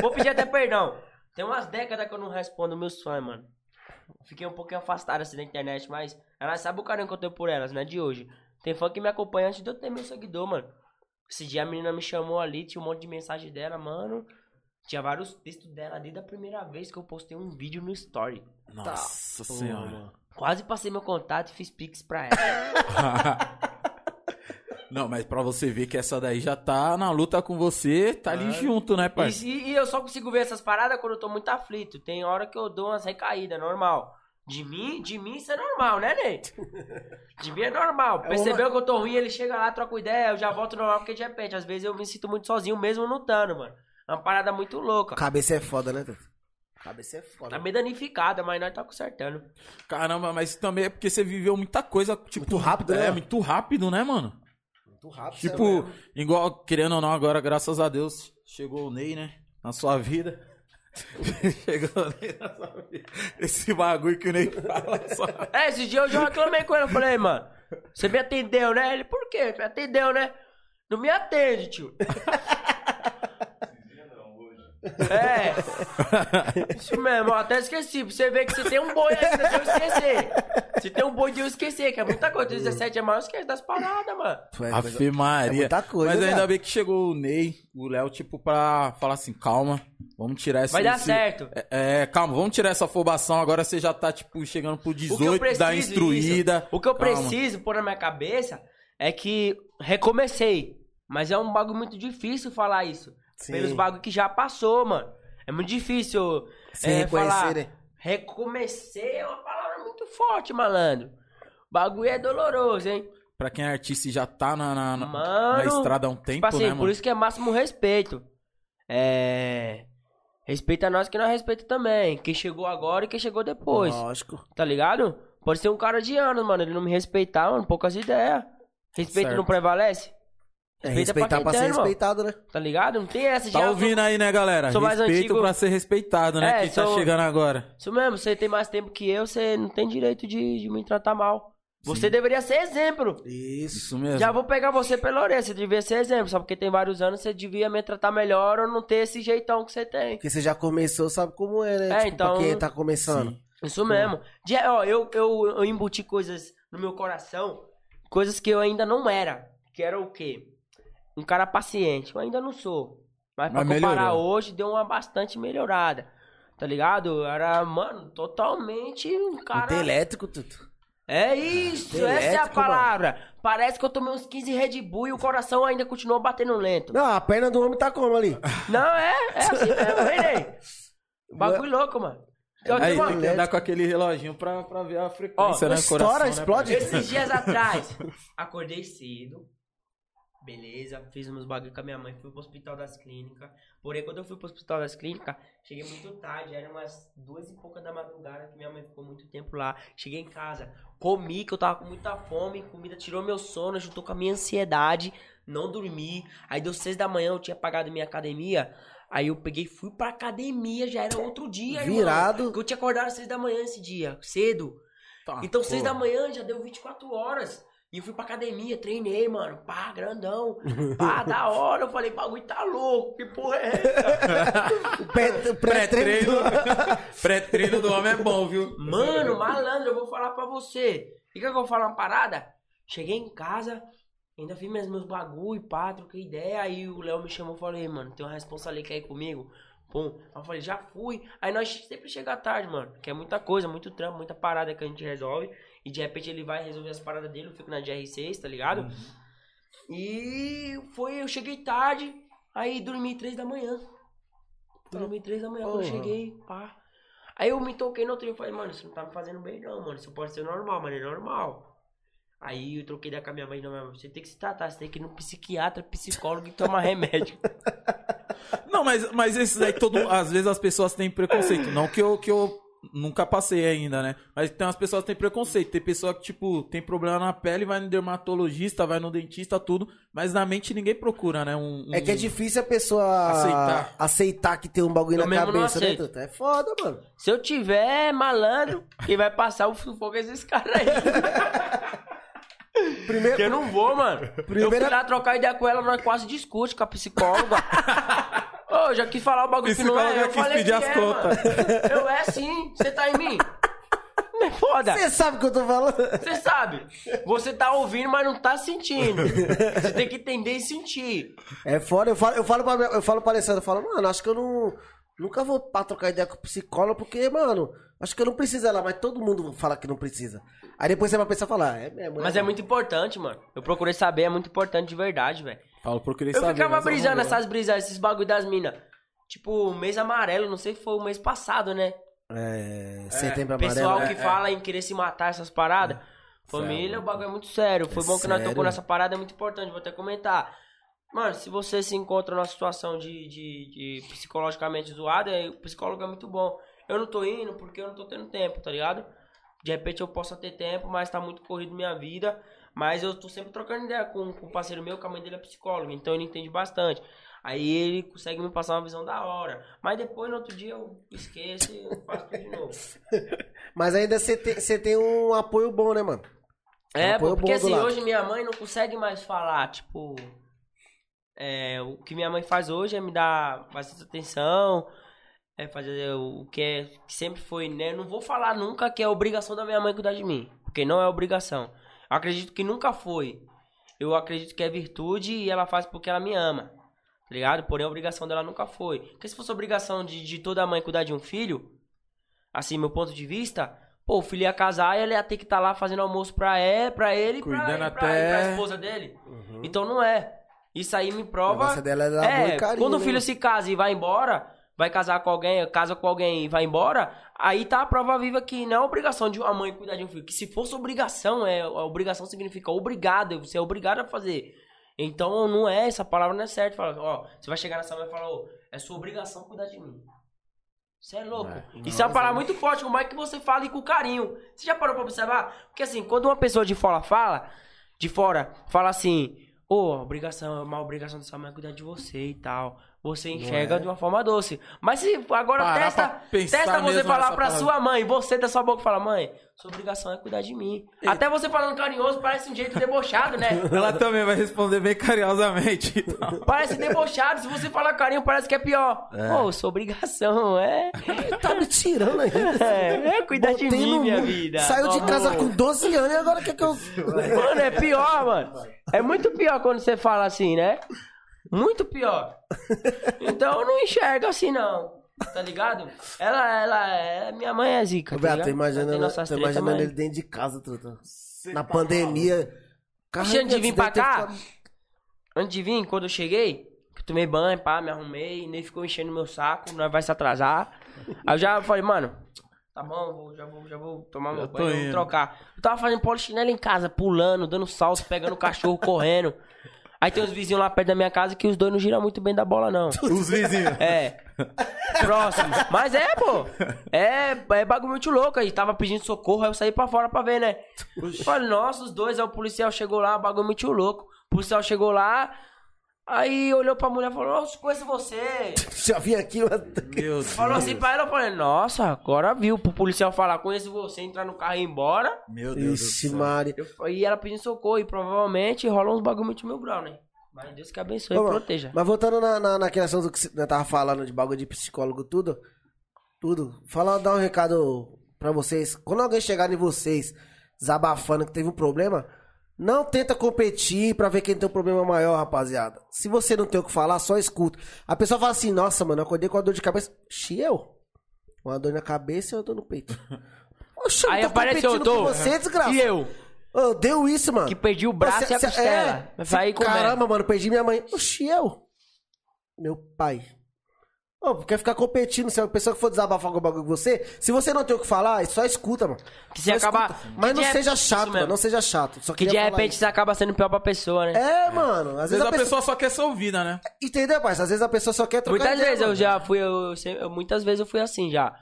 [SPEAKER 3] vou pedir até perdão. Tem umas décadas que eu não respondo meus fãs, mano. Fiquei um pouquinho afastado assim da internet, mas elas sabem o carinho que eu tenho por elas, não é de hoje. Tem fã que me acompanha antes de eu ter meu seguidor, mano. Esse dia a menina me chamou ali, tinha um monte de mensagem dela, mano. Tinha vários textos dela desde a primeira vez que eu postei um vídeo no story.
[SPEAKER 1] Tá.
[SPEAKER 2] Nossa senhora.
[SPEAKER 3] Quase passei meu contato e fiz pix pra ela.
[SPEAKER 2] Não, mas pra você ver que essa daí já tá na luta com você, tá ali junto, né,
[SPEAKER 3] E
[SPEAKER 2] parceiro?
[SPEAKER 3] se- e, eu só consigo ver essas paradas quando eu tô muito aflito. Tem hora que eu dou umas recaídas, normal. De mim, de mim isso é normal, né, Ney? De mim é normal.
[SPEAKER 1] É
[SPEAKER 3] Percebeu que eu tô ruim, ele chega lá, troca uma ideia, eu já volto normal, porque de repente, às vezes eu me sinto muito sozinho, mesmo lutando, mano. É uma parada muito louca.
[SPEAKER 1] Cabeça é foda, né, Tatu? Cabeça é foda.
[SPEAKER 3] Tá meio danificada, mas nós tá consertando.
[SPEAKER 2] Caramba, mas também é porque você viveu muita coisa, tipo,
[SPEAKER 1] Muito rápido, né?
[SPEAKER 2] é, muito rápido, né, mano?
[SPEAKER 1] Muito rápido.
[SPEAKER 2] Tipo, igual, querendo ou não, agora, graças a Deus, chegou o Ney, né? Na sua vida. chegou o Ney na sua vida. Esse bagulho que o Ney fala só.
[SPEAKER 3] É, esse dia eu já reclamei com ele. Eu falei, mano, você me atendeu, né? Ele, por quê? Me atendeu, né? Não me atende, tio. É. Isso mesmo, eu até esqueci. Pra você ver que você tem um boi ainda de eu esquecer. Você tem um boi de eu esquecer, que é muita
[SPEAKER 1] Hum.
[SPEAKER 3] coisa. 17 é maior, eu esqueço das paradas, mano.
[SPEAKER 2] Afe Maria.
[SPEAKER 1] né? é muita coisa,
[SPEAKER 2] Mas ainda
[SPEAKER 1] cara.
[SPEAKER 2] bem que chegou o Ney, o Léo, tipo, pra falar assim, calma, vamos tirar essa...
[SPEAKER 3] Vai dar
[SPEAKER 2] esse-
[SPEAKER 3] certo.
[SPEAKER 2] É, é, calma, vamos tirar essa afobação, agora você já tá, tipo, chegando pro
[SPEAKER 3] O que eu
[SPEAKER 2] 18,
[SPEAKER 3] preciso,
[SPEAKER 2] da instruída.
[SPEAKER 3] isso. O que eu
[SPEAKER 2] Calma.
[SPEAKER 3] preciso pôr na minha cabeça é que recomecei. Mas é um bagulho muito difícil falar isso.
[SPEAKER 1] Sim.
[SPEAKER 3] Pelos bagulho que já passou, mano. É muito difícil.
[SPEAKER 1] Sem
[SPEAKER 3] é,
[SPEAKER 1] reconhecer,
[SPEAKER 3] falar.
[SPEAKER 1] né?
[SPEAKER 3] Recomecei é uma palavra muito forte, malandro. O bagulho é doloroso, hein?
[SPEAKER 2] Pra quem é artista e já tá na, na, na-
[SPEAKER 3] Mano,
[SPEAKER 2] na estrada há um tempo,
[SPEAKER 3] tipo assim,
[SPEAKER 2] né, mano?
[SPEAKER 3] por isso que é máximo respeito. É. Respeita nós que nós respeita também. Quem chegou agora e quem chegou depois.
[SPEAKER 1] Lógico.
[SPEAKER 3] Tá ligado? Pode ser um cara de anos, mano. Ele não me respeitar, mano. Poucas ideias. Respeito
[SPEAKER 2] Certo.
[SPEAKER 3] não prevalece?
[SPEAKER 1] É
[SPEAKER 3] Respeita pra
[SPEAKER 1] respeitar
[SPEAKER 3] quem
[SPEAKER 1] pra ser
[SPEAKER 3] tem, irmão.
[SPEAKER 1] respeitado, né?
[SPEAKER 3] Tá ligado? Não tem essa de.
[SPEAKER 2] Tá
[SPEAKER 3] ah,
[SPEAKER 2] ouvindo aí, né, galera?
[SPEAKER 3] sou mais
[SPEAKER 2] Respeito
[SPEAKER 3] antigo.
[SPEAKER 2] pra ser respeitado, né?
[SPEAKER 3] É,
[SPEAKER 2] quem tá
[SPEAKER 3] sou-
[SPEAKER 2] chegando agora.
[SPEAKER 3] Isso mesmo, você tem mais tempo que eu, você não tem direito de, de me tratar mal. Você
[SPEAKER 2] Sim.
[SPEAKER 3] deveria ser exemplo.
[SPEAKER 1] Isso.
[SPEAKER 2] Isso mesmo.
[SPEAKER 3] Já vou pegar você pela orelha, você devia ser exemplo. Só porque tem vários anos, você devia me tratar melhor ou não ter esse jeitão que você tem.
[SPEAKER 1] Porque você já começou, sabe como é, né?
[SPEAKER 3] É,
[SPEAKER 1] tipo,
[SPEAKER 3] então-
[SPEAKER 1] pra quem tá começando.
[SPEAKER 2] Sim.
[SPEAKER 3] Isso mesmo. De- ó, eu, eu, eu embuti coisas no meu coração, coisas que eu ainda não era. Que era o quê? Um cara paciente. Eu ainda não sou. Mas pra
[SPEAKER 2] Mas
[SPEAKER 3] comparar
[SPEAKER 2] melhorou.
[SPEAKER 3] hoje, deu uma bastante melhorada. Tá ligado? Eu Era, mano, totalmente um cara.
[SPEAKER 1] Muito elétrico, Tutu.
[SPEAKER 3] É isso,
[SPEAKER 1] Elétrico,
[SPEAKER 3] essa é a
[SPEAKER 1] mano.
[SPEAKER 3] palavra. Parece que eu tomei uns 15 Red Bull e o coração ainda continuou batendo lento.
[SPEAKER 1] Não, a perna do homem tá como ali?
[SPEAKER 3] Não, é, é assim mesmo, hein, Ney? Bagulho louco, mano. Então, tipo, Eu
[SPEAKER 2] Aí,
[SPEAKER 3] tenho uma-
[SPEAKER 2] É, tem que andar com aquele reloginho pra, pra ver a frequência,
[SPEAKER 3] Ó,
[SPEAKER 2] né?
[SPEAKER 1] estoura,
[SPEAKER 2] coração, né,
[SPEAKER 1] explode.
[SPEAKER 2] parceiro?
[SPEAKER 3] Esses dias atrás, acordei cedo. Beleza, fiz uns bagulho com a minha mãe, fui pro hospital das clínicas. Porém, quando eu fui pro hospital das clínicas, cheguei muito tarde, era umas duas e pouca da madrugada que minha mãe ficou muito tempo lá. Cheguei em casa, comi, que eu tava com muita fome, comida tirou meu sono, juntou com a minha ansiedade, não dormi. Aí deu seis da manhã, eu tinha pagado minha academia. Aí eu peguei, fui pra academia, já era outro dia, irmão.
[SPEAKER 1] Virado.
[SPEAKER 3] Porque eu tinha acordado às seis da manhã esse dia, cedo.
[SPEAKER 2] Tá,
[SPEAKER 3] Então, seis
[SPEAKER 2] porra.
[SPEAKER 3] da manhã já deu 24 horas. E eu fui pra academia, treinei, mano. Pá, grandão. Pá, da hora. Eu falei, bagulho tá louco. Que porra é essa?
[SPEAKER 1] O pré- o pré-treino.
[SPEAKER 2] Pré-treino. Pré-treino do homem é bom, viu?
[SPEAKER 3] Mano, malandro, eu vou falar pra você. Fica que eu falo uma parada. Cheguei em casa, ainda fiz meus, meus bagulho, pá, troquei ideia. Aí o Léo me chamou e falei, mano, tem uma responsa ali que quer ir comigo? Pum. Aí eu falei, já fui. Aí nós sempre chega tarde, mano. Que é muita coisa, muito trampo, muita parada que a gente resolve. E de repente ele vai resolver as paradas dele, eu fico na GR6, tá ligado? E foi, eu cheguei tarde, aí dormi três da manhã. Dormi três da manhã, quando eu
[SPEAKER 1] Porra.
[SPEAKER 3] cheguei, pá. Aí eu me toquei no outro dia e falei, mano, isso não tá me fazendo bem não, mano. Isso pode ser normal, mano, é normal. Aí eu troquei da com a minha mãe, não, minha mãe, você tem que se tratar, você tem que ir num psiquiatra, psicólogo e tomar remédio.
[SPEAKER 2] Não, mas, mas esses aí, todo, às vezes as pessoas têm preconceito. Não que eu, que eu nunca passei ainda, né? Mas tem umas pessoas que têm preconceito. Tem pessoa que, tipo, tem problema na pele, vai no dermatologista, vai no dentista, tudo. Mas na mente ninguém procura, né? Um, um-
[SPEAKER 1] É que é difícil a pessoa
[SPEAKER 2] Aceitar.
[SPEAKER 1] aceitar que tem um bagulho na
[SPEAKER 3] Eu mesmo não
[SPEAKER 1] cabeça, né,
[SPEAKER 3] aceito.
[SPEAKER 1] Tuta? É foda, mano.
[SPEAKER 3] Se eu tiver malandro, quem vai passar o sufoco é esses caras aí.
[SPEAKER 1] Primeiro,
[SPEAKER 3] Que eu não vou, mano. Eu fui
[SPEAKER 1] Primeira-
[SPEAKER 3] lá trocar ideia com ela, nós quase discute com a psicóloga. Ô, já quis falar o bagulho que não
[SPEAKER 2] Psicóloga
[SPEAKER 3] é, eu
[SPEAKER 2] quis
[SPEAKER 3] falei
[SPEAKER 2] pedir as
[SPEAKER 3] que é,
[SPEAKER 2] contas.
[SPEAKER 3] mano. Eu é sim, você tá em mim. Não é foda.
[SPEAKER 2] tá-
[SPEAKER 1] você sabe o que eu tô falando?
[SPEAKER 3] Você sabe, você tá ouvindo, mas não tá sentindo. Você tem que entender e sentir.
[SPEAKER 1] É foda, eu falo, eu falo pra, minha- eu falo pra Alessandra, eu falo, mano, acho que eu não. Nunca vou pra trocar ideia com o psicólogo, porque, mano, acho que eu não preciso ela, mas todo mundo fala que não precisa. Aí depois você vai pensar e falar, é mesmo. né,
[SPEAKER 3] Mas é
[SPEAKER 1] mano?
[SPEAKER 3] muito importante, mano. Eu procurei saber, é muito importante de verdade, velho.
[SPEAKER 2] Falo, procurei
[SPEAKER 3] Eu
[SPEAKER 2] saber,
[SPEAKER 3] ficava
[SPEAKER 2] mas é não
[SPEAKER 3] brisando
[SPEAKER 2] vou.
[SPEAKER 3] essas brisas, esses bagulho das minas. Tipo, o mês amarelo, não sei se foi o mês passado, né?
[SPEAKER 1] É, setembro
[SPEAKER 3] O
[SPEAKER 1] amarelo.
[SPEAKER 3] pessoal
[SPEAKER 1] é.
[SPEAKER 3] que fala em querer se matar, essas paradas. Família, o bagulho é muito sério. Foi
[SPEAKER 1] É
[SPEAKER 3] bom que nós
[SPEAKER 1] sério.
[SPEAKER 3] tocou nessa parada, é muito importante, vou até comentar. Mano, se você se encontra numa situação de, de, de psicologicamente zoada, aí o psicólogo é muito bom. Eu não tô indo porque eu não tô tendo tempo, tá ligado? De repente eu posso ter tempo, mas tá muito corrido minha vida. Mas eu tô sempre trocando ideia com, com um parceiro meu, que a mãe dele é psicóloga, então ele entende bastante. Aí ele consegue me passar uma visão da hora. Mas depois, no outro dia, eu esqueço e eu faço tudo de novo.
[SPEAKER 1] Mas ainda você tem, você tem um apoio bom, né, mano? É um
[SPEAKER 3] É, pô,
[SPEAKER 1] apoio
[SPEAKER 3] porque
[SPEAKER 1] bom do
[SPEAKER 3] assim,
[SPEAKER 1] lado.
[SPEAKER 3] hoje minha mãe não consegue mais falar, tipo. é, o que minha mãe faz hoje é me dar bastante atenção, é fazer o que, é, que sempre foi, né? Não vou falar nunca que é obrigação da minha mãe cuidar de mim, porque não é obrigação. Eu acredito que nunca foi. Eu acredito que é virtude e ela faz porque ela me ama, tá ligado? Porém, a obrigação dela nunca foi. Porque se fosse obrigação de, de toda mãe cuidar de um filho, assim, meu ponto de vista, pô, o filho ia casar e ela ia ter que estar lá fazendo almoço pra, é, pra ele e pra,
[SPEAKER 2] Cuidando
[SPEAKER 3] e pra, e pra
[SPEAKER 2] até- Uhum.
[SPEAKER 3] esposa dele. Então não é. Isso aí me
[SPEAKER 1] A
[SPEAKER 3] prova.
[SPEAKER 1] nossa dela é, dar amor
[SPEAKER 3] É,
[SPEAKER 1] e carinho,
[SPEAKER 3] quando o
[SPEAKER 1] né,
[SPEAKER 3] filho se casa e vai embora, vai casar com alguém, casa com alguém e vai embora, aí tá a prova viva que não é obrigação de uma mãe cuidar de um filho. Que se fosse obrigação, é, a obrigação significa obrigado, você é obrigado a fazer. Então não é, essa palavra não é certa. Fala, ó, você vai chegar nessa mãe e falar, ô, é sua obrigação cuidar de mim. Você é louco.
[SPEAKER 2] É.
[SPEAKER 3] Isso é uma palavra muito forte, como é que você fala e com carinho. Você já parou pra observar? Porque assim, quando uma pessoa de fora fala, de fora, fala assim, ô, obrigação, é uma obrigação dessa mãe cuidar de você e tal. Você
[SPEAKER 1] é?
[SPEAKER 3] enxerga de uma forma doce. Mas se agora
[SPEAKER 2] Parar
[SPEAKER 3] testa,
[SPEAKER 2] pra pensar
[SPEAKER 3] testa você
[SPEAKER 2] mesmo
[SPEAKER 3] falar
[SPEAKER 2] nessa
[SPEAKER 3] pra
[SPEAKER 2] palavra.
[SPEAKER 3] sua mãe, você da sua boca fala, mãe, sua obrigação é cuidar de mim. Até você falando carinhoso parece um jeito debochado, né?
[SPEAKER 2] Ela também vai responder bem carinhosamente. Então.
[SPEAKER 3] Parece debochado, se você falar carinho, parece que é pior. Ô, sua obrigação é.
[SPEAKER 1] mano? Tá me tirando aí.
[SPEAKER 3] É, é cuidar de
[SPEAKER 1] Botei
[SPEAKER 3] mim,
[SPEAKER 1] no
[SPEAKER 3] minha
[SPEAKER 1] mundo.
[SPEAKER 3] vida.
[SPEAKER 1] Saiu de
[SPEAKER 3] Vamos.
[SPEAKER 1] casa com 12 anos e agora quer que eu.
[SPEAKER 3] Mano, é pior, mano. É muito pior quando você fala assim, né? Muito pior. Então eu não enxergo assim, não. Tá ligado? Ela, ela, é- minha mãe é zica.
[SPEAKER 1] Ô,
[SPEAKER 3] Tá
[SPEAKER 1] Beto, tô
[SPEAKER 3] ligado? Tem
[SPEAKER 1] imaginando,
[SPEAKER 3] nossas
[SPEAKER 1] tô
[SPEAKER 3] treta, tá
[SPEAKER 1] imaginando
[SPEAKER 3] mas-
[SPEAKER 1] ele dentro de casa, truta. Na pandemia. Caralho,
[SPEAKER 3] Antes de
[SPEAKER 1] você
[SPEAKER 3] vir
[SPEAKER 1] deve
[SPEAKER 3] pra
[SPEAKER 1] ter
[SPEAKER 3] cá,
[SPEAKER 1] ficado-
[SPEAKER 3] antes de vir, quando eu cheguei, eu tomei banho, pá, me arrumei, nem ficou enchendo meu saco, nós vai se atrasar. Aí eu já falei, mano, tá bom, vou- já, vou, já vou tomar meu
[SPEAKER 2] Já tô
[SPEAKER 3] banho, vou
[SPEAKER 2] indo.
[SPEAKER 3] trocar. Eu tava fazendo polichinela em casa, pulando, dando salto, pegando o cachorro, correndo. Aí tem uns vizinhos lá perto da minha casa que os dois não giram muito bem da bola, não.
[SPEAKER 2] Os vizinhos.
[SPEAKER 3] É. Próximo. Mas é, pô. É, é bagulho muito louco. Aí tava pedindo socorro, aí eu saí pra fora pra ver, né? Falei, nossa, os dois. Aí o policial chegou lá, bagulho muito louco. O policial chegou lá, Aí olhou pra mulher e falou, nossa, conheço você.
[SPEAKER 1] Já vim aqui, mas...
[SPEAKER 2] Meu Deus.
[SPEAKER 3] Falou assim pra ela, eu falei, nossa, agora viu. Pro policial falar, conheço você, entrar no carro e ir embora.
[SPEAKER 2] Meu Deus.
[SPEAKER 1] Ixi,
[SPEAKER 2] do céu.
[SPEAKER 1] Mari.
[SPEAKER 3] Eu fa- e ela pedindo socorro, e provavelmente rola uns bagulho muito mil grau, né? Mas Deus que abençoe
[SPEAKER 1] Ô,
[SPEAKER 3] e
[SPEAKER 1] mano,
[SPEAKER 3] proteja.
[SPEAKER 1] Mas voltando na, na, na questão do que você né, tava falando de bagulho de psicólogo, tudo. Tudo. Fala, dá um recado pra vocês. Quando alguém chegar em vocês desabafando que teve um problema, não tenta competir pra ver quem tem um problema maior, rapaziada. Se você não tem o que falar, só escuta. A pessoa fala assim, nossa, mano, eu acordei com uma dor de cabeça. Xi, eu? Uma dor na cabeça e uma dor no peito. Oxe, eu
[SPEAKER 3] Aí
[SPEAKER 1] não tô
[SPEAKER 3] aparece
[SPEAKER 1] competindo
[SPEAKER 3] eu
[SPEAKER 1] com
[SPEAKER 3] tô.
[SPEAKER 1] você, desgraça.
[SPEAKER 3] E eu,
[SPEAKER 1] Ô, deu isso, mano.
[SPEAKER 3] que perdi o braço
[SPEAKER 1] Você-
[SPEAKER 3] e a
[SPEAKER 1] você-
[SPEAKER 3] costela.
[SPEAKER 1] é,
[SPEAKER 3] Vai
[SPEAKER 1] você-
[SPEAKER 3] comer.
[SPEAKER 1] Caramba, mano, perdi minha mãe. Oxi, eu? Meu pai. Ô, quer ficar competindo, se a pessoa que for desabafar algum bagulho com você, se você não tem o que falar, só escuta, mano.
[SPEAKER 3] Que você
[SPEAKER 1] Só
[SPEAKER 3] acaba-
[SPEAKER 1] escuta. Mas
[SPEAKER 3] que
[SPEAKER 1] não
[SPEAKER 3] de-
[SPEAKER 1] seja
[SPEAKER 3] isso
[SPEAKER 1] chato, mano,
[SPEAKER 3] mesmo.
[SPEAKER 1] não seja chato. Só
[SPEAKER 3] Que de
[SPEAKER 1] queria falar
[SPEAKER 3] repente
[SPEAKER 1] isso.
[SPEAKER 3] você acaba sendo pior pra pessoa, né?
[SPEAKER 1] É, mano, às
[SPEAKER 2] Às vezes a pessoa
[SPEAKER 1] pessoa...
[SPEAKER 2] só quer ser ouvida, né?
[SPEAKER 1] Entendeu, parça? Às vezes a pessoa só quer trocar
[SPEAKER 3] Muitas
[SPEAKER 1] ideia,
[SPEAKER 3] vezes eu
[SPEAKER 1] mano.
[SPEAKER 3] já fui, eu, sempre- eu- muitas vezes eu fui assim já.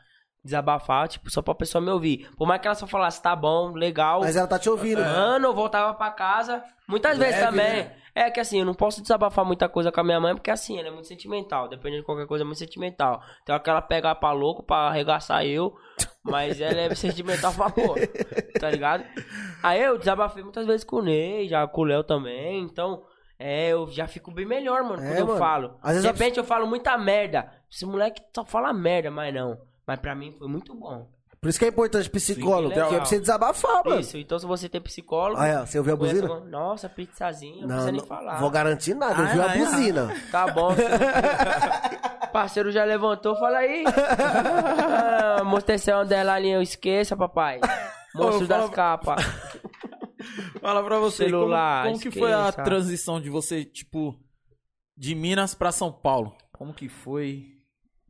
[SPEAKER 3] Desabafar, tipo, só pra pessoa me ouvir. Por mais que ela só falasse, tá bom, legal.
[SPEAKER 1] Mas ela tá te ouvindo. mano.
[SPEAKER 3] Mano, eu voltava pra casa. Muitas
[SPEAKER 2] Leve,
[SPEAKER 3] vezes também.
[SPEAKER 2] né?
[SPEAKER 3] É que assim, eu não posso desabafar muita coisa com a minha mãe, porque assim, ela é muito sentimental. Dependendo de qualquer coisa, é muito sentimental. Tem hora que ela pegar pra louco, pra arregaçar eu. Mas ela é sentimental pra porra. Tá ligado? Aí eu desabafei muitas vezes com o Ney, já com o Léo também. Então, é, eu já fico bem melhor, mano,
[SPEAKER 1] É,
[SPEAKER 3] quando eu
[SPEAKER 1] mano.
[SPEAKER 3] falo.
[SPEAKER 1] Às vezes
[SPEAKER 3] de
[SPEAKER 1] a
[SPEAKER 3] repente eu falo muita merda. Esse moleque só fala merda, mas não. Mas pra mim foi muito bom.
[SPEAKER 1] Por isso que é importante psicólogo,
[SPEAKER 3] Sim,
[SPEAKER 1] porque é pra
[SPEAKER 3] legal.
[SPEAKER 1] você desabafar, mano.
[SPEAKER 3] Isso, então se você tem psicólogo.
[SPEAKER 1] Olha, você ouviu a
[SPEAKER 3] Conhece
[SPEAKER 1] buzina?
[SPEAKER 3] algum- Nossa, pizzazinha, não
[SPEAKER 1] Não,
[SPEAKER 3] precisa nem
[SPEAKER 1] não
[SPEAKER 3] falar.
[SPEAKER 1] vou garantir nada,
[SPEAKER 2] Ai,
[SPEAKER 1] ouviu a
[SPEAKER 2] ai, ai.
[SPEAKER 1] buzina.
[SPEAKER 3] Tá bom. seu- Parceiro já levantou, fala aí. Ah, Mostrei underline, eu esqueça, papai. Monstro
[SPEAKER 2] Ô, fala-
[SPEAKER 3] das capas.
[SPEAKER 2] Fala pra você,
[SPEAKER 3] Celular,
[SPEAKER 2] como, como que foi a
[SPEAKER 3] esqueça.
[SPEAKER 2] transição de você, tipo, de Minas pra São Paulo? Como que foi?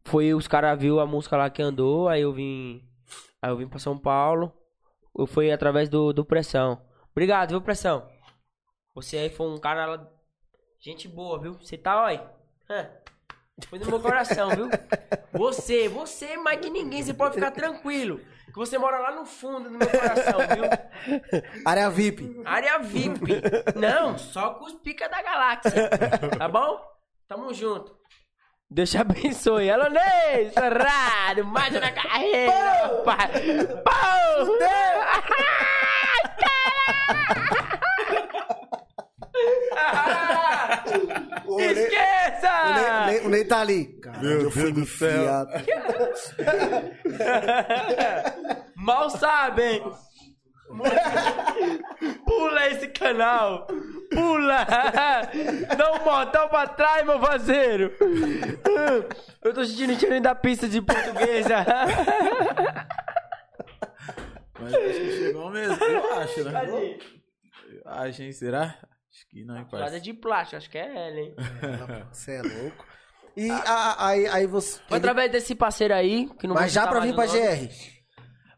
[SPEAKER 3] Foi, os caras viu a música lá que andou, aí eu vim. Aí eu vim pra São Paulo. Eu fui através do, do Pressão. Obrigado, viu, Pressão? Você aí foi um cara. lá- Gente boa, viu? Você tá, olha. hã, Foi do meu coração, viu? Você, você mais que ninguém, você pode ficar tranquilo. Que você mora lá no fundo do meu coração, viu?
[SPEAKER 1] Área VIP.
[SPEAKER 3] Área VIP. Não, só com os pica da galáxia. Tá bom? Tamo junto. Deus te abençoe. Alô, Ney! Sorrado, mais na carreira, rapaz. Pau! Ah,
[SPEAKER 1] O Ney- o Ney-
[SPEAKER 3] Esqueça!
[SPEAKER 1] o Ney tá ali. Caralho, eu fui do céu.
[SPEAKER 3] Mal sabem. Pula esse canal. Pula. Dá um mortal pra trás, meu parceiro. Eu tô sentindo o tirinho da pista de portuguesa.
[SPEAKER 2] Mas acho que chegou mesmo, eu acho, né? Eu acho, hein? Será? Acho que não, hein,
[SPEAKER 3] Nada
[SPEAKER 2] parceiro.
[SPEAKER 3] de plástico, acho que é ela, hein?
[SPEAKER 1] Você é louco. E a- a- aí, aí você. ele-
[SPEAKER 3] Foi através desse parceiro aí, que não vou
[SPEAKER 1] mas já
[SPEAKER 3] citar
[SPEAKER 1] pra
[SPEAKER 3] mais
[SPEAKER 1] vir
[SPEAKER 3] o
[SPEAKER 1] pra
[SPEAKER 3] nome.
[SPEAKER 1] GR.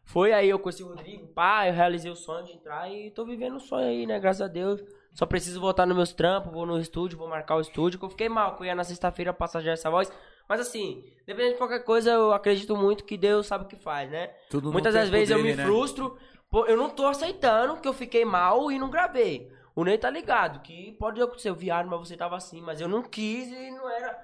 [SPEAKER 3] Foi aí, eu conheci o Rodrigo, pá, eu realizei o sonho de entrar e tô vivendo o sonho aí, né? Graças a Deus. Só preciso voltar nos meus trampos, vou no estúdio, vou marcar o estúdio, que eu fiquei mal, que eu ia na sexta-feira passagear essa voz. Mas assim, dependendo de qualquer coisa, eu acredito muito que Deus sabe o que faz, né?
[SPEAKER 2] Tudo no
[SPEAKER 3] Muitas das
[SPEAKER 2] tempo
[SPEAKER 3] vezes eu
[SPEAKER 2] dele,
[SPEAKER 3] me
[SPEAKER 2] né?
[SPEAKER 3] frustro, pô, eu não tô aceitando que eu fiquei mal e não gravei. O Ney tá ligado, que pode acontecer, eu viado, mas você tava assim, mas eu não quis e não era.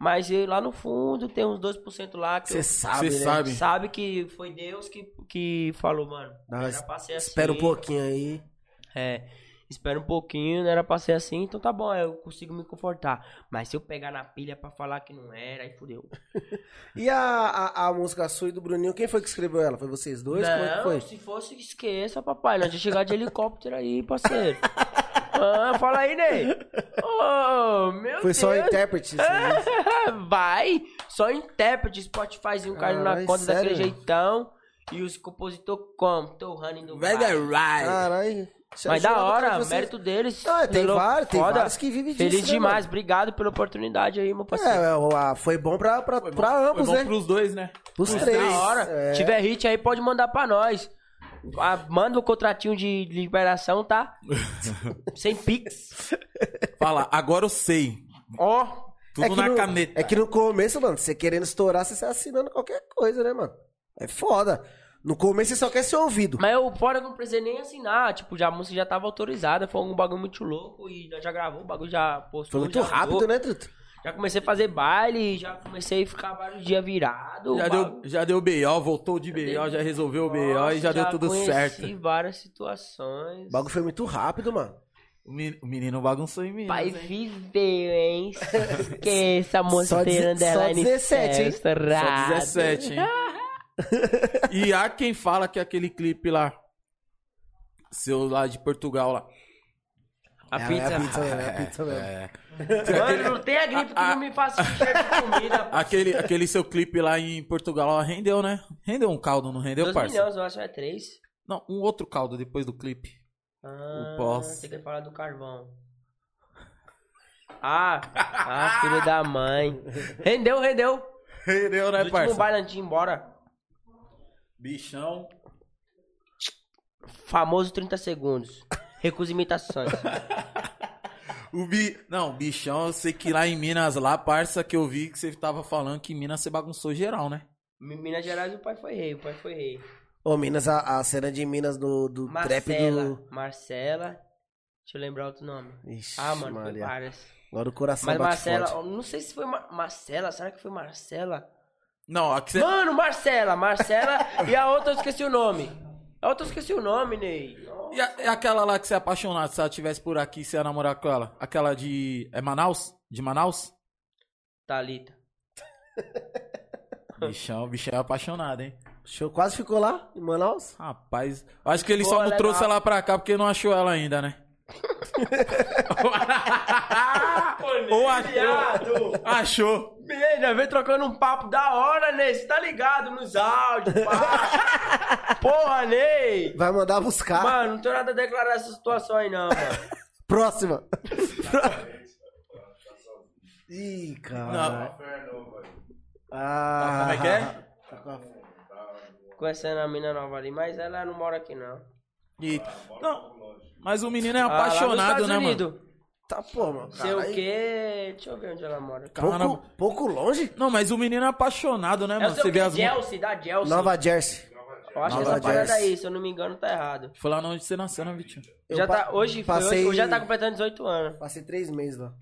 [SPEAKER 3] Mas eh, lá no fundo tem uns 2% lá que
[SPEAKER 1] Você
[SPEAKER 3] eu
[SPEAKER 1] sabe,
[SPEAKER 2] Cê
[SPEAKER 1] né?
[SPEAKER 2] sabe.
[SPEAKER 3] sabe que foi Deus que, que falou, mano.
[SPEAKER 1] Não,
[SPEAKER 3] era
[SPEAKER 1] es-
[SPEAKER 3] pra ser assim.
[SPEAKER 1] Espera um pouquinho aí.
[SPEAKER 3] É. Espera um pouquinho, não era pra ser assim, então tá bom, eu consigo me confortar. Mas se eu pegar na pilha pra falar que não era, aí fudeu.
[SPEAKER 1] E a, a, a música sua e do Bruninho, quem foi que escreveu ela? Foi vocês dois? Como é que
[SPEAKER 3] não,
[SPEAKER 1] foi?
[SPEAKER 3] se fosse, esqueça, papai. Nós ia chegar de helicóptero aí, parceiro. ah, fala aí, Ney. Oh, meu
[SPEAKER 1] Foi
[SPEAKER 3] Deus. é,
[SPEAKER 1] só assim, né? intérprete. isso aí.
[SPEAKER 3] Vai! Só intérprete, Spotifyzinho caindo na
[SPEAKER 1] Caralho,
[SPEAKER 3] conta daquele
[SPEAKER 1] sério?
[SPEAKER 3] jeitão. E os compositor como? Tô running do
[SPEAKER 2] Vai
[SPEAKER 3] bar.
[SPEAKER 2] the ride.
[SPEAKER 1] Caralho. Você
[SPEAKER 3] É. Mas
[SPEAKER 1] achou
[SPEAKER 3] da
[SPEAKER 1] a vontade
[SPEAKER 3] hora,
[SPEAKER 1] de vocês?
[SPEAKER 3] mérito deles.
[SPEAKER 1] Ah, tem
[SPEAKER 3] Pelo-
[SPEAKER 1] vários, tem
[SPEAKER 3] foda.
[SPEAKER 1] vários que vivem disso.
[SPEAKER 3] Feliz
[SPEAKER 1] né,
[SPEAKER 3] demais, obrigado pela oportunidade aí, meu
[SPEAKER 1] mano?
[SPEAKER 3] parceiro.
[SPEAKER 1] É, o- a- foi bom pra, pra, pra
[SPEAKER 2] Foi
[SPEAKER 1] ambos,
[SPEAKER 2] bom
[SPEAKER 1] né?
[SPEAKER 2] pros dois, né?
[SPEAKER 1] Pros
[SPEAKER 3] Mas
[SPEAKER 1] três.
[SPEAKER 3] Da hora.
[SPEAKER 1] É.
[SPEAKER 3] Tiver hit aí, pode mandar pra nós. Ah, manda o contratinho de liberação, tá? Sem pix.
[SPEAKER 2] Fala, agora eu sei.
[SPEAKER 3] Ó,
[SPEAKER 2] Tudo
[SPEAKER 1] É que
[SPEAKER 2] na
[SPEAKER 1] no,
[SPEAKER 2] caneta.
[SPEAKER 1] É que no começo, mano, você querendo estourar, você sai assinando qualquer coisa, né, mano? É foda. No começo você só quer ser ouvido.
[SPEAKER 3] Mas eu, fora que eu não precisei nem assinar, tipo, já, a música já tava autorizada, foi um bagulho muito louco e nós já gravou, o bagulho já
[SPEAKER 1] Foi
[SPEAKER 3] postou.
[SPEAKER 1] muito
[SPEAKER 3] já
[SPEAKER 1] rápido,
[SPEAKER 3] andou.
[SPEAKER 1] né, Truto?
[SPEAKER 3] Já comecei a fazer baile, já comecei a ficar vários dias virado.
[SPEAKER 2] Já
[SPEAKER 3] o
[SPEAKER 2] deu,
[SPEAKER 3] bagulho-
[SPEAKER 2] já deu BO, voltou de BO, já resolveu o BO e já deu tudo
[SPEAKER 3] conheci
[SPEAKER 2] certo.
[SPEAKER 3] várias situações.
[SPEAKER 1] O bagulho foi muito rápido, mano.
[SPEAKER 2] O meni- o menino bagunçou em mim. né?
[SPEAKER 1] é
[SPEAKER 3] Pai
[SPEAKER 2] hein?
[SPEAKER 3] viveu, hein?
[SPEAKER 1] Só
[SPEAKER 3] Esqueça,
[SPEAKER 1] deze-
[SPEAKER 3] mosteira underline.
[SPEAKER 1] só 17, hein?
[SPEAKER 3] Só
[SPEAKER 2] Só 17, hein? e há quem fala que aquele clipe lá, seu lá de Portugal lá.
[SPEAKER 3] A
[SPEAKER 1] É,
[SPEAKER 3] pizza.
[SPEAKER 1] É a pizza, mesmo, é a pizza mesmo.
[SPEAKER 2] É.
[SPEAKER 3] Mano, não tem a gripe que
[SPEAKER 2] A-
[SPEAKER 3] não me passa cheiro de comida. pô.
[SPEAKER 2] Aquele, aquele seu clipe lá em Portugal lá, rendeu, né? Rendeu um caldo, não rendeu,
[SPEAKER 3] Dois
[SPEAKER 2] parça?
[SPEAKER 3] milhões, eu acho, é três.
[SPEAKER 2] Não, um outro caldo depois do clipe.
[SPEAKER 3] Ah,
[SPEAKER 2] pós.
[SPEAKER 3] Você quer falar do carvão. Ah, ah, filho da mãe. Rendeu, rendeu.
[SPEAKER 2] Rendeu, né,
[SPEAKER 3] Do último
[SPEAKER 2] parça?
[SPEAKER 3] baile antes de ir embora.
[SPEAKER 2] Bichão.
[SPEAKER 3] Famoso 30 segundos. Recusa imitações.
[SPEAKER 2] O bi... Não, bichão, eu sei que lá em Minas, lá, parça, que eu vi que você tava falando que em Minas você bagunçou geral, né?
[SPEAKER 3] Em Minas Gerais o pai foi rei, o pai foi rei.
[SPEAKER 1] Ô, Minas, a, a cena de Minas do, do trap
[SPEAKER 3] Marcela.
[SPEAKER 1] do.
[SPEAKER 3] Marcela. Deixa eu lembrar outro nome.
[SPEAKER 1] Ixi,
[SPEAKER 3] Ah, mano, foi
[SPEAKER 1] Maria.
[SPEAKER 3] várias.
[SPEAKER 1] Agora o coração
[SPEAKER 3] Mas
[SPEAKER 1] bate
[SPEAKER 3] Marcela,
[SPEAKER 1] forte.
[SPEAKER 3] eu não sei se foi Mar- Marcela, será que foi Marcela?
[SPEAKER 2] Não, aqui você.
[SPEAKER 3] Mano, Marcela, Marcela e a outra eu esqueci o nome. A outra eu esqueci o nome, Ney.
[SPEAKER 2] E, a- e aquela lá que você é apaixonado, se ela tivesse por aqui, você ia namorar com ela? Aquela de. É Manaus? De Manaus?
[SPEAKER 3] Thalita.
[SPEAKER 2] Bichão, o bichão é apaixonado, hein?
[SPEAKER 1] Show, quase ficou lá, em Manaus.
[SPEAKER 2] Rapaz, eu acho que ele só
[SPEAKER 3] Boa,
[SPEAKER 2] não
[SPEAKER 3] legal.
[SPEAKER 2] trouxe ela é pra cá porque não achou ela ainda, né? Ou achou. Achou.
[SPEAKER 3] Menina, vem trocando um papo da hora, Ney. Você tá ligado nos áudios, pá. Porra, Ney.
[SPEAKER 1] Vai mandar buscar.
[SPEAKER 3] Mano, não tenho nada a declarar essa situação aí, não, mano.
[SPEAKER 1] Próxima. Ih, cara.
[SPEAKER 2] Não.
[SPEAKER 4] é
[SPEAKER 1] Ah,
[SPEAKER 2] Como é que é?
[SPEAKER 1] tá com a-
[SPEAKER 3] Conhecendo a mina nova ali, mas ela não mora aqui, não.
[SPEAKER 2] E- não, mas o menino é
[SPEAKER 3] Ah, lá nos
[SPEAKER 2] apaixonado,
[SPEAKER 3] Estados
[SPEAKER 2] né, mano?
[SPEAKER 3] Unidos.
[SPEAKER 1] Tá, pô, mano.
[SPEAKER 3] Sei o
[SPEAKER 1] caralho.
[SPEAKER 3] quê. Deixa eu ver onde ela mora.
[SPEAKER 2] Cara,
[SPEAKER 1] Pouco, pouco longe?
[SPEAKER 2] Não, mas o menino é apaixonado, né,
[SPEAKER 3] É o
[SPEAKER 2] mano?
[SPEAKER 3] seu
[SPEAKER 2] Você
[SPEAKER 3] que?
[SPEAKER 2] vê as músicas.
[SPEAKER 3] Chelsea, da Chelsea.
[SPEAKER 1] Nova Jersey.
[SPEAKER 3] Eu acho
[SPEAKER 1] Nova
[SPEAKER 3] que essa parada
[SPEAKER 1] Jersey.
[SPEAKER 3] aí, se eu não me engano, tá errado.
[SPEAKER 2] Foi lá onde você nasceu, né, Vitinho?
[SPEAKER 1] Eu
[SPEAKER 3] já
[SPEAKER 1] pa-
[SPEAKER 3] tá, hoje foi
[SPEAKER 1] passei-
[SPEAKER 3] hoje, hoje já tá completando 18 anos.
[SPEAKER 1] Passei três meses lá.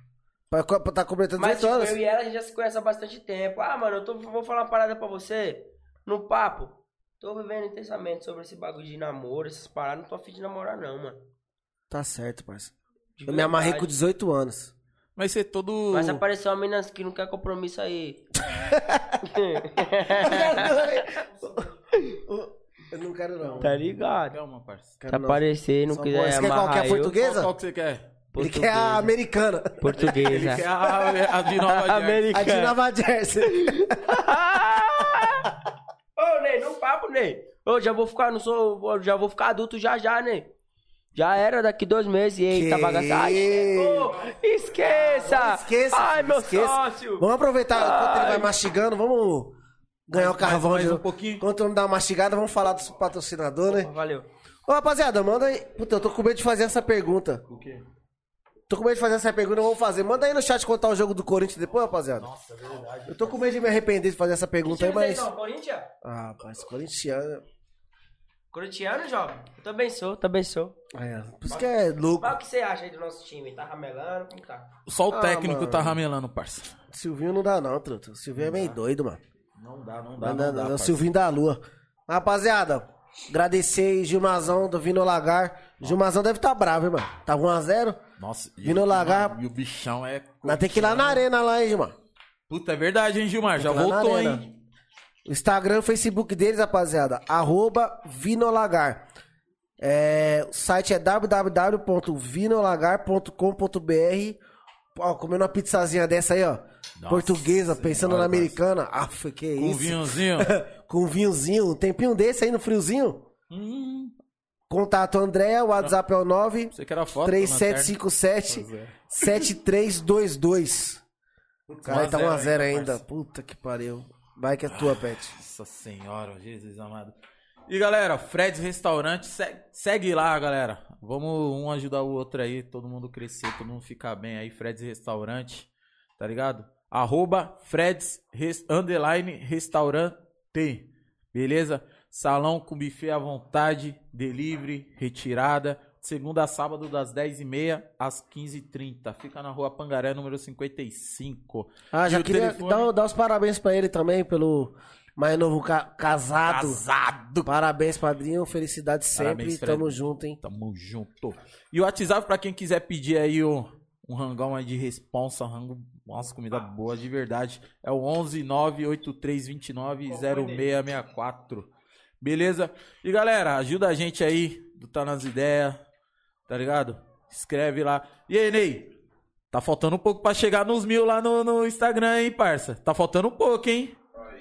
[SPEAKER 1] Pra, pra- tá completando
[SPEAKER 3] Mas
[SPEAKER 1] 18
[SPEAKER 3] tipo,
[SPEAKER 1] horas.
[SPEAKER 3] eu e ela a gente já se conhece há bastante tempo. Ah, mano, eu tô, vou falar uma parada pra você. No papo. Tô vivendo intensamente sobre esse bagulho de namoro, essas paradas. Não tô afim de namorar, não, mano.
[SPEAKER 1] Tá certo, parceiro.
[SPEAKER 3] De
[SPEAKER 1] Eu me amarrei
[SPEAKER 3] verdade.
[SPEAKER 1] com 18 anos.
[SPEAKER 2] Mas você é todo.
[SPEAKER 3] Mas apareceu uma menina que não quer compromisso aí.
[SPEAKER 1] eu não quero, não.
[SPEAKER 3] tá ligado?
[SPEAKER 2] Calma, parça.
[SPEAKER 1] Quero
[SPEAKER 3] Se
[SPEAKER 1] não.
[SPEAKER 3] aparecer, não
[SPEAKER 1] Só
[SPEAKER 3] quiser
[SPEAKER 1] você quer
[SPEAKER 3] é amarrar
[SPEAKER 1] qualquer
[SPEAKER 3] eu- é
[SPEAKER 1] portuguesa?
[SPEAKER 2] Qual que você quer?
[SPEAKER 1] Ele quer a americana.
[SPEAKER 3] Portuguesa.
[SPEAKER 2] Quer a, a de Nova Jersey.
[SPEAKER 1] A de Nova Jersey.
[SPEAKER 3] Ah! Ô, Ney, não papo, Ney. Ô, já vou ficar, não sou, eu já vou ficar adulto já já, Ney. Já era daqui dois meses, eita
[SPEAKER 1] Que
[SPEAKER 3] bagaça. Ai, chegou. Esqueça!
[SPEAKER 1] Esqueça.
[SPEAKER 3] Ah, Ai, meu
[SPEAKER 1] esqueça.
[SPEAKER 3] sócio!
[SPEAKER 1] Vamos aproveitar enquanto ele vai mastigando, vamos ganhar o carvão
[SPEAKER 2] mais
[SPEAKER 1] de
[SPEAKER 2] um pouquinho.
[SPEAKER 1] Enquanto não dá uma mastigada, vamos falar dos patrocinadores, né?
[SPEAKER 3] Valeu.
[SPEAKER 1] Ô, rapaziada, manda aí. Puta, eu tô com medo de fazer essa pergunta.
[SPEAKER 2] O quê?
[SPEAKER 1] Tô com medo de fazer essa pergunta, eu vou fazer. Manda aí no chat contar o jogo do Corinthians depois, rapaziada. Nossa,
[SPEAKER 2] é
[SPEAKER 1] verdade. Eu tô com medo de me arrepender de fazer essa pergunta aí, mas.
[SPEAKER 3] Não, Corinthians?
[SPEAKER 1] Ah, rapaz, corintiano.
[SPEAKER 3] Corintiano, jovem? Eu também sou, também sou.
[SPEAKER 1] É, por isso que é louco.
[SPEAKER 3] Mas o que você acha aí do nosso time? Tá ramelando? Como tá?
[SPEAKER 2] Só o
[SPEAKER 1] Ah,
[SPEAKER 2] técnico
[SPEAKER 1] mano.
[SPEAKER 2] tá ramelando, parça.
[SPEAKER 1] Silvinho não dá, não, truto. Silvinho é meio doido, mano.
[SPEAKER 2] Não dá, não
[SPEAKER 1] Não, não, não, Silvinho da Lua. Rapaziada, agradecer aí, Gilmazão do Vino Lagar. Gilmazão deve tá bravo, hein, mano. Tava 1x0.
[SPEAKER 2] Nossa, e,
[SPEAKER 1] Vino Lagar.
[SPEAKER 2] e o bichão é.
[SPEAKER 1] Nós tem que ir lá na arena lá, hein, Gilmar.
[SPEAKER 2] Puta, é verdade, hein, Gilmar? Já
[SPEAKER 1] Lá na
[SPEAKER 2] voltou,
[SPEAKER 1] arena.
[SPEAKER 2] hein?
[SPEAKER 1] O Instagram, o Facebook deles, rapaziada. Arroba Vinolagar. É, o site é www.vinolagar.com.br. Ó, comendo uma pizzazinha dessa aí, ó.
[SPEAKER 2] Nossa
[SPEAKER 1] Portuguesa, pensando na
[SPEAKER 2] senhora,
[SPEAKER 1] americana. Aff, que
[SPEAKER 2] Com
[SPEAKER 1] isso.
[SPEAKER 2] vinhozinho.
[SPEAKER 1] Com um vinhozinho, um tempinho desse aí no friozinho.
[SPEAKER 2] hum,
[SPEAKER 1] Contato André, o WhatsApp é o 9
[SPEAKER 2] você que era né, foto. lanterna.
[SPEAKER 1] 3757
[SPEAKER 2] é.
[SPEAKER 1] 7322. Caralho, tá 1x0
[SPEAKER 2] hein,
[SPEAKER 1] ainda.
[SPEAKER 2] parça.
[SPEAKER 1] Puta que pariu. Vai que é tua, Pet.
[SPEAKER 2] Nossa senhora, Jesus amado. E galera, Fred's Restaurante, se- segue, lá, galera. Vamos um ajudar o outro aí, todo mundo crescer, todo mundo ficar bem aí. Fred's Restaurante, tá ligado? Arroba Fred's Res- Underline Restaurante. Beleza? Salão com buffet à vontade, delivery, retirada. Segunda a sábado, das 10h30 às 15h30. Fica na rua Pangaré, número 55.
[SPEAKER 1] Ah,
[SPEAKER 2] E
[SPEAKER 1] já
[SPEAKER 2] o
[SPEAKER 1] queria
[SPEAKER 2] telefone?
[SPEAKER 1] dar, dar os parabéns pra ele também pelo mais novo ca- casado.
[SPEAKER 2] Casado!
[SPEAKER 1] Parabéns, padrinho. Felicidade sempre.
[SPEAKER 2] Parabéns, Fred.
[SPEAKER 1] Tamo junto, hein?
[SPEAKER 2] Tamo junto. E o WhatsApp pra quem quiser pedir aí o, um rangão aí de responsa, um rango, nossa, comida boa de verdade. É o 11 0664 Beleza? E galera, ajuda a gente aí do Tá Nas Ideias, tá ligado? Escreve lá. E aí, Ney? Tá faltando um pouco pra chegar nos mil lá no, no Instagram, hein, parça? Tá faltando um pouco, hein?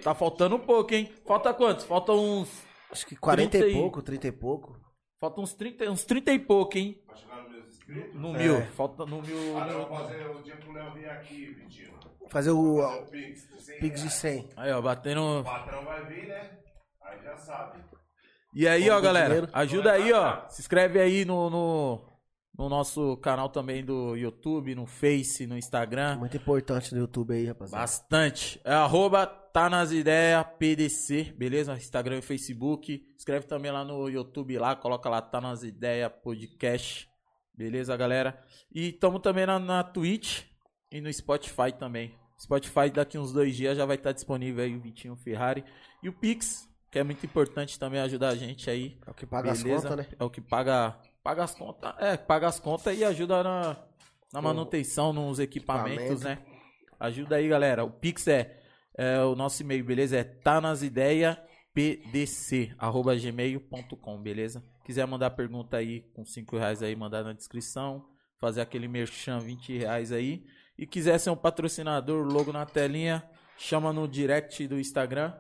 [SPEAKER 2] Tá faltando um pouco, hein? Falta quantos? Falta uns...
[SPEAKER 1] Acho que 40
[SPEAKER 2] 30
[SPEAKER 1] e
[SPEAKER 2] e-
[SPEAKER 1] pouco, 30 e pouco.
[SPEAKER 2] Falta uns 30, uns 30 e pouco, hein?
[SPEAKER 4] Pra chegar nos meus inscritos?
[SPEAKER 2] No mil. É. Falta no mil.
[SPEAKER 4] Ah, não, vou fazer o dia que o Léo vier aqui, Vitinho.
[SPEAKER 1] Fazer o,
[SPEAKER 4] Fazer
[SPEAKER 1] o
[SPEAKER 4] o Pix. cem
[SPEAKER 1] Pix de
[SPEAKER 4] reais.
[SPEAKER 1] 100.
[SPEAKER 2] Aí, ó, batendo.
[SPEAKER 4] O patrão vai vir, né? Aí já sabe.
[SPEAKER 2] E aí,
[SPEAKER 1] Vamos
[SPEAKER 2] ó,
[SPEAKER 1] ver
[SPEAKER 2] galera.
[SPEAKER 1] dinheiro.
[SPEAKER 2] Ajuda aí, ó. Se inscreve aí no, no, no nosso canal também do YouTube, no Face, no Instagram.
[SPEAKER 1] Muito importante no YouTube aí, rapaziada.
[SPEAKER 2] Bastante. É arroba tá nas ideias PDC, beleza? Instagram e Facebook. Escreve também lá no YouTube lá, coloca lá tá nas ideias podcast. Beleza, galera? E tamo também na, na Twitch e no Spotify também. Spotify daqui uns dois dias já vai estar disponível aí o Vitinho Ferrari. E o Pix, que é muito importante também ajudar a gente aí.
[SPEAKER 1] É o que paga as
[SPEAKER 2] Beleza?
[SPEAKER 1] contas, né?
[SPEAKER 2] É o que paga, paga as contas. É, paga as contas e ajuda na, na
[SPEAKER 1] O-
[SPEAKER 2] manutenção, nos equipamentos,
[SPEAKER 1] equipamento.
[SPEAKER 2] né? Ajuda aí, galera. O Pix é, é o nosso e-mail, beleza? É tá nas ideias gmail.com, beleza? Quiser mandar pergunta aí com 5 reais aí, mandar na descrição. Fazer aquele merchan 20 reais aí. E quiser ser um patrocinador, logo na telinha, chama no direct do Instagram,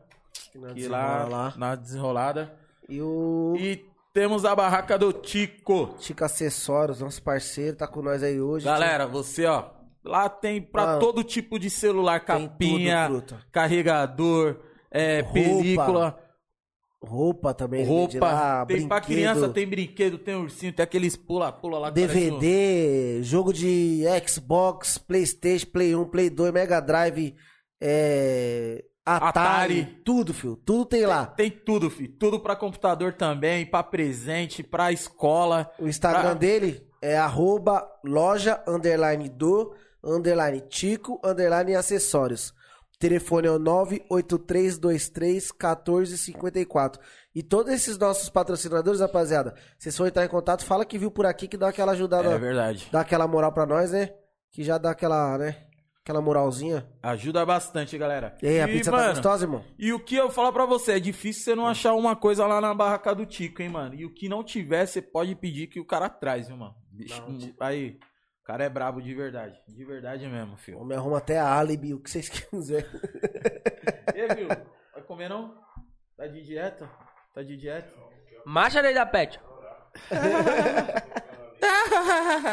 [SPEAKER 2] que lá, na desenrolada.
[SPEAKER 1] E o
[SPEAKER 2] E temos a barraca do Tico.
[SPEAKER 1] Chico Acessórios, nosso parceiro, tá com nós aí hoje.
[SPEAKER 2] Galera, você, ó. Lá tem pra
[SPEAKER 1] Ah,
[SPEAKER 2] todo tipo de celular,
[SPEAKER 1] Tem tudo,
[SPEAKER 2] capinha,
[SPEAKER 1] truta.
[SPEAKER 2] carregador, é,
[SPEAKER 1] Roupa,
[SPEAKER 2] película,
[SPEAKER 1] Roupa também. vende
[SPEAKER 2] roupa.
[SPEAKER 1] lá,
[SPEAKER 2] Tem pra
[SPEAKER 1] brinquedo,
[SPEAKER 2] criança, tem brinquedo, tem ursinho, tem aqueles pula-pula lá. que parece
[SPEAKER 1] DVD, jogo de Xbox, Playstation, Play 1, Play 2, Mega Drive, é, Atari,
[SPEAKER 2] Atari.
[SPEAKER 1] tudo, filho. Tudo tem
[SPEAKER 2] um-
[SPEAKER 1] lá.
[SPEAKER 2] Tem tudo, filho. Tudo pra computador também, pra presente, pra escola.
[SPEAKER 1] O Instagram
[SPEAKER 2] Ah.
[SPEAKER 1] dele é arroba loja underline do underline Tico underline acessórios. O telefone é o 98323 1454. E todos esses nossos patrocinadores, rapaziada, vocês vão entrar em contato, fala que viu por aqui que dá aquela ajudada,
[SPEAKER 2] É verdade.
[SPEAKER 1] dá aquela moral pra nós, né? Que já dá aquela, né? Aquela moralzinha.
[SPEAKER 2] Ajuda bastante, galera.
[SPEAKER 1] E aí, a pizza tá
[SPEAKER 2] mano,
[SPEAKER 1] gostosa, irmão?
[SPEAKER 2] E o que eu falar pra você, é difícil você não achar uma coisa lá na barraca do Tico, hein, mano. E o que não tiver, você pode pedir que o cara traz, viu, mano. Bicho,
[SPEAKER 1] Não,
[SPEAKER 2] hum, aí, o cara é brabo de verdade. De verdade mesmo,
[SPEAKER 1] Eu
[SPEAKER 2] filho.
[SPEAKER 1] me arrumo até a álibi, o que vocês quiserem.
[SPEAKER 2] e viu? Vai comer não? Tá de dieta? Tá de dieta?
[SPEAKER 3] Marcha daí da pet.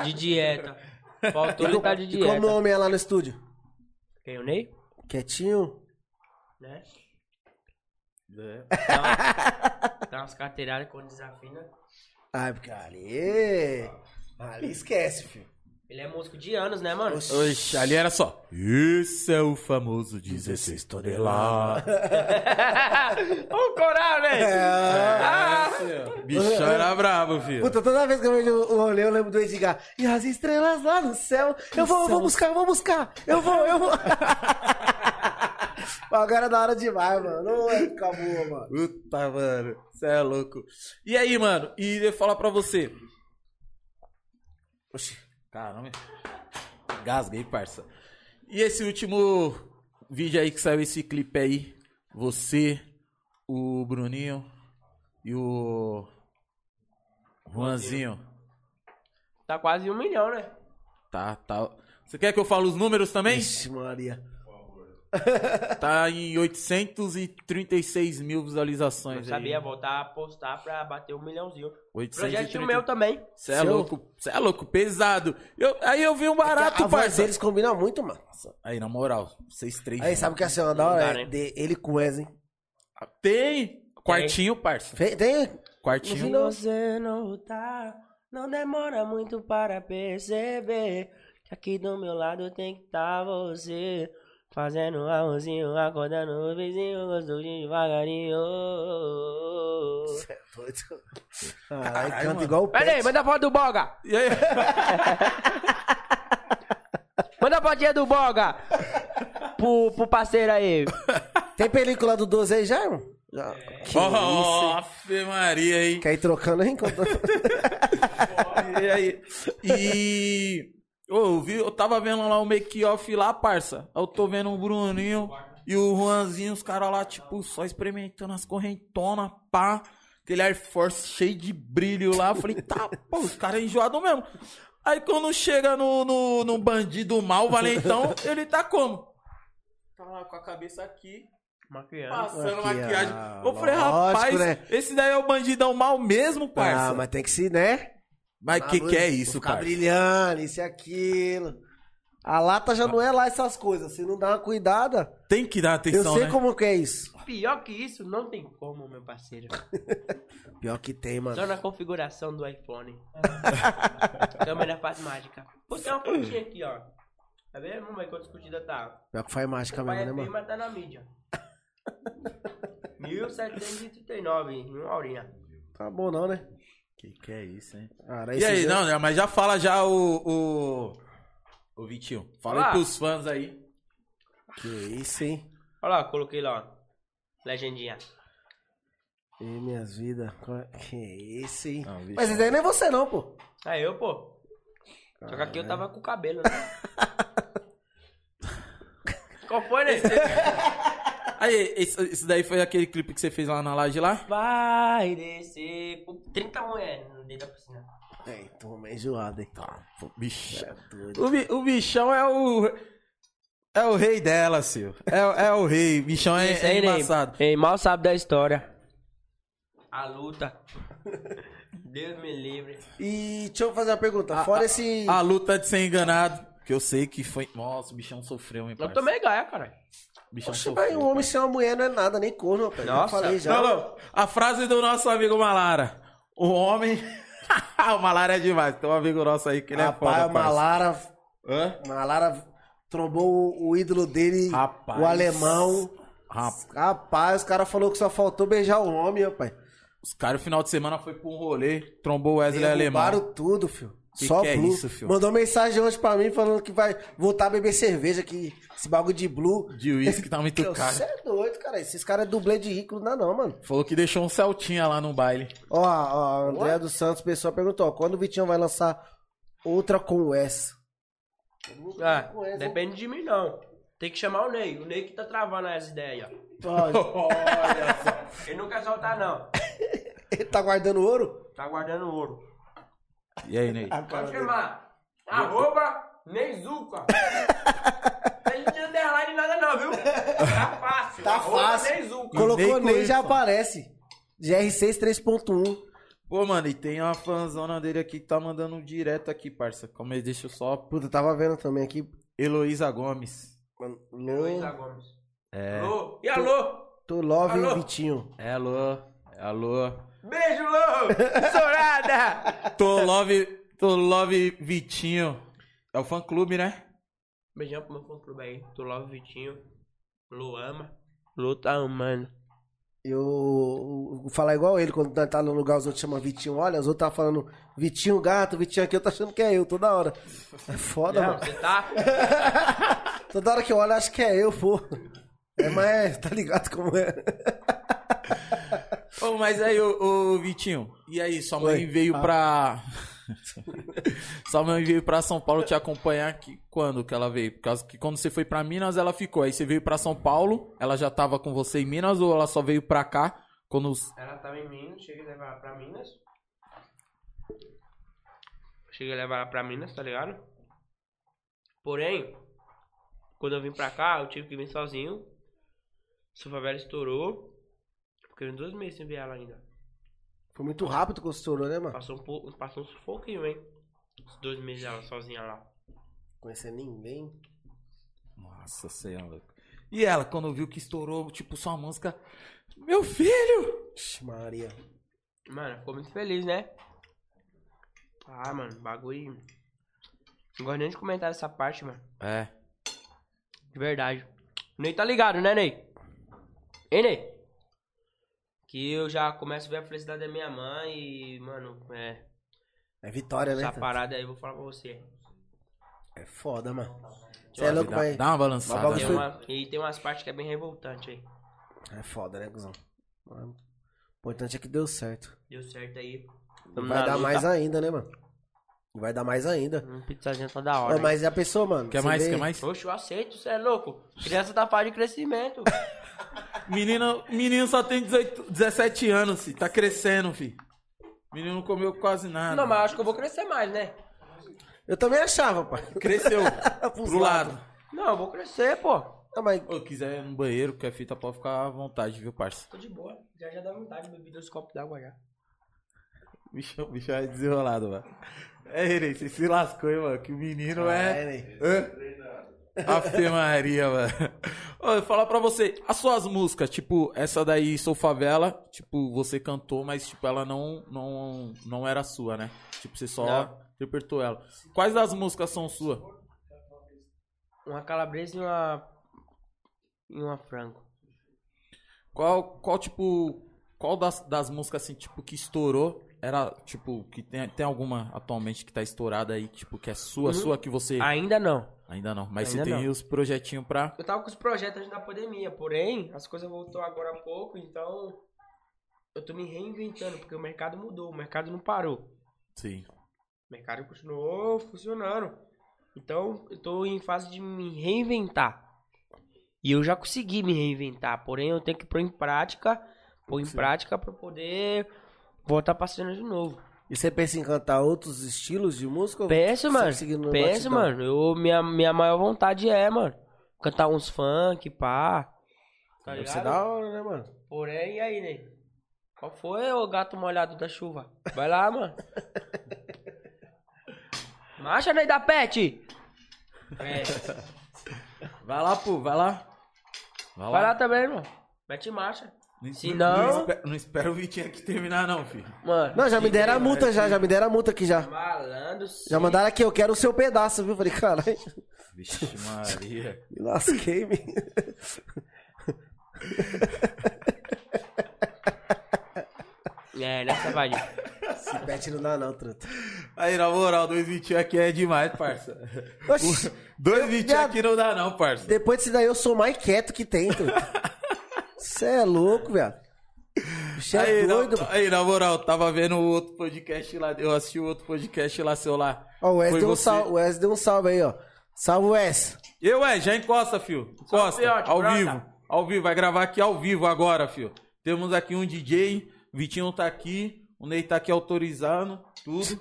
[SPEAKER 3] de dieta. Faltou ele tá de
[SPEAKER 1] E como o
[SPEAKER 3] dieta.
[SPEAKER 1] homem é lá no estúdio?
[SPEAKER 3] Quem, o Ney?
[SPEAKER 1] Quietinho?
[SPEAKER 3] Né?
[SPEAKER 2] É.
[SPEAKER 3] Dá, uma- Então, dá umas carteiradas quando desafina.
[SPEAKER 1] Ai, Ah, é porque ali. Ali esquece, filho.
[SPEAKER 3] Ele é músico de anos, né, mano?
[SPEAKER 2] Oxe, ali era só. Esse é o famoso 16 toneladas.
[SPEAKER 3] o coral, né?
[SPEAKER 1] É.
[SPEAKER 2] Ah, filho. Bichão era brabo, filho.
[SPEAKER 1] Puta, toda vez que eu vejo o rolê, eu lembro do Edgar. E as estrelas lá no céu. Eu vou, eu vou buscar, eu vou buscar. Eu vou, eu vou. Agora é da hora demais, mano. Não é ficar boa, mano.
[SPEAKER 2] Puta, mano. Você é louco. E aí, mano? E eu falar pra você. Oxi, caramba. Gasguei, parça. E esse último vídeo aí que saiu esse clipe aí? Você, o Bruninho e o Juanzinho.
[SPEAKER 3] Tá quase um milhão, né?
[SPEAKER 2] Tá, tá. Você quer que eu fale os números também?
[SPEAKER 1] Ixi, Maria.
[SPEAKER 2] Tá em 836 mil visualizações.
[SPEAKER 3] Eu
[SPEAKER 2] aí.
[SPEAKER 1] é.
[SPEAKER 3] sabia voltar a postar pra bater um milhãozinho.
[SPEAKER 2] 830.
[SPEAKER 1] um.
[SPEAKER 3] Projeto meu também.
[SPEAKER 2] Você é
[SPEAKER 1] Seu? É
[SPEAKER 2] louco, você é louco, pesado. Eu, aí eu vi um barato,
[SPEAKER 1] a voz
[SPEAKER 2] parça.
[SPEAKER 1] deles combina muito, mano.
[SPEAKER 2] Aí, na moral, vocês três.
[SPEAKER 1] Aí, sabe o que é assim, ó, da hora?
[SPEAKER 3] dá,
[SPEAKER 1] é
[SPEAKER 3] né?
[SPEAKER 1] de- ele com Wesley. hein?
[SPEAKER 2] Tem! Quartinho, parça.
[SPEAKER 1] Fe- Tem?
[SPEAKER 2] Quartinho.
[SPEAKER 3] você não tá, não demora muito para perceber que aqui do meu lado tem que estar tá você. Fazendo um arrozinho, acordando o vizinho, gostoso devagarinho.
[SPEAKER 1] Você é doido.
[SPEAKER 2] Caralho,
[SPEAKER 1] Caralho, canta
[SPEAKER 2] mano.
[SPEAKER 1] igual o
[SPEAKER 3] Pera aí,
[SPEAKER 1] Pet.
[SPEAKER 3] manda a foto do Boga!
[SPEAKER 2] E aí?
[SPEAKER 3] Manda a fotinha do Boga! Pro, pro parceiro aí.
[SPEAKER 1] Tem película do 12 aí já, irmão? Já. Que isso, hein?
[SPEAKER 2] Ó, Ave Maria, hein?
[SPEAKER 1] Quer ir trocando aí enquanto...
[SPEAKER 2] E aí? E. Ô, eu, vi, eu tava vendo lá o make-off lá, parça. Eu tô vendo o Bruninho e o Juanzinho, os caras lá, tipo, só experimentando as correntonas, pá. Aquele Air Force cheio de brilho lá. Eu falei, tá, pô, os caras é enjoado mesmo. Aí quando chega no, no, no bandido mal, valentão, ele tá como? Tá lá com a cabeça aqui,
[SPEAKER 3] Uma criança.
[SPEAKER 2] passando
[SPEAKER 1] Maquiagem.
[SPEAKER 2] maquiagem. Eu falei,
[SPEAKER 1] Lógico,
[SPEAKER 2] rapaz,
[SPEAKER 1] né?
[SPEAKER 2] esse daí é o bandidão mal mesmo, parça.
[SPEAKER 1] Ah, mas tem que se, né?
[SPEAKER 2] mas que que é isso,
[SPEAKER 1] Ficar
[SPEAKER 2] parça?
[SPEAKER 1] brilhando, isso e aquilo. A lata já não é lá essas coisas. Se não dá uma cuidada,
[SPEAKER 2] Tem que dar
[SPEAKER 1] eu
[SPEAKER 2] atenção,
[SPEAKER 1] sei
[SPEAKER 2] né?
[SPEAKER 1] como que é isso.
[SPEAKER 3] Pior que isso, não tem como, meu parceiro.
[SPEAKER 1] Pior que tem, mano.
[SPEAKER 3] Só na configuração do iPhone. Câmera faz mágica. Pô, tem uma fotinha aqui, ó. Tá vendo? Vamos ver quantas curtidas tá.
[SPEAKER 1] Pior que faz mágica
[SPEAKER 3] Pai
[SPEAKER 1] mesmo,
[SPEAKER 3] é
[SPEAKER 1] né,
[SPEAKER 3] feio,
[SPEAKER 1] mano?
[SPEAKER 3] mas tá na mídia. 1739, em uma horinha.
[SPEAKER 1] Tá bom não, né?
[SPEAKER 2] Que que é isso, hein?
[SPEAKER 1] Cara,
[SPEAKER 2] E
[SPEAKER 1] esse
[SPEAKER 2] aí,
[SPEAKER 1] dia-
[SPEAKER 2] não, né, mas já fala já o. Ah. O, o Vitinho. Fala
[SPEAKER 3] Olá.
[SPEAKER 2] aí pros fãs aí.
[SPEAKER 1] Que isso, hein?
[SPEAKER 3] Olha lá, coloquei lá, ó. Legendinha.
[SPEAKER 1] Ih, minhas vidas. qual- é Que isso, hein?
[SPEAKER 2] Não, bicho.
[SPEAKER 1] Mas esse daí não é você não, pô.
[SPEAKER 3] Aí eu, pô. Só que aqui eu tava com o cabelo, né? Qual foi, né?
[SPEAKER 2] Aí, esse, esse daí foi aquele clipe que você fez lá na laje lá?
[SPEAKER 3] Vai descer com 30 mulheres no meio da piscina.
[SPEAKER 1] É, tô meio enjoado, hein? Tá.
[SPEAKER 2] Bicho.
[SPEAKER 1] Doido.
[SPEAKER 2] O, bi- o bichão é o. É o rei dela, seu. É, é o rei. Bichão é, é embaçado.
[SPEAKER 3] Ei, mal sabe da história. A luta. Deus me livre.
[SPEAKER 1] E deixa eu fazer uma pergunta.
[SPEAKER 2] Ah,
[SPEAKER 1] Fora esse...
[SPEAKER 2] A luta de ser enganado. Que eu sei que foi. Nossa, o bichão sofreu, hein,
[SPEAKER 3] Eu
[SPEAKER 2] parça.
[SPEAKER 3] tomei gaia, cara.
[SPEAKER 2] O bichão
[SPEAKER 1] Oxe, mas
[SPEAKER 2] sofreu.
[SPEAKER 1] um homem sem uma mulher não é nada, nem corno, rapaz. Eu
[SPEAKER 3] Nossa.
[SPEAKER 1] falei já.
[SPEAKER 2] Não, não. A frase do nosso amigo Malara. O homem. o Malara é demais. Tem um amigo nosso aí que ele é
[SPEAKER 1] Rapaz,
[SPEAKER 2] foda,
[SPEAKER 1] o
[SPEAKER 2] parça.
[SPEAKER 1] Malara,
[SPEAKER 2] Hã?
[SPEAKER 1] Malara trombou o, o ídolo dele,
[SPEAKER 2] Rapaz.
[SPEAKER 1] o alemão.
[SPEAKER 2] Rapaz,
[SPEAKER 1] Rapaz, os caras falaram que só faltou beijar o homem, rapaz.
[SPEAKER 2] os caras, no final de semana, foi pra um rolê, trombou o Wesley é Alemão.
[SPEAKER 1] Derrubaram tudo, filho.
[SPEAKER 2] Que
[SPEAKER 1] só
[SPEAKER 2] que é
[SPEAKER 1] Blue.
[SPEAKER 2] isso, filho?
[SPEAKER 1] Mandou mensagem hoje pra mim falando que vai voltar a beber cerveja, que esse bagulho de Blue.
[SPEAKER 2] De uísque tá muito
[SPEAKER 1] Meu,
[SPEAKER 2] caro.
[SPEAKER 1] Você é doido, cara. Esses caras é dublê de rico, não dá não, mano.
[SPEAKER 2] Falou que deixou um Celtinha lá no baile.
[SPEAKER 1] Ó, ó, André dos Santos, pessoal, perguntou, ó, quando o Vitinho vai lançar outra com o S?
[SPEAKER 3] Ah,
[SPEAKER 1] Com essa.
[SPEAKER 3] depende de mim não. Tem que chamar o Ney. O Ney que tá travando as ideias, aí, ó.
[SPEAKER 1] Ó,
[SPEAKER 2] Olha
[SPEAKER 3] Ele não quer soltar, não.
[SPEAKER 1] ele tá guardando ouro?
[SPEAKER 3] Tá guardando ouro.
[SPEAKER 2] só. E aí, Ney?
[SPEAKER 3] Pode chamar. Arroba Neizuca. Não tem underline nada não, viu? Tá fácil.
[SPEAKER 1] Tá
[SPEAKER 3] Arroba
[SPEAKER 1] fácil.
[SPEAKER 3] Neizuca.
[SPEAKER 1] Colocou
[SPEAKER 2] Ney com
[SPEAKER 1] Ney já
[SPEAKER 2] Y.
[SPEAKER 1] aparece. GR6 3.1.
[SPEAKER 2] Pô, mano, e tem uma fanzona dele aqui que tá mandando um direto aqui, parça. Calma aí, deixa eu só.
[SPEAKER 1] Puta, eu tava vendo também aqui.
[SPEAKER 2] Heloísa Gomes.
[SPEAKER 1] Mano,
[SPEAKER 3] Luísa
[SPEAKER 1] no,
[SPEAKER 3] Gomes.
[SPEAKER 2] É.
[SPEAKER 3] Alô? E alô?
[SPEAKER 1] tô love
[SPEAKER 3] Alô?
[SPEAKER 1] Vitinho.
[SPEAKER 2] É, alô. É, alô.
[SPEAKER 3] Beijo, Lô! Sorada!
[SPEAKER 2] Tô love, tô love Vitinho. É o fã clube, né?
[SPEAKER 3] Beijão pro meu fã clube aí. Tu love Vitinho. Lô ama. Lô tá amando.
[SPEAKER 1] Eu vou falar igual ele, quando nós tá no lugar, os outros chamam Vitinho. Olha, os outros tá falando Vitinho gato, Vitinho aqui, eu tô achando que é eu toda hora. É foda,
[SPEAKER 3] Não,
[SPEAKER 1] mano.
[SPEAKER 3] você tá...
[SPEAKER 1] Toda hora que eu olho, eu acho que é eu, pô. É, mas tá ligado como é.
[SPEAKER 2] Ô, mas aí, ô, ô, Vitinho, e aí, sua mãe
[SPEAKER 1] Oi.
[SPEAKER 2] veio
[SPEAKER 1] Ah.
[SPEAKER 2] pra. sua mãe veio pra São Paulo te acompanhar aqui. Quando que ela veio? Por causa que quando você foi pra Minas, ela ficou. Aí você veio pra São Paulo, ela já tava com você em Minas ou ela só veio pra cá quando. os-
[SPEAKER 3] Ela tava em Minas, cheguei a levar ela pra Minas. Cheguei a levar ela pra Minas, tá ligado? Porém, quando eu vim pra cá, eu tive que vir sozinho. Sua favela estourou. Fiquei uns dois meses sem ver ela ainda.
[SPEAKER 1] Foi muito rápido que estourou, né, mano?
[SPEAKER 3] Passou um, pouco, passou um sufoquinho, hein? Os dois meses ela sozinha lá.
[SPEAKER 1] Conhecer ninguém.
[SPEAKER 2] Nossa, você é louco. E ela, quando viu que estourou, tipo, sua música. Meu filho!
[SPEAKER 1] Ixi, Maria.
[SPEAKER 3] Mano, ficou muito feliz, né? Ah, mano, bagulho. Não gosto nem de comentar essa parte, mano.
[SPEAKER 2] É.
[SPEAKER 3] De verdade. Ney tá ligado, né, Ney? Hein, Ney? Que eu já começo a ver a felicidade da minha mãe e, mano, é.
[SPEAKER 1] É vitória, né?
[SPEAKER 3] Essa
[SPEAKER 1] cara?
[SPEAKER 3] parada aí eu vou falar pra você.
[SPEAKER 1] É foda, mano. Você é louco,
[SPEAKER 2] dá,
[SPEAKER 1] pai.
[SPEAKER 2] dá uma
[SPEAKER 1] Mas
[SPEAKER 2] balançada.
[SPEAKER 1] bagulho
[SPEAKER 3] Tem
[SPEAKER 1] foi-
[SPEAKER 2] né?
[SPEAKER 3] uma- e tem umas partes que é bem revoltante aí.
[SPEAKER 1] É foda, né, cuzão? Mano, O importante é que deu certo.
[SPEAKER 3] Deu certo aí.
[SPEAKER 1] Não
[SPEAKER 3] Tamo
[SPEAKER 1] vai
[SPEAKER 3] na
[SPEAKER 1] dar
[SPEAKER 3] luta.
[SPEAKER 1] mais ainda, né, mano? Não vai dar mais ainda.
[SPEAKER 3] Um pizzazinho tá da
[SPEAKER 1] Ô,
[SPEAKER 3] hora.
[SPEAKER 1] mas e a pessoa, mano?
[SPEAKER 2] Quer
[SPEAKER 1] Você
[SPEAKER 2] mais?
[SPEAKER 1] vê-
[SPEAKER 2] Quer mais?
[SPEAKER 3] Oxe, eu aceito, você é louco. Criança tá fase de crescimento.
[SPEAKER 2] Menino, menino só tem 18, 17 anos, fi. Tá crescendo, fi. Menino não comeu quase
[SPEAKER 1] Ah,
[SPEAKER 2] nada.
[SPEAKER 3] Não, mas eu acho que eu vou crescer mais, né?
[SPEAKER 1] Eu também achava, Tá pai.
[SPEAKER 2] Cresceu.
[SPEAKER 1] Pros
[SPEAKER 2] pro lado.
[SPEAKER 3] Não, eu vou crescer, pô.
[SPEAKER 1] Não, mas
[SPEAKER 2] Ô, quiser ir no banheiro, que a fita pode ficar à vontade, viu, parça?
[SPEAKER 3] Tô de boa. Já já dá vontade de beber dois copos d'água já.
[SPEAKER 2] Bicho, bicho é desenrolado, mano. É, Irene, você se lascou, hein, mano. Que o menino é.
[SPEAKER 1] né?
[SPEAKER 3] Ah, é.
[SPEAKER 2] Ave Maria, mano. Ô, eu falar pra você, as suas músicas, tipo, essa daí, Sou Favela, tipo, você cantou, mas, tipo, ela não, não, não era sua, né? Tipo, você só
[SPEAKER 3] Não.
[SPEAKER 2] interpretou ela. Quais das músicas são suas?
[SPEAKER 3] Uma calabresa e uma. E uma frango.
[SPEAKER 2] Qual, qual tipo, qual das, das músicas, assim, tipo, que estourou? Era, tipo, que tem, tem alguma atualmente que tá estourada aí, tipo, que é sua,
[SPEAKER 3] Uhum.
[SPEAKER 2] sua, que você...
[SPEAKER 3] Ainda não.
[SPEAKER 2] Ah, Ainda não, mas
[SPEAKER 3] Ainda
[SPEAKER 2] você tem
[SPEAKER 3] não.
[SPEAKER 2] os projetinhos pra...
[SPEAKER 3] Eu tava com os projetos antes da pandemia, porém, as coisas voltou agora há pouco, então. Eu tô me reinventando, porque o mercado mudou, o mercado não parou.
[SPEAKER 2] Sim.
[SPEAKER 3] O mercado continuou funcionando. Então, eu tô em fase de me reinventar. E eu já consegui me reinventar, porém eu tenho que pôr em prática, pôr em
[SPEAKER 2] Sim.
[SPEAKER 3] prática pra poder voltar pra cena de novo.
[SPEAKER 1] E você pensa em cantar outros estilos de música? ou
[SPEAKER 3] Pensa,
[SPEAKER 1] sempre
[SPEAKER 3] mano.
[SPEAKER 1] seguindo no
[SPEAKER 3] Pensa,
[SPEAKER 1] batidão?
[SPEAKER 3] mano. Eu, minha, minha maior vontade é, mano, cantar uns funk, pá. Tá
[SPEAKER 1] Deve
[SPEAKER 3] ligado?
[SPEAKER 1] ser da hora, né, mano?
[SPEAKER 3] Porém, e aí, né? Qual foi o gato molhado da chuva? Vai lá, mano. Marcha, Ney da Pet! É.
[SPEAKER 2] Vai lá, pô, vai lá.
[SPEAKER 3] Vai lá também, mano. Mete marcha.
[SPEAKER 2] Não,
[SPEAKER 3] Se não-
[SPEAKER 2] Não, espera, não espera o Vitinho aqui terminar, não, filho.
[SPEAKER 3] Mano. tá
[SPEAKER 1] Não, já me
[SPEAKER 3] se
[SPEAKER 1] deram a
[SPEAKER 3] tem-
[SPEAKER 1] multa já, já me deram a multa aqui já.
[SPEAKER 3] Malandro. se-
[SPEAKER 1] Já mandaram aqui, eu quero o seu pedaço, viu? Falei, caralho,
[SPEAKER 2] Vixe, Maria.
[SPEAKER 1] me lasquei, me.
[SPEAKER 3] É, nessa vai.
[SPEAKER 1] Se pet não dá não, truta.
[SPEAKER 2] Aí, na moral, dois Vitinho aqui é demais, parça.
[SPEAKER 1] Oxi,
[SPEAKER 2] Dois Vitinho
[SPEAKER 1] viado.
[SPEAKER 2] aqui não dá, não, parça.
[SPEAKER 1] depois disso daí eu sou o mais quieto que tem, truta. Você é louco, viado. Você é
[SPEAKER 2] aí, na-
[SPEAKER 1] doido,
[SPEAKER 2] aí,
[SPEAKER 1] mano.
[SPEAKER 2] na, moral, tava vendo o outro podcast lá, eu assisti o outro podcast lá, seu lá.
[SPEAKER 1] Ó, o Wes
[SPEAKER 2] Foi
[SPEAKER 1] deu, um
[SPEAKER 2] você.
[SPEAKER 1] salve, o Wes deu um salve aí, ó. Salve, Wes.
[SPEAKER 2] Eu, é, já encosta, fio. Encosta,
[SPEAKER 3] Fiote,
[SPEAKER 2] ao
[SPEAKER 3] brota.
[SPEAKER 2] vivo. Ao vivo, vai gravar aqui ao vivo agora, fio. Temos aqui um DJ, o Vitinho tá aqui, o Ney tá aqui autorizando tudo.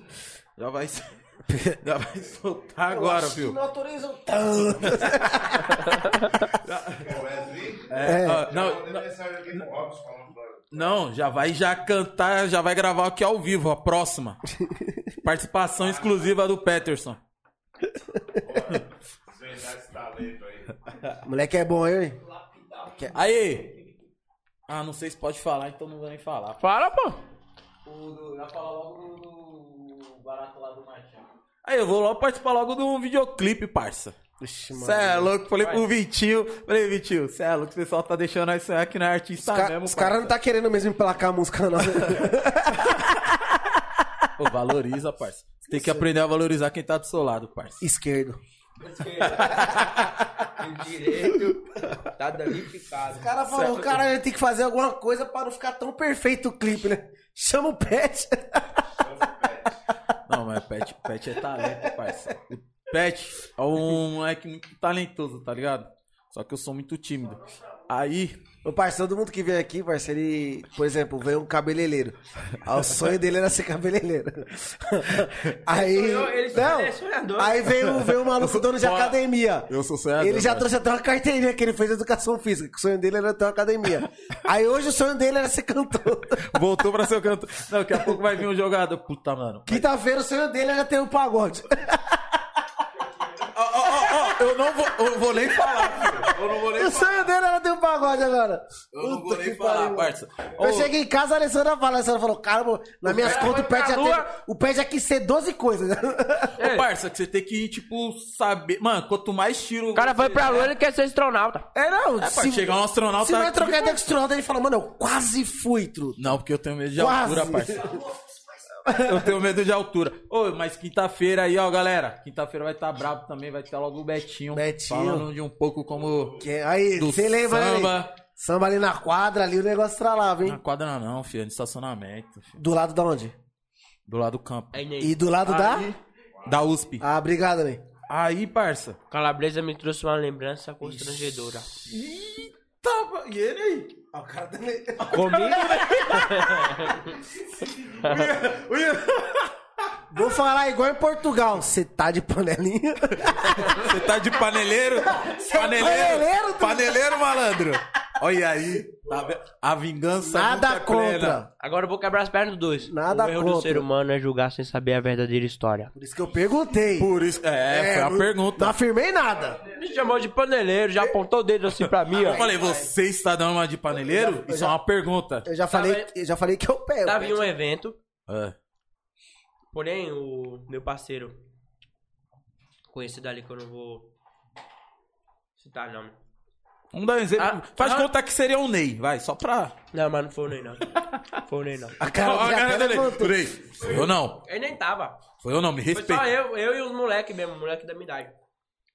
[SPEAKER 2] Já vai, já vai soltar agora, fio.
[SPEAKER 1] autorizam
[SPEAKER 4] Ô, Wesley,
[SPEAKER 1] É.
[SPEAKER 2] Ah,
[SPEAKER 4] já
[SPEAKER 2] não,
[SPEAKER 4] mandei
[SPEAKER 2] não,
[SPEAKER 4] mensagem um aqui pro Robson falando pra
[SPEAKER 2] não, já vai já cantar, já vai gravar aqui ao vivo, a próxima. Participação exclusiva do Peterson.
[SPEAKER 4] desvendar né, esse talento aí.
[SPEAKER 1] Moleque é bom, hein? é-
[SPEAKER 2] Aí! Ah, não sei se pode falar, então não vou nem falar.
[SPEAKER 3] Fala, pô.
[SPEAKER 2] Já fala logo do barato lá do Martinho. Aí, eu vou logo participar logo de um videoclipe, parça.
[SPEAKER 1] Ixi,
[SPEAKER 2] Cê é louco, falei
[SPEAKER 3] Vai.
[SPEAKER 2] pro Vitinho. Falei, Vitinho, cê é louco, o pessoal tá deixando nós sonhar que não é artista
[SPEAKER 1] Os, ca-
[SPEAKER 2] mesmo.
[SPEAKER 1] os caras não tá querendo mesmo emplacar a música, não.
[SPEAKER 2] parça. Pô, valoriza, parça. Você tem que aprender a valorizar quem tá do seu lado, parça.
[SPEAKER 1] Esquerdo.
[SPEAKER 3] Direito. Tá danificado.
[SPEAKER 1] O cara falou, cara, eu tenho que fazer alguma coisa pra não ficar tão perfeito o clipe, né? Chama o Pet.
[SPEAKER 2] Não, mas Pet, Pet é talento, parça. O Pet é um moleque muito talentoso, tá ligado? Só que eu sou muito tímido. Aí,
[SPEAKER 1] Ô, parceiro, todo mundo que vem aqui, parceiro, ele, por exemplo, veio um cabeleireiro. Aí o sonho dele era ser cabeleireiro. Aí.
[SPEAKER 3] sonhou, ele sonhou, ele é sonhador.
[SPEAKER 1] não, aí veio, veio um maluco dono de
[SPEAKER 2] Bora.
[SPEAKER 1] academia.
[SPEAKER 2] Eu sou sonhador,
[SPEAKER 1] Ele já
[SPEAKER 2] parça.
[SPEAKER 1] trouxe até uma carteirinha que ele fez educação física, que o sonho dele era ter uma academia. Aí hoje o sonho dele era ser cantor.
[SPEAKER 2] voltou pra seu canto. Não, daqui a pouco vai vir um jogador. Puta, mano.
[SPEAKER 1] Quinta-feira o sonho dele era ter um pagode.
[SPEAKER 2] Ó, ó, ó, ó, eu não vou, eu vou nem falar, filho.
[SPEAKER 4] Eu não vou nem
[SPEAKER 1] O sonho dele era ter um pagode agora.
[SPEAKER 2] Eu não vou
[SPEAKER 1] Puta
[SPEAKER 2] nem
[SPEAKER 1] que
[SPEAKER 2] falar,
[SPEAKER 1] pariu.
[SPEAKER 2] parça.
[SPEAKER 1] Eu
[SPEAKER 2] Ô,
[SPEAKER 1] cheguei em casa, a Alessandra fala, a Alessandra falou, caramba, nas minhas
[SPEAKER 4] cara
[SPEAKER 1] contas o
[SPEAKER 4] vai
[SPEAKER 1] pé
[SPEAKER 2] tá
[SPEAKER 4] pra
[SPEAKER 1] já
[SPEAKER 4] lua.
[SPEAKER 1] tem, o pé já quis ser 12 coisas.
[SPEAKER 2] ô, parça, que você tem que, tipo, saber. Mano, quanto mais tiro.
[SPEAKER 3] O cara foi pra lua,
[SPEAKER 2] lua.
[SPEAKER 3] ele quer ser astronauta.
[SPEAKER 1] É, não,
[SPEAKER 2] É, parça, chegar um astronauta.
[SPEAKER 1] se nós
[SPEAKER 2] aqui-
[SPEAKER 1] trocar ideia com o astronauta, ele fala, mano, eu quase fui, truto.
[SPEAKER 2] Não, porque eu tenho medo de
[SPEAKER 1] Quase.
[SPEAKER 2] altura, parça. Eu tenho medo de altura. Ô, mas quinta-feira aí, ó, galera. Quinta-feira vai estar brabo também, vai ter logo o Betinho.
[SPEAKER 1] Betinho.
[SPEAKER 2] Falando de um pouco como.
[SPEAKER 1] Que- Aí,
[SPEAKER 2] Do
[SPEAKER 1] você lembra ali?
[SPEAKER 2] samba.
[SPEAKER 1] Samba ali na quadra, ali o negócio tralava,
[SPEAKER 2] Na
[SPEAKER 1] hein?
[SPEAKER 2] quadra não, filho, é no estacionamento. Filho.
[SPEAKER 1] Do lado da onde?
[SPEAKER 2] Do lado do campo.
[SPEAKER 3] Aí, Ney,
[SPEAKER 1] E do lado
[SPEAKER 2] Aí, da USP.
[SPEAKER 1] da... Ah, obrigado, né?
[SPEAKER 2] Aí, parça.
[SPEAKER 3] Calabresa me trouxe uma lembrança constrangedora.
[SPEAKER 2] Eita, va- e ele aí?
[SPEAKER 1] Ó, o cara também...
[SPEAKER 3] Comigo?
[SPEAKER 2] O Ian-
[SPEAKER 1] Vou falar igual em Portugal, você tá de panelinha?
[SPEAKER 2] Você tá de paneleiro?
[SPEAKER 1] é paneleiro,
[SPEAKER 2] paneleiro?
[SPEAKER 1] tu-
[SPEAKER 2] Paneleiro, malandro. Olha aí. tá vendo? a vingança
[SPEAKER 1] Nada
[SPEAKER 2] nunca é plena.
[SPEAKER 1] contra.
[SPEAKER 3] Agora eu vou quebrar as pernas dos dois.
[SPEAKER 1] Nada
[SPEAKER 3] o erro do
[SPEAKER 1] contra.
[SPEAKER 3] ser humano é julgar sem saber a verdadeira história.
[SPEAKER 1] Por isso que eu perguntei.
[SPEAKER 2] Por isso. É, foi
[SPEAKER 1] eu-
[SPEAKER 2] a pergunta.
[SPEAKER 1] Não afirmei nada.
[SPEAKER 3] Me chamou de paneleiro, já apontou o dedo assim pra mim,
[SPEAKER 2] Eu falei, você está dando uma de paneleiro? Isso é uma pergunta.
[SPEAKER 1] Eu já falei,
[SPEAKER 3] Tava-
[SPEAKER 1] eu já falei que é eu pego.
[SPEAKER 3] Tava em um evento,
[SPEAKER 2] É.
[SPEAKER 3] porém o meu parceiro, conhecido ali que eu não vou citar nome.
[SPEAKER 2] Vamos dar um exemplo.
[SPEAKER 3] Ah,
[SPEAKER 2] Faz
[SPEAKER 3] ah.
[SPEAKER 2] conta que seria o Ney, vai, só pra.
[SPEAKER 3] Não, mas não foi o Ney não. Foi o Ney não.
[SPEAKER 1] A cara,
[SPEAKER 2] Ó,
[SPEAKER 1] dele
[SPEAKER 2] a cara
[SPEAKER 1] até
[SPEAKER 2] dele.
[SPEAKER 1] levantou.
[SPEAKER 2] Por aí. Foi eu não.
[SPEAKER 3] Ele nem tava.
[SPEAKER 2] Foi eu não, me
[SPEAKER 3] Foi só
[SPEAKER 2] respeita.
[SPEAKER 3] eu, eu e os moleques mesmo, moleque da minha idade.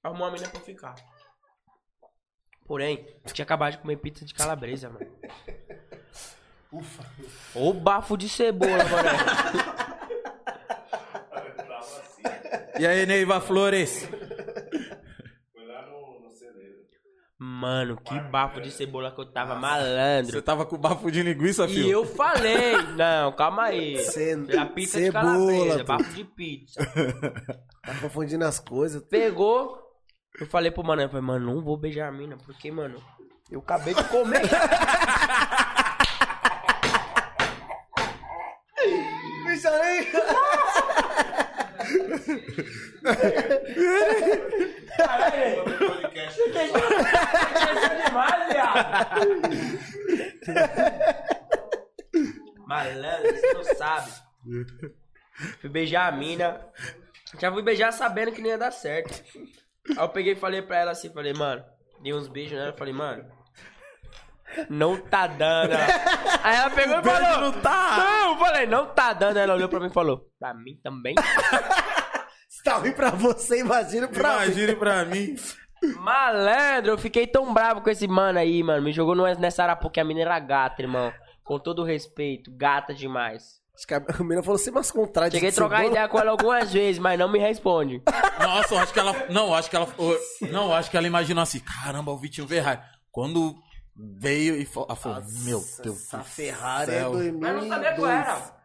[SPEAKER 3] Arrumou uma mina pra eu ficar. Porém, eu tinha acabado de comer pizza de calabresa, mano. Ufa. O bafo de cebola, mano.
[SPEAKER 4] assim.
[SPEAKER 2] E aí, Neiva Flores?
[SPEAKER 3] Mano, que bafo de cebola que eu tava malandro.
[SPEAKER 2] Você tava com bafo de linguiça, filho?
[SPEAKER 3] E eu falei, não, calma aí.
[SPEAKER 1] Ce-
[SPEAKER 3] Era pizza de
[SPEAKER 1] cebola,
[SPEAKER 3] calabresa,
[SPEAKER 1] pô.
[SPEAKER 3] bafo de pizza.
[SPEAKER 1] Tá confundindo as coisas.
[SPEAKER 3] Pegou, eu falei pro mano, eu falei, mano, não vou beijar a mina, porque, mano, eu acabei de comer.
[SPEAKER 1] Bicho, nem...
[SPEAKER 4] outro podcast.
[SPEAKER 3] demais, viado. Malandro, você não sabe. Fui beijar a mina. Já fui beijar sabendo que não ia dar certo. Aí eu peguei e falei pra ela assim, falei, mano, dei uns beijos nela, falei, mano. Não tá dando. Aí ela pegou e falou.
[SPEAKER 2] não tá.
[SPEAKER 3] Não, eu falei, não tá dando. Ela olhou pra mim e falou, pra mim também.
[SPEAKER 1] Se tá ruim pra você, imagina pra mim.
[SPEAKER 2] Imagine pra mim.
[SPEAKER 3] Malandro, eu fiquei tão bravo com esse mano aí, mano. Me jogou no- nessa arapuca que a mina era gata, irmão. Com todo o respeito, gata demais.
[SPEAKER 1] Acho que a menina falou assim, mas contrário.
[SPEAKER 3] Cheguei a trocar ideia com ela algumas vezes, mas não me responde.
[SPEAKER 2] Nossa, eu acho que ela. Não, eu acho que ela. eu- Não, eu acho que ela imaginou assim: caramba, o Vitinho Verrai. Quando veio e falou. Ela falou: Meu Deus.
[SPEAKER 1] Essa Ferrari é
[SPEAKER 2] céu.
[SPEAKER 1] 2002.
[SPEAKER 3] Mas não sabia qual era.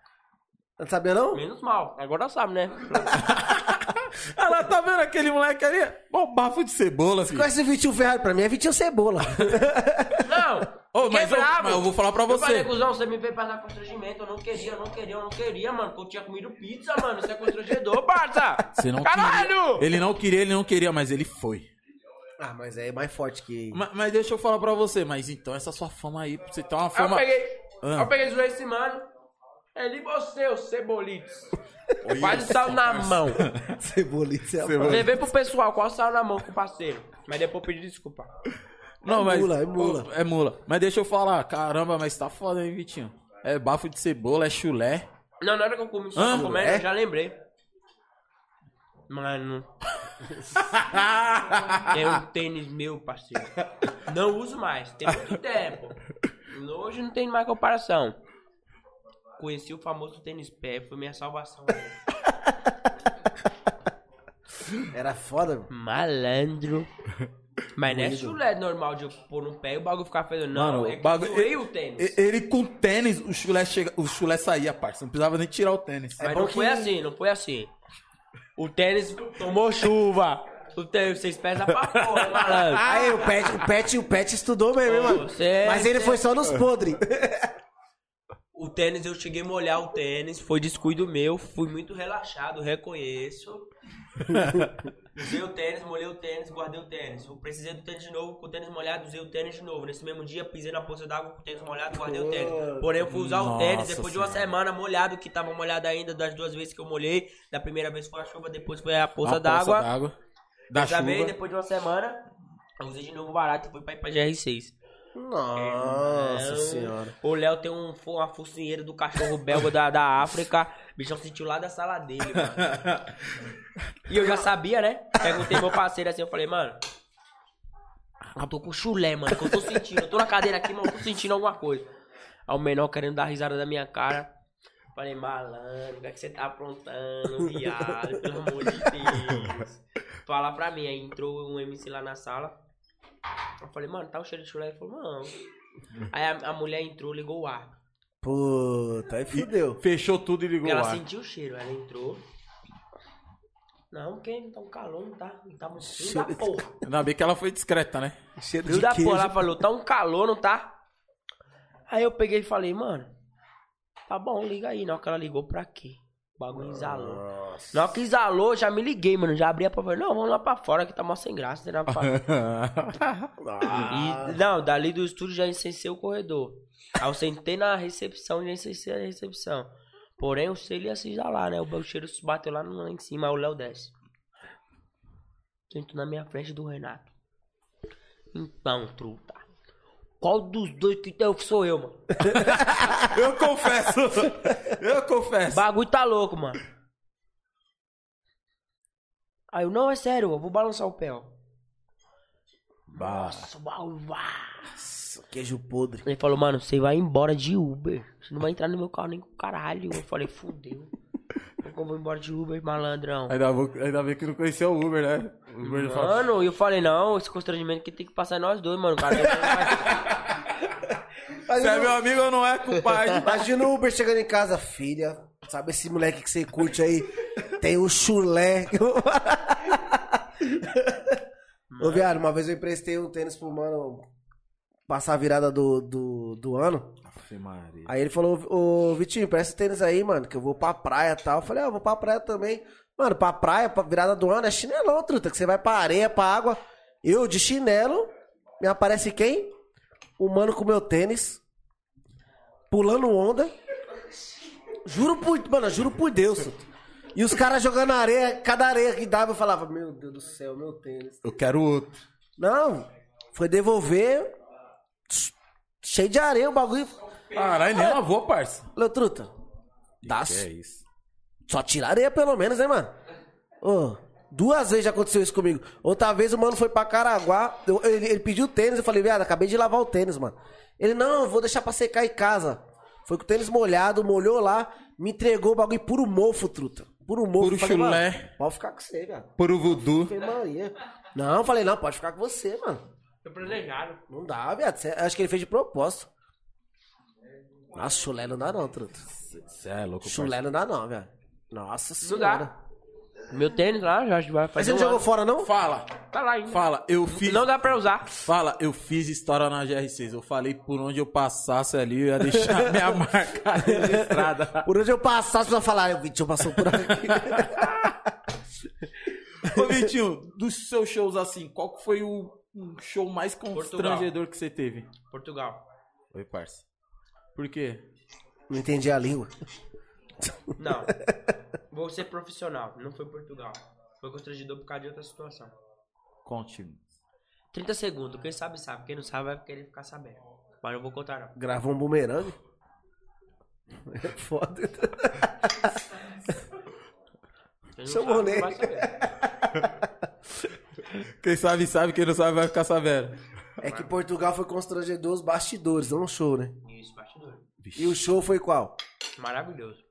[SPEAKER 1] Não sabia, não?
[SPEAKER 3] Menos mal. Agora sabe, né?
[SPEAKER 2] Ela tá vendo aquele moleque ali? Bom, bafo de cebola, filho.
[SPEAKER 1] Conhece o Vitinho Ferrari? Pra mim é Vitinho Cebola.
[SPEAKER 3] Não!
[SPEAKER 2] Ô,
[SPEAKER 3] fiquei
[SPEAKER 2] mas, eu,
[SPEAKER 3] bravo.
[SPEAKER 2] mas eu vou falar pra
[SPEAKER 3] Eu falei,
[SPEAKER 2] você.
[SPEAKER 3] cuzão, você me veio passar constrangimento. Eu não queria, eu não queria, eu não queria, mano. Porque eu tinha comido pizza, mano. Isso é constrangedor, parça.
[SPEAKER 2] Você não
[SPEAKER 3] Caralho!
[SPEAKER 2] queria. Ele não queria, ele não queria, mas ele foi.
[SPEAKER 1] ah, mas é mais forte que...
[SPEAKER 2] Ma- Mas, deixa eu falar pra você, mas então essa sua fama aí, você tem uma
[SPEAKER 3] Aí eu
[SPEAKER 2] fama.
[SPEAKER 3] peguei,
[SPEAKER 2] Ah.
[SPEAKER 3] aí eu peguei e zoei esse mano. Ele e você, o Cebolites. Quase sal na mão.
[SPEAKER 1] Cebolice é
[SPEAKER 2] Cebola.
[SPEAKER 3] Levei pro pessoal, quase sal na mão com o parceiro. Mas depois pedi desculpa.
[SPEAKER 2] Não, mas.
[SPEAKER 1] mula, é mula.
[SPEAKER 2] É mula. Mas deixa eu falar, caramba, mas tá foda, hein, Vitinho? É bafo de cebola, é chulé.
[SPEAKER 3] Não, na hora que eu comi isso
[SPEAKER 2] Ah,
[SPEAKER 3] na comédia,
[SPEAKER 2] é?
[SPEAKER 3] eu já lembrei. Mano, tem um tênis meu, parceiro. Não uso mais, tem muito tempo. Hoje não tem mais comparação. Conheci o famoso tênis pé, foi minha salvação.
[SPEAKER 1] Era foda, mano.
[SPEAKER 3] Malandro. Mas não é chulé normal de eu pôr um pé e o bagulho ficar feio. Não,
[SPEAKER 2] Mano,
[SPEAKER 3] é
[SPEAKER 2] o
[SPEAKER 3] que
[SPEAKER 2] bagulho- é-
[SPEAKER 3] eu zoei o tênis.
[SPEAKER 2] E- Ele com tênis, o chulé, chega, o chulé saía, parça. Não precisava nem tirar o tênis.
[SPEAKER 1] É
[SPEAKER 3] Mas
[SPEAKER 1] bom
[SPEAKER 3] não
[SPEAKER 1] que-
[SPEAKER 3] foi assim, não foi assim. O tênis tomou chuva. O tênis, vocês pesam pra fora, malandro.
[SPEAKER 1] Aí o Pet, o Pet, o Pet estudou mesmo, hein, mano?
[SPEAKER 3] Ah. Você- é.
[SPEAKER 1] Mas ele foi só nos podres.
[SPEAKER 3] O tênis, eu cheguei a molhar o tênis, foi descuido meu, fui muito relaxado, reconheço. Usei o tênis, molhei o tênis, guardei o tênis. Eu precisei do tênis de novo, com o tênis molhado, usei o tênis de novo. Nesse mesmo dia, pisei na poça d'água com o tênis molhado, guardei o tênis. Porém, eu fui usar o
[SPEAKER 2] Nossa
[SPEAKER 3] tênis depois de uma
[SPEAKER 2] Senhora.
[SPEAKER 3] semana molhado, que tava molhado ainda das duas vezes que eu molhei. Da primeira vez foi a chuva, depois foi a poça d'água.
[SPEAKER 2] Da
[SPEAKER 3] Já veio
[SPEAKER 2] chuva.
[SPEAKER 3] depois de uma semana, eu usei de novo barato e fui pra ir pra GR6.
[SPEAKER 1] Nossa
[SPEAKER 3] Não.
[SPEAKER 1] senhora.
[SPEAKER 3] O Léo tem um, fo- uma focinheira do cachorro belga da, da África. O bichão sentiu lá da sala dele, mano. E eu já sabia, né? Perguntei meu parceiro assim, eu falei, mano. Eu tô com chulé, mano, que eu tô sentindo. Eu tô na cadeira aqui, mano, eu tô sentindo alguma coisa. Aí o menor querendo dar risada da minha cara. Falei, malandro, o que, é que você tá aprontando, viado? Pelo amor de Deus. Fala pra mim. Aí entrou um MC lá na sala. Eu falei, mano, tá o cheiro de chulé? Ele falou, não. Aí a, a mulher entrou, ligou o ar.
[SPEAKER 1] Puta, aí fudeu.
[SPEAKER 2] Fechou tudo e ligou
[SPEAKER 3] Porque
[SPEAKER 2] o
[SPEAKER 3] ela
[SPEAKER 2] ar.
[SPEAKER 3] sentiu o cheiro, ela entrou. Não, porque não tá um calor, não tá. Não tá um frio da
[SPEAKER 1] Cheiro de
[SPEAKER 3] porra.
[SPEAKER 2] Ainda bem que ela foi discreta, né?
[SPEAKER 1] Cheiro
[SPEAKER 3] Frio
[SPEAKER 1] de
[SPEAKER 3] da
[SPEAKER 1] queijo.
[SPEAKER 3] porra. Ela falou, tá um calor, não tá? Aí eu peguei e falei, mano, tá bom, liga aí. Na hora que ela ligou, pra quê? O bagulho exalou.
[SPEAKER 1] Nossa.
[SPEAKER 3] Na hora que exalou, já me liguei, mano. Já abri a porta e falei, não, vamos lá pra fora que tá mó sem graça, não tem nada pra fazer. E, não, dali do estúdio já incensei o corredor. Aí eu sentei na recepção, já incensei a recepção. Porém, o selo ia se exalar, né? O ba- o cheiro bateu lá, no- lá em cima, aí o Léo desce. Sento na minha frente do Renato. Então, truta. Qual dos dois que eu sou eu, mano?
[SPEAKER 2] Eu confesso. Eu confesso.
[SPEAKER 3] Bagulho tá louco, mano. Aí eu, não, é sério, eu vou balançar o pé, ó. Nossa, uau, uau.
[SPEAKER 1] Nossa, queijo podre.
[SPEAKER 3] Ele falou, mano, você vai embora de Uber. Você não vai entrar no meu carro nem com o caralho. Eu falei, fudeu. Como que eu vou embora de Uber, malandrão?
[SPEAKER 2] Ainda, vou- ainda bem que não conheceu o Uber, né? O Uber fala,
[SPEAKER 3] Mano, e eu falei, não, esse constrangimento que tem que passar é nós dois, mano. Cara, Vai-
[SPEAKER 2] se é meu amigo ou não é culpado.
[SPEAKER 1] Imagina o Uber chegando em casa, filha. Sabe esse moleque que você curte aí? Tem o chulé. Ô, viado, uma vez eu emprestei um tênis pro mano passar a virada do, do, do ano.
[SPEAKER 2] Aff, Maria.
[SPEAKER 1] Aí ele falou, ô Vitinho, empresta o tênis aí, mano, que eu vou pra praia e tal. Eu falei, ah, eu vou pra praia também. Mano, pra praia, pra virada do ano, é chinelão, truta, que você vai pra areia, pra água. Eu de chinelo, me aparece quem? O mano com meu tênis, pulando onda. Juro por, mano, juro por Deus, truta. E os caras jogando areia, cada areia que dava, eu falava, meu Deus do céu, meu tênis.
[SPEAKER 2] Eu quero outro.
[SPEAKER 1] Não, foi devolver, cheio de areia o bagulho.
[SPEAKER 2] Caralho, nem lavou, parça.
[SPEAKER 1] Falei, truta, dá
[SPEAKER 2] Que é isso.
[SPEAKER 1] Só tira areia pelo menos, né, mano? Ô, duas vezes já aconteceu isso comigo. Outra vez o mano foi pra Caraguá, eu- ele, ele pediu tênis, eu falei, viado, acabei de lavar o tênis, mano. Ele, não, eu vou deixar pra secar em casa. Foi com o tênis molhado, molhou lá, me entregou o bagulho puro mofo, truta. Puro mofo.
[SPEAKER 2] Puro
[SPEAKER 1] Eu falei,
[SPEAKER 2] chulé.
[SPEAKER 1] mano, Pode ficar com você, viado.
[SPEAKER 2] Por o voodoo.
[SPEAKER 1] Falei, Maria. Não, eu falei, não, pode ficar com você, mano.
[SPEAKER 3] Foi planejado.
[SPEAKER 1] Não dá, viado. Cê- acho que ele fez de propósito. Nossa, chulé não dá não, truta.
[SPEAKER 2] Você é louco, parça.
[SPEAKER 1] Chulé não dá não, viado. Nossa
[SPEAKER 3] Não
[SPEAKER 1] senhora.
[SPEAKER 3] dá. Meu tênis lá, já acho que vai
[SPEAKER 1] Mas
[SPEAKER 3] fazer
[SPEAKER 1] você não
[SPEAKER 3] um
[SPEAKER 1] jogou
[SPEAKER 3] ano.
[SPEAKER 1] fora, não?
[SPEAKER 2] Fala,
[SPEAKER 3] Tá lá ainda.
[SPEAKER 2] fala. Eu fiz...
[SPEAKER 3] Não dá pra usar.
[SPEAKER 2] Fala, eu fiz história na GR6. Eu falei por onde eu passasse ali, eu ia deixar minha marca
[SPEAKER 3] Ah.
[SPEAKER 2] registrada.
[SPEAKER 1] Por onde eu passasse pra falar, "Ah, o Vitinho passou por aqui.
[SPEAKER 2] Ô, Vitinho, dos seus shows assim, qual que foi o um show mais constrangedor que você teve?
[SPEAKER 3] Portugal.
[SPEAKER 2] Oi, parça. Por quê?
[SPEAKER 1] Não entendi a língua.
[SPEAKER 3] Não. Vou ser profissional. Não foi Portugal. Foi constrangedor por causa de outra situação.
[SPEAKER 2] Conte.
[SPEAKER 3] 30 segundos. Quem sabe, sabe. Quem não sabe, vai querer ficar sabendo. Mas não vou contar, não.
[SPEAKER 1] Gravou um bumerangue? É foda.
[SPEAKER 3] Quem não
[SPEAKER 1] Chamou
[SPEAKER 3] sabe, não
[SPEAKER 1] nele.
[SPEAKER 3] vai saber.
[SPEAKER 2] Quem sabe, sabe. Quem não sabe, vai ficar sabendo.
[SPEAKER 1] É que Portugal foi constrangedor os bastidores, não o show, né?
[SPEAKER 3] Isso, bastidor.
[SPEAKER 1] E o show foi qual?
[SPEAKER 3] Maravilhoso.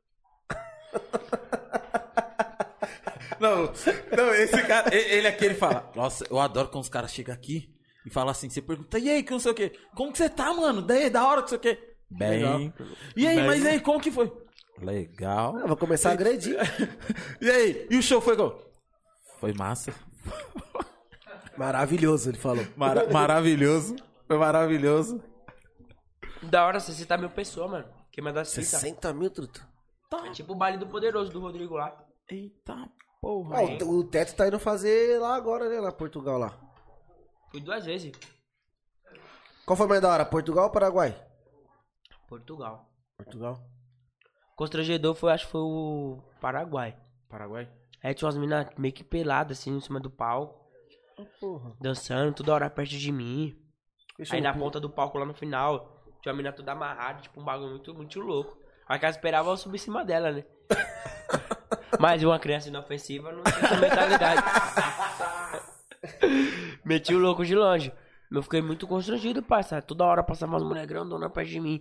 [SPEAKER 2] Não, não, esse cara, e- ele aqui, ele fala, nossa, eu adoro quando os caras chegam aqui e falam assim, você pergunta, e aí, que não sei o quê, como que você tá, mano? Daí, da hora, que não sei o quê. Bem. E aí, mas e aí, como que foi? Legal.
[SPEAKER 1] Ah, vou começar a agredir.
[SPEAKER 2] E aí, e o show foi como? Foi massa.
[SPEAKER 1] Maravilhoso, ele falou.
[SPEAKER 2] Mara- maravilhoso. Foi maravilhoso.
[SPEAKER 3] Da hora 60 mil pessoas, mano. Queima da cita.
[SPEAKER 1] 60 mil, truta.
[SPEAKER 3] É tipo o baile do poderoso do Rodrigo lá.
[SPEAKER 2] Eita
[SPEAKER 3] Porra.
[SPEAKER 1] Ó,
[SPEAKER 3] hein?
[SPEAKER 1] o, o Teto tá indo fazer lá agora, né? Lá em Portugal lá.
[SPEAKER 3] Fui duas vezes.
[SPEAKER 1] Qual foi mais da hora? Portugal ou Paraguai?
[SPEAKER 3] Portugal.
[SPEAKER 1] Portugal.
[SPEAKER 3] Constrangedor foi, acho que foi o Paraguai.
[SPEAKER 2] Paraguai?
[SPEAKER 3] Aí tinha umas minas meio que peladas, assim, em cima do palco,
[SPEAKER 1] Porra.
[SPEAKER 3] dançando toda hora perto de mim.
[SPEAKER 1] Fechou
[SPEAKER 3] Aí na
[SPEAKER 1] o-
[SPEAKER 3] ponta do palco, lá no final, tinha uma mina toda amarrada, tipo, um bagulho muito, muito louco. Aí que ela esperava eu subir em cima dela, né? Mas uma criança inofensiva não tinha essa mentalidade. Meti o louco de longe. Eu fiquei muito constrangido, parça. Toda hora passava umas mulher grandona perto de mim.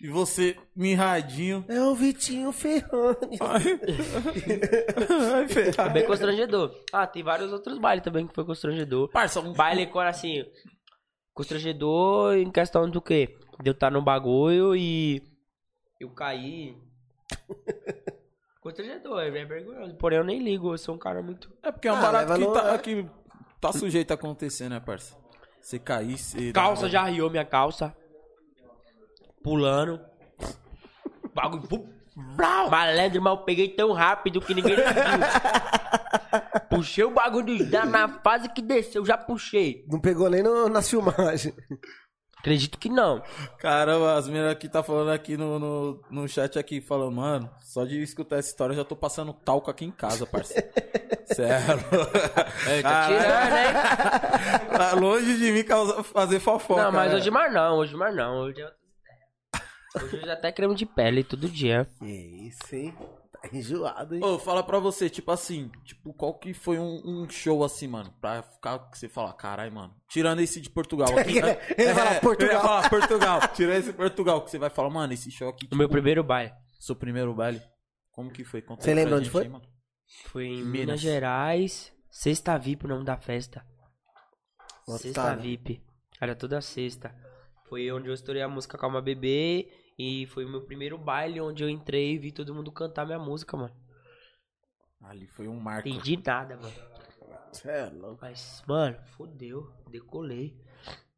[SPEAKER 2] E você, mirradinho.
[SPEAKER 1] É o Vitinho Ferrani.
[SPEAKER 2] Ai,
[SPEAKER 3] Foi
[SPEAKER 2] ferrado.
[SPEAKER 3] Bem constrangedor. Ah, tem vários outros bailes também que foi constrangedor.
[SPEAKER 2] Parça, um
[SPEAKER 3] Baile quando assim. Constrangedor em questão do quê? De eu estar no bagulho e. Eu caí. constrangedor, é bem vergonhoso. Porém, eu nem ligo, eu sou um cara muito.
[SPEAKER 2] É porque é um
[SPEAKER 1] Ah,
[SPEAKER 2] barato
[SPEAKER 1] leva
[SPEAKER 2] que
[SPEAKER 1] no-
[SPEAKER 2] tá,
[SPEAKER 1] é.
[SPEAKER 2] que tá sujeito a acontecer, né, parça? Você cair, você...
[SPEAKER 3] Calça já riou minha calça. Pulando. Bagulho. pum, brau. Malandro, mas eu peguei tão rápido que ninguém viu. Puxei o bagulho dos danos na fase que desceu, já puxei.
[SPEAKER 1] Não pegou nem no, nas filmagens.
[SPEAKER 3] Acredito que não.
[SPEAKER 2] Caramba, as meninas que tá falando aqui no, no, no chat aqui, falando, mano, só de escutar essa história eu já tô passando talco aqui em casa, parça. Sério. É,
[SPEAKER 3] Tá tirando, hein?
[SPEAKER 2] Tá longe de mim causa- fazer fofoca.
[SPEAKER 3] Não, mas
[SPEAKER 2] né?
[SPEAKER 3] hoje mais não, hoje mais não. Hoje é outras ideias. Hoje eu já até creme de pele todo dia.
[SPEAKER 1] Que isso, hein? Tá enjoado, hein?
[SPEAKER 2] Ô, fala pra você, tipo assim, tipo, qual que foi um, um show assim, mano? Pra ficar que você fala, caralho, mano. Tirando esse de Portugal aqui. né?
[SPEAKER 1] Ele vai falar,
[SPEAKER 2] É,
[SPEAKER 1] Portugal.
[SPEAKER 2] Ele vai falar, Portugal. Tirando esse Portugal, que você vai falar, mano, esse show aqui,
[SPEAKER 3] O meu primeiro baile
[SPEAKER 2] seu primeiro baile. Como que foi? Conta
[SPEAKER 1] Você
[SPEAKER 2] pra
[SPEAKER 1] lembra onde
[SPEAKER 2] gente
[SPEAKER 1] foi?
[SPEAKER 2] aí, mano.
[SPEAKER 3] foi em
[SPEAKER 2] Minas.
[SPEAKER 3] Minas, Gerais. Sexta VIP, o nome da festa.
[SPEAKER 2] é,
[SPEAKER 1] Lotado.
[SPEAKER 2] tá
[SPEAKER 3] Sexta VIP. Era toda sexta. Foi onde eu estourei a música Calma Bebê. E foi o meu primeiro baile onde eu entrei e vi todo mundo cantar minha música, mano.
[SPEAKER 2] Ali foi um marco.
[SPEAKER 3] Entendi nada, mano.
[SPEAKER 1] Você é louco.
[SPEAKER 3] Mas, mano, fodeu. Decolei.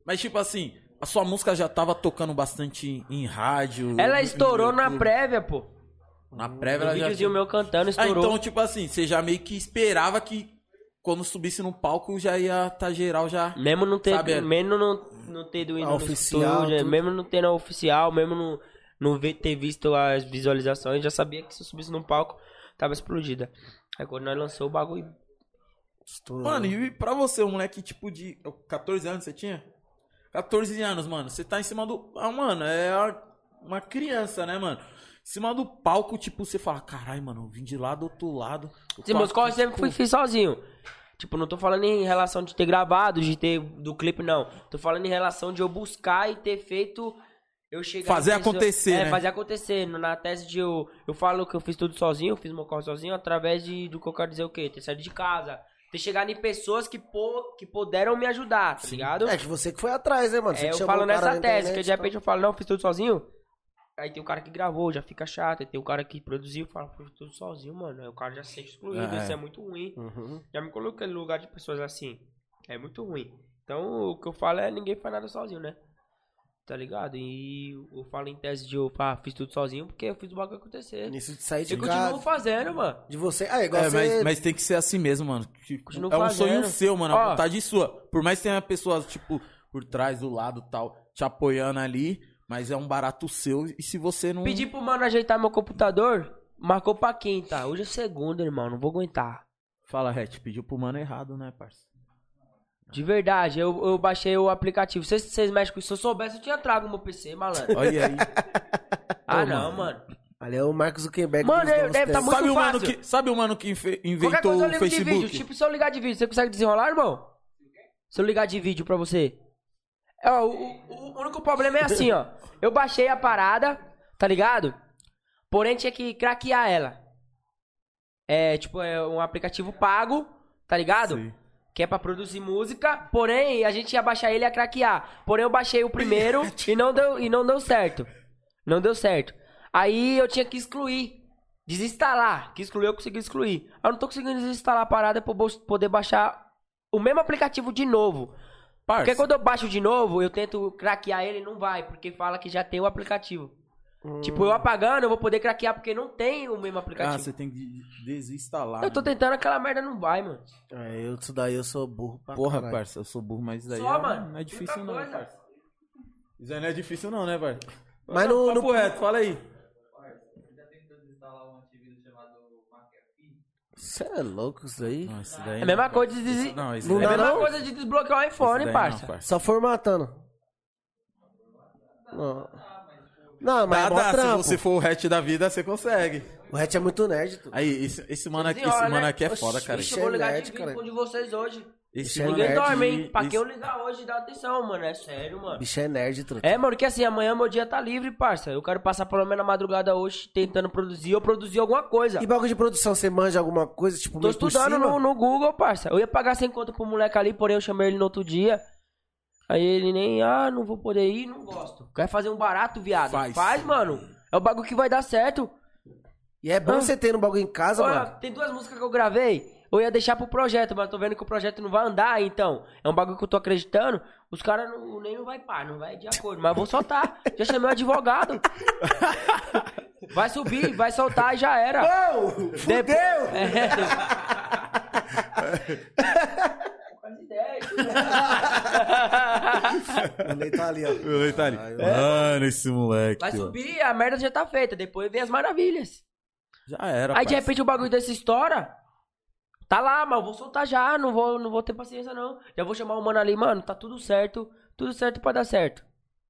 [SPEAKER 2] Mas, tipo assim, a sua música já tava tocando bastante em, em rádio.
[SPEAKER 3] Ela
[SPEAKER 2] no-
[SPEAKER 3] estourou
[SPEAKER 2] no
[SPEAKER 3] na
[SPEAKER 2] YouTube.
[SPEAKER 3] prévia, pô.
[SPEAKER 2] Na prévia
[SPEAKER 3] O
[SPEAKER 2] ela já.
[SPEAKER 3] videozinho meu cantando
[SPEAKER 2] Ah,
[SPEAKER 3] estourou.
[SPEAKER 2] então, tipo assim, você já meio que esperava que quando subisse no palco já ia tá geral já.
[SPEAKER 3] Mesmo não ter,
[SPEAKER 2] Sabe?
[SPEAKER 3] mesmo não, não ter do
[SPEAKER 1] A
[SPEAKER 3] indo no
[SPEAKER 1] oficial,
[SPEAKER 3] estúdio,
[SPEAKER 1] tudo.
[SPEAKER 3] mesmo não tendo a oficial, mesmo não, não ver- ter visto as visualizações, já sabia que se eu subisse no palco, tava explodida. Aí quando nós lançou o bagulho,
[SPEAKER 1] Estourou.
[SPEAKER 2] Mano, e pra você, um moleque tipo de. 14 anos você tinha? 14 anos, mano. Você tá em cima do. Ah, mano, é a- uma criança, né, mano? Em cima do palco, tipo, você fala, caralho, mano, eu vim de lá do outro lado. Eu
[SPEAKER 3] sim,
[SPEAKER 2] tô
[SPEAKER 3] meus
[SPEAKER 2] aqui,
[SPEAKER 3] corres sempre
[SPEAKER 2] tipo,
[SPEAKER 3] fui, fiz sozinho. Tipo, não tô falando em relação de ter gravado, de ter do clipe, não. Tô falando em relação de eu buscar e ter feito. Eu chegar
[SPEAKER 2] Fazer
[SPEAKER 3] e fiz-
[SPEAKER 2] acontecer,
[SPEAKER 3] É,
[SPEAKER 2] né?
[SPEAKER 3] fazer acontecer. No- Na tese de eu. Eu falo que eu fiz tudo sozinho, eu fiz meu corre sozinho, através de, do que eu quero dizer o quê? Ter saído de casa. Ter chegado em pessoas que, pô, que puderam me ajudar, tá ligado?
[SPEAKER 1] É que você que foi atrás, né, mano? Você
[SPEAKER 3] É,
[SPEAKER 1] que
[SPEAKER 3] eu
[SPEAKER 1] chamou
[SPEAKER 3] falo
[SPEAKER 1] o cara
[SPEAKER 3] nessa
[SPEAKER 1] na
[SPEAKER 3] tese,
[SPEAKER 1] internet tá?
[SPEAKER 3] que
[SPEAKER 1] e
[SPEAKER 3] de
[SPEAKER 1] tal.
[SPEAKER 2] um
[SPEAKER 3] repente eu falo, não, fiz tudo sozinho. Aí tem o cara que gravou, já fica chato. Aí tem o cara que produziu, fala, fiz tudo sozinho, mano. Aí o cara já se sente excluído,
[SPEAKER 2] É.
[SPEAKER 3] isso é muito ruim.
[SPEAKER 1] Uhum.
[SPEAKER 3] Já me coloquei no lugar de pessoas assim. É muito ruim. Então, o que eu falo é ninguém faz nada sozinho, né? Tá ligado? E eu falo em tese de eu pá, fiz tudo sozinho porque eu fiz o bagulho acontecer.
[SPEAKER 1] Início de sair
[SPEAKER 3] E
[SPEAKER 1] de
[SPEAKER 3] continuo
[SPEAKER 1] casa.
[SPEAKER 3] fazendo, mano.
[SPEAKER 1] De você. Ah, igual
[SPEAKER 2] É,
[SPEAKER 1] você.
[SPEAKER 2] mas, mas tem que ser assim mesmo, mano. Tipo,
[SPEAKER 3] Continua
[SPEAKER 2] é um
[SPEAKER 3] fazendo.
[SPEAKER 2] sonho seu, mano. A
[SPEAKER 3] Ó.
[SPEAKER 2] vontade é sua. Por mais que tenha pessoas, tipo, por trás, do lado tal, te apoiando ali, mas é um barato seu. E se você não.
[SPEAKER 3] Pedi pro mano ajeitar meu computador, marcou pra quinta. Hoje é segunda, irmão, não vou aguentar.
[SPEAKER 2] Fala, Red, pediu pro mano errado, né, parça?
[SPEAKER 3] De verdade, eu, eu baixei o aplicativo. Vocês, vocês mexem com isso? Se eu soubesse, eu tinha trago meu PC, malandro.
[SPEAKER 2] Olha aí.
[SPEAKER 3] ah,
[SPEAKER 2] Ô,
[SPEAKER 3] não,
[SPEAKER 2] mano.
[SPEAKER 3] mano.
[SPEAKER 1] Ali é o Marcos Zuckerberg.
[SPEAKER 3] Mano,
[SPEAKER 1] dos
[SPEAKER 2] é,
[SPEAKER 3] eu-
[SPEAKER 1] novos
[SPEAKER 3] deve tá
[SPEAKER 1] tempos.
[SPEAKER 3] muito
[SPEAKER 2] sabe, o mano
[SPEAKER 3] fácil.
[SPEAKER 2] que, sabe o mano que infe-
[SPEAKER 3] Qualquer
[SPEAKER 2] inventou
[SPEAKER 3] coisa eu
[SPEAKER 2] o
[SPEAKER 3] ligo de
[SPEAKER 2] Facebook?
[SPEAKER 3] vídeo. Tipo, se eu ligar de vídeo, você consegue desenrolar, irmão? Se eu ligar de vídeo pra você. É, ó, o, o- o único problema é assim, ó. Eu baixei a parada, tá ligado? Porém, tinha que craquear ela. É, tipo, é um aplicativo pago, tá ligado?
[SPEAKER 2] Sim.
[SPEAKER 3] Que é pra produzir música, porém, a gente ia baixar ele e ia craquear. Porém, eu baixei o primeiro e, não deu, e não deu certo. Não deu certo. Aí eu tinha que excluir. Desinstalar. Que excluir, eu consegui excluir. Eu não tô conseguindo desinstalar a parada pra eu bo- poder baixar o mesmo aplicativo de novo.
[SPEAKER 2] Parça,
[SPEAKER 3] Porque quando eu baixo de novo, eu tento craquear ele e não vai, porque fala que já tem o aplicativo. Tipo, eu apagando, eu vou poder craquear porque não tem o
[SPEAKER 2] Hum.
[SPEAKER 3] mesmo
[SPEAKER 2] Ah,
[SPEAKER 3] aplicativo.
[SPEAKER 2] você tem que desinstalar. né?
[SPEAKER 3] eu tô
[SPEAKER 2] mano.
[SPEAKER 3] tentando, aquela merda não vai, mano.
[SPEAKER 1] É, eu, isso daí eu sou burro pra
[SPEAKER 2] Porra,
[SPEAKER 1] caralho.
[SPEAKER 2] parça, eu sou burro, mas isso daí
[SPEAKER 3] Só,
[SPEAKER 2] é-
[SPEAKER 3] mano.
[SPEAKER 2] não é difícil
[SPEAKER 3] Outra
[SPEAKER 2] não,
[SPEAKER 3] coisa.
[SPEAKER 2] parça. Isso aí não é difícil não, né, parça?
[SPEAKER 1] Mas no-
[SPEAKER 2] Papo
[SPEAKER 1] no-
[SPEAKER 2] reto, fala aí.
[SPEAKER 1] Você é louco isso aí?
[SPEAKER 2] Não, isso daí
[SPEAKER 3] É a mesma
[SPEAKER 2] não,
[SPEAKER 3] coisa de,
[SPEAKER 2] parça.
[SPEAKER 3] des...
[SPEAKER 2] Isso- Não, isso
[SPEAKER 1] Não
[SPEAKER 3] é a
[SPEAKER 2] daí
[SPEAKER 1] dá,
[SPEAKER 3] mesma
[SPEAKER 1] não?
[SPEAKER 3] coisa de desbloquear o
[SPEAKER 2] Isso
[SPEAKER 3] iPhone,
[SPEAKER 2] daí não,
[SPEAKER 3] parça.
[SPEAKER 2] parça.
[SPEAKER 1] Só formatando. Não. Não, mas
[SPEAKER 2] Dá,
[SPEAKER 1] é mó
[SPEAKER 2] dá, se
[SPEAKER 1] trampo.
[SPEAKER 2] você for o hatch da vida, você consegue.
[SPEAKER 1] O hatch é muito nerd, tu.
[SPEAKER 2] Aí, esse, esse mano aqui,
[SPEAKER 3] Senhora,
[SPEAKER 2] esse mano
[SPEAKER 3] né?
[SPEAKER 2] aqui é
[SPEAKER 1] Oxi,
[SPEAKER 2] foda, cara.
[SPEAKER 1] Ixi,
[SPEAKER 3] Ixi, eu vou
[SPEAKER 1] é
[SPEAKER 3] ligar
[SPEAKER 1] nerd,
[SPEAKER 3] de
[SPEAKER 1] cara.
[SPEAKER 3] vídeo com um de vocês hoje.
[SPEAKER 2] Esse
[SPEAKER 1] é
[SPEAKER 2] mano
[SPEAKER 1] nerd,
[SPEAKER 3] Ninguém dorme, hein?
[SPEAKER 2] esse-
[SPEAKER 3] Pra quem eu ligar hoje, dá atenção, mano. É sério, mano.
[SPEAKER 1] Bicho é nerd, truta.
[SPEAKER 3] É, mano, que assim, amanhã meu dia tá livre, parça. Eu quero passar pelo menos a madrugada hoje tentando produzir ou produzir alguma coisa.
[SPEAKER 1] E bagulho de produção, você manja alguma coisa, tipo,
[SPEAKER 3] Tô
[SPEAKER 1] meio por
[SPEAKER 3] estudando
[SPEAKER 1] cima?
[SPEAKER 3] no, no Google, parça. Eu ia pagar sem conta pro moleque ali, porém eu chamei ele no outro dia. Aí ele nem, ah, não vou poder ir, não gosto. Quer fazer um barato, viado?
[SPEAKER 2] Faz.
[SPEAKER 3] Faz, mano. É o bagulho que vai dar certo.
[SPEAKER 1] E é bom
[SPEAKER 3] Ah.
[SPEAKER 1] você ter um bagulho em casa,
[SPEAKER 3] Olha,
[SPEAKER 1] mano.
[SPEAKER 3] tem duas músicas que eu gravei. Eu ia deixar pro projeto, mas tô vendo que o projeto não vai andar, então. É um bagulho que eu tô acreditando. Os caras não, nem não vai par, não vai de acordo. Mas eu vou soltar. Já chamei o advogado. Vai subir, vai soltar e já era.
[SPEAKER 1] Não!
[SPEAKER 3] Depo- É. Quase 10.
[SPEAKER 1] O leito ali, ó.
[SPEAKER 2] Meu leite tá ali. Mano, esse moleque.
[SPEAKER 3] Vai
[SPEAKER 2] ó.
[SPEAKER 3] subir, a merda já tá feita. Depois vem as maravilhas.
[SPEAKER 2] Já era,
[SPEAKER 3] Aí de
[SPEAKER 2] parça.
[SPEAKER 3] repente o bagulho dessa história tá lá, mas eu vou soltar já, não vou, não vou ter paciência não. Já vou chamar o mano ali, mano, tá tudo certo, tudo certo pra dar certo.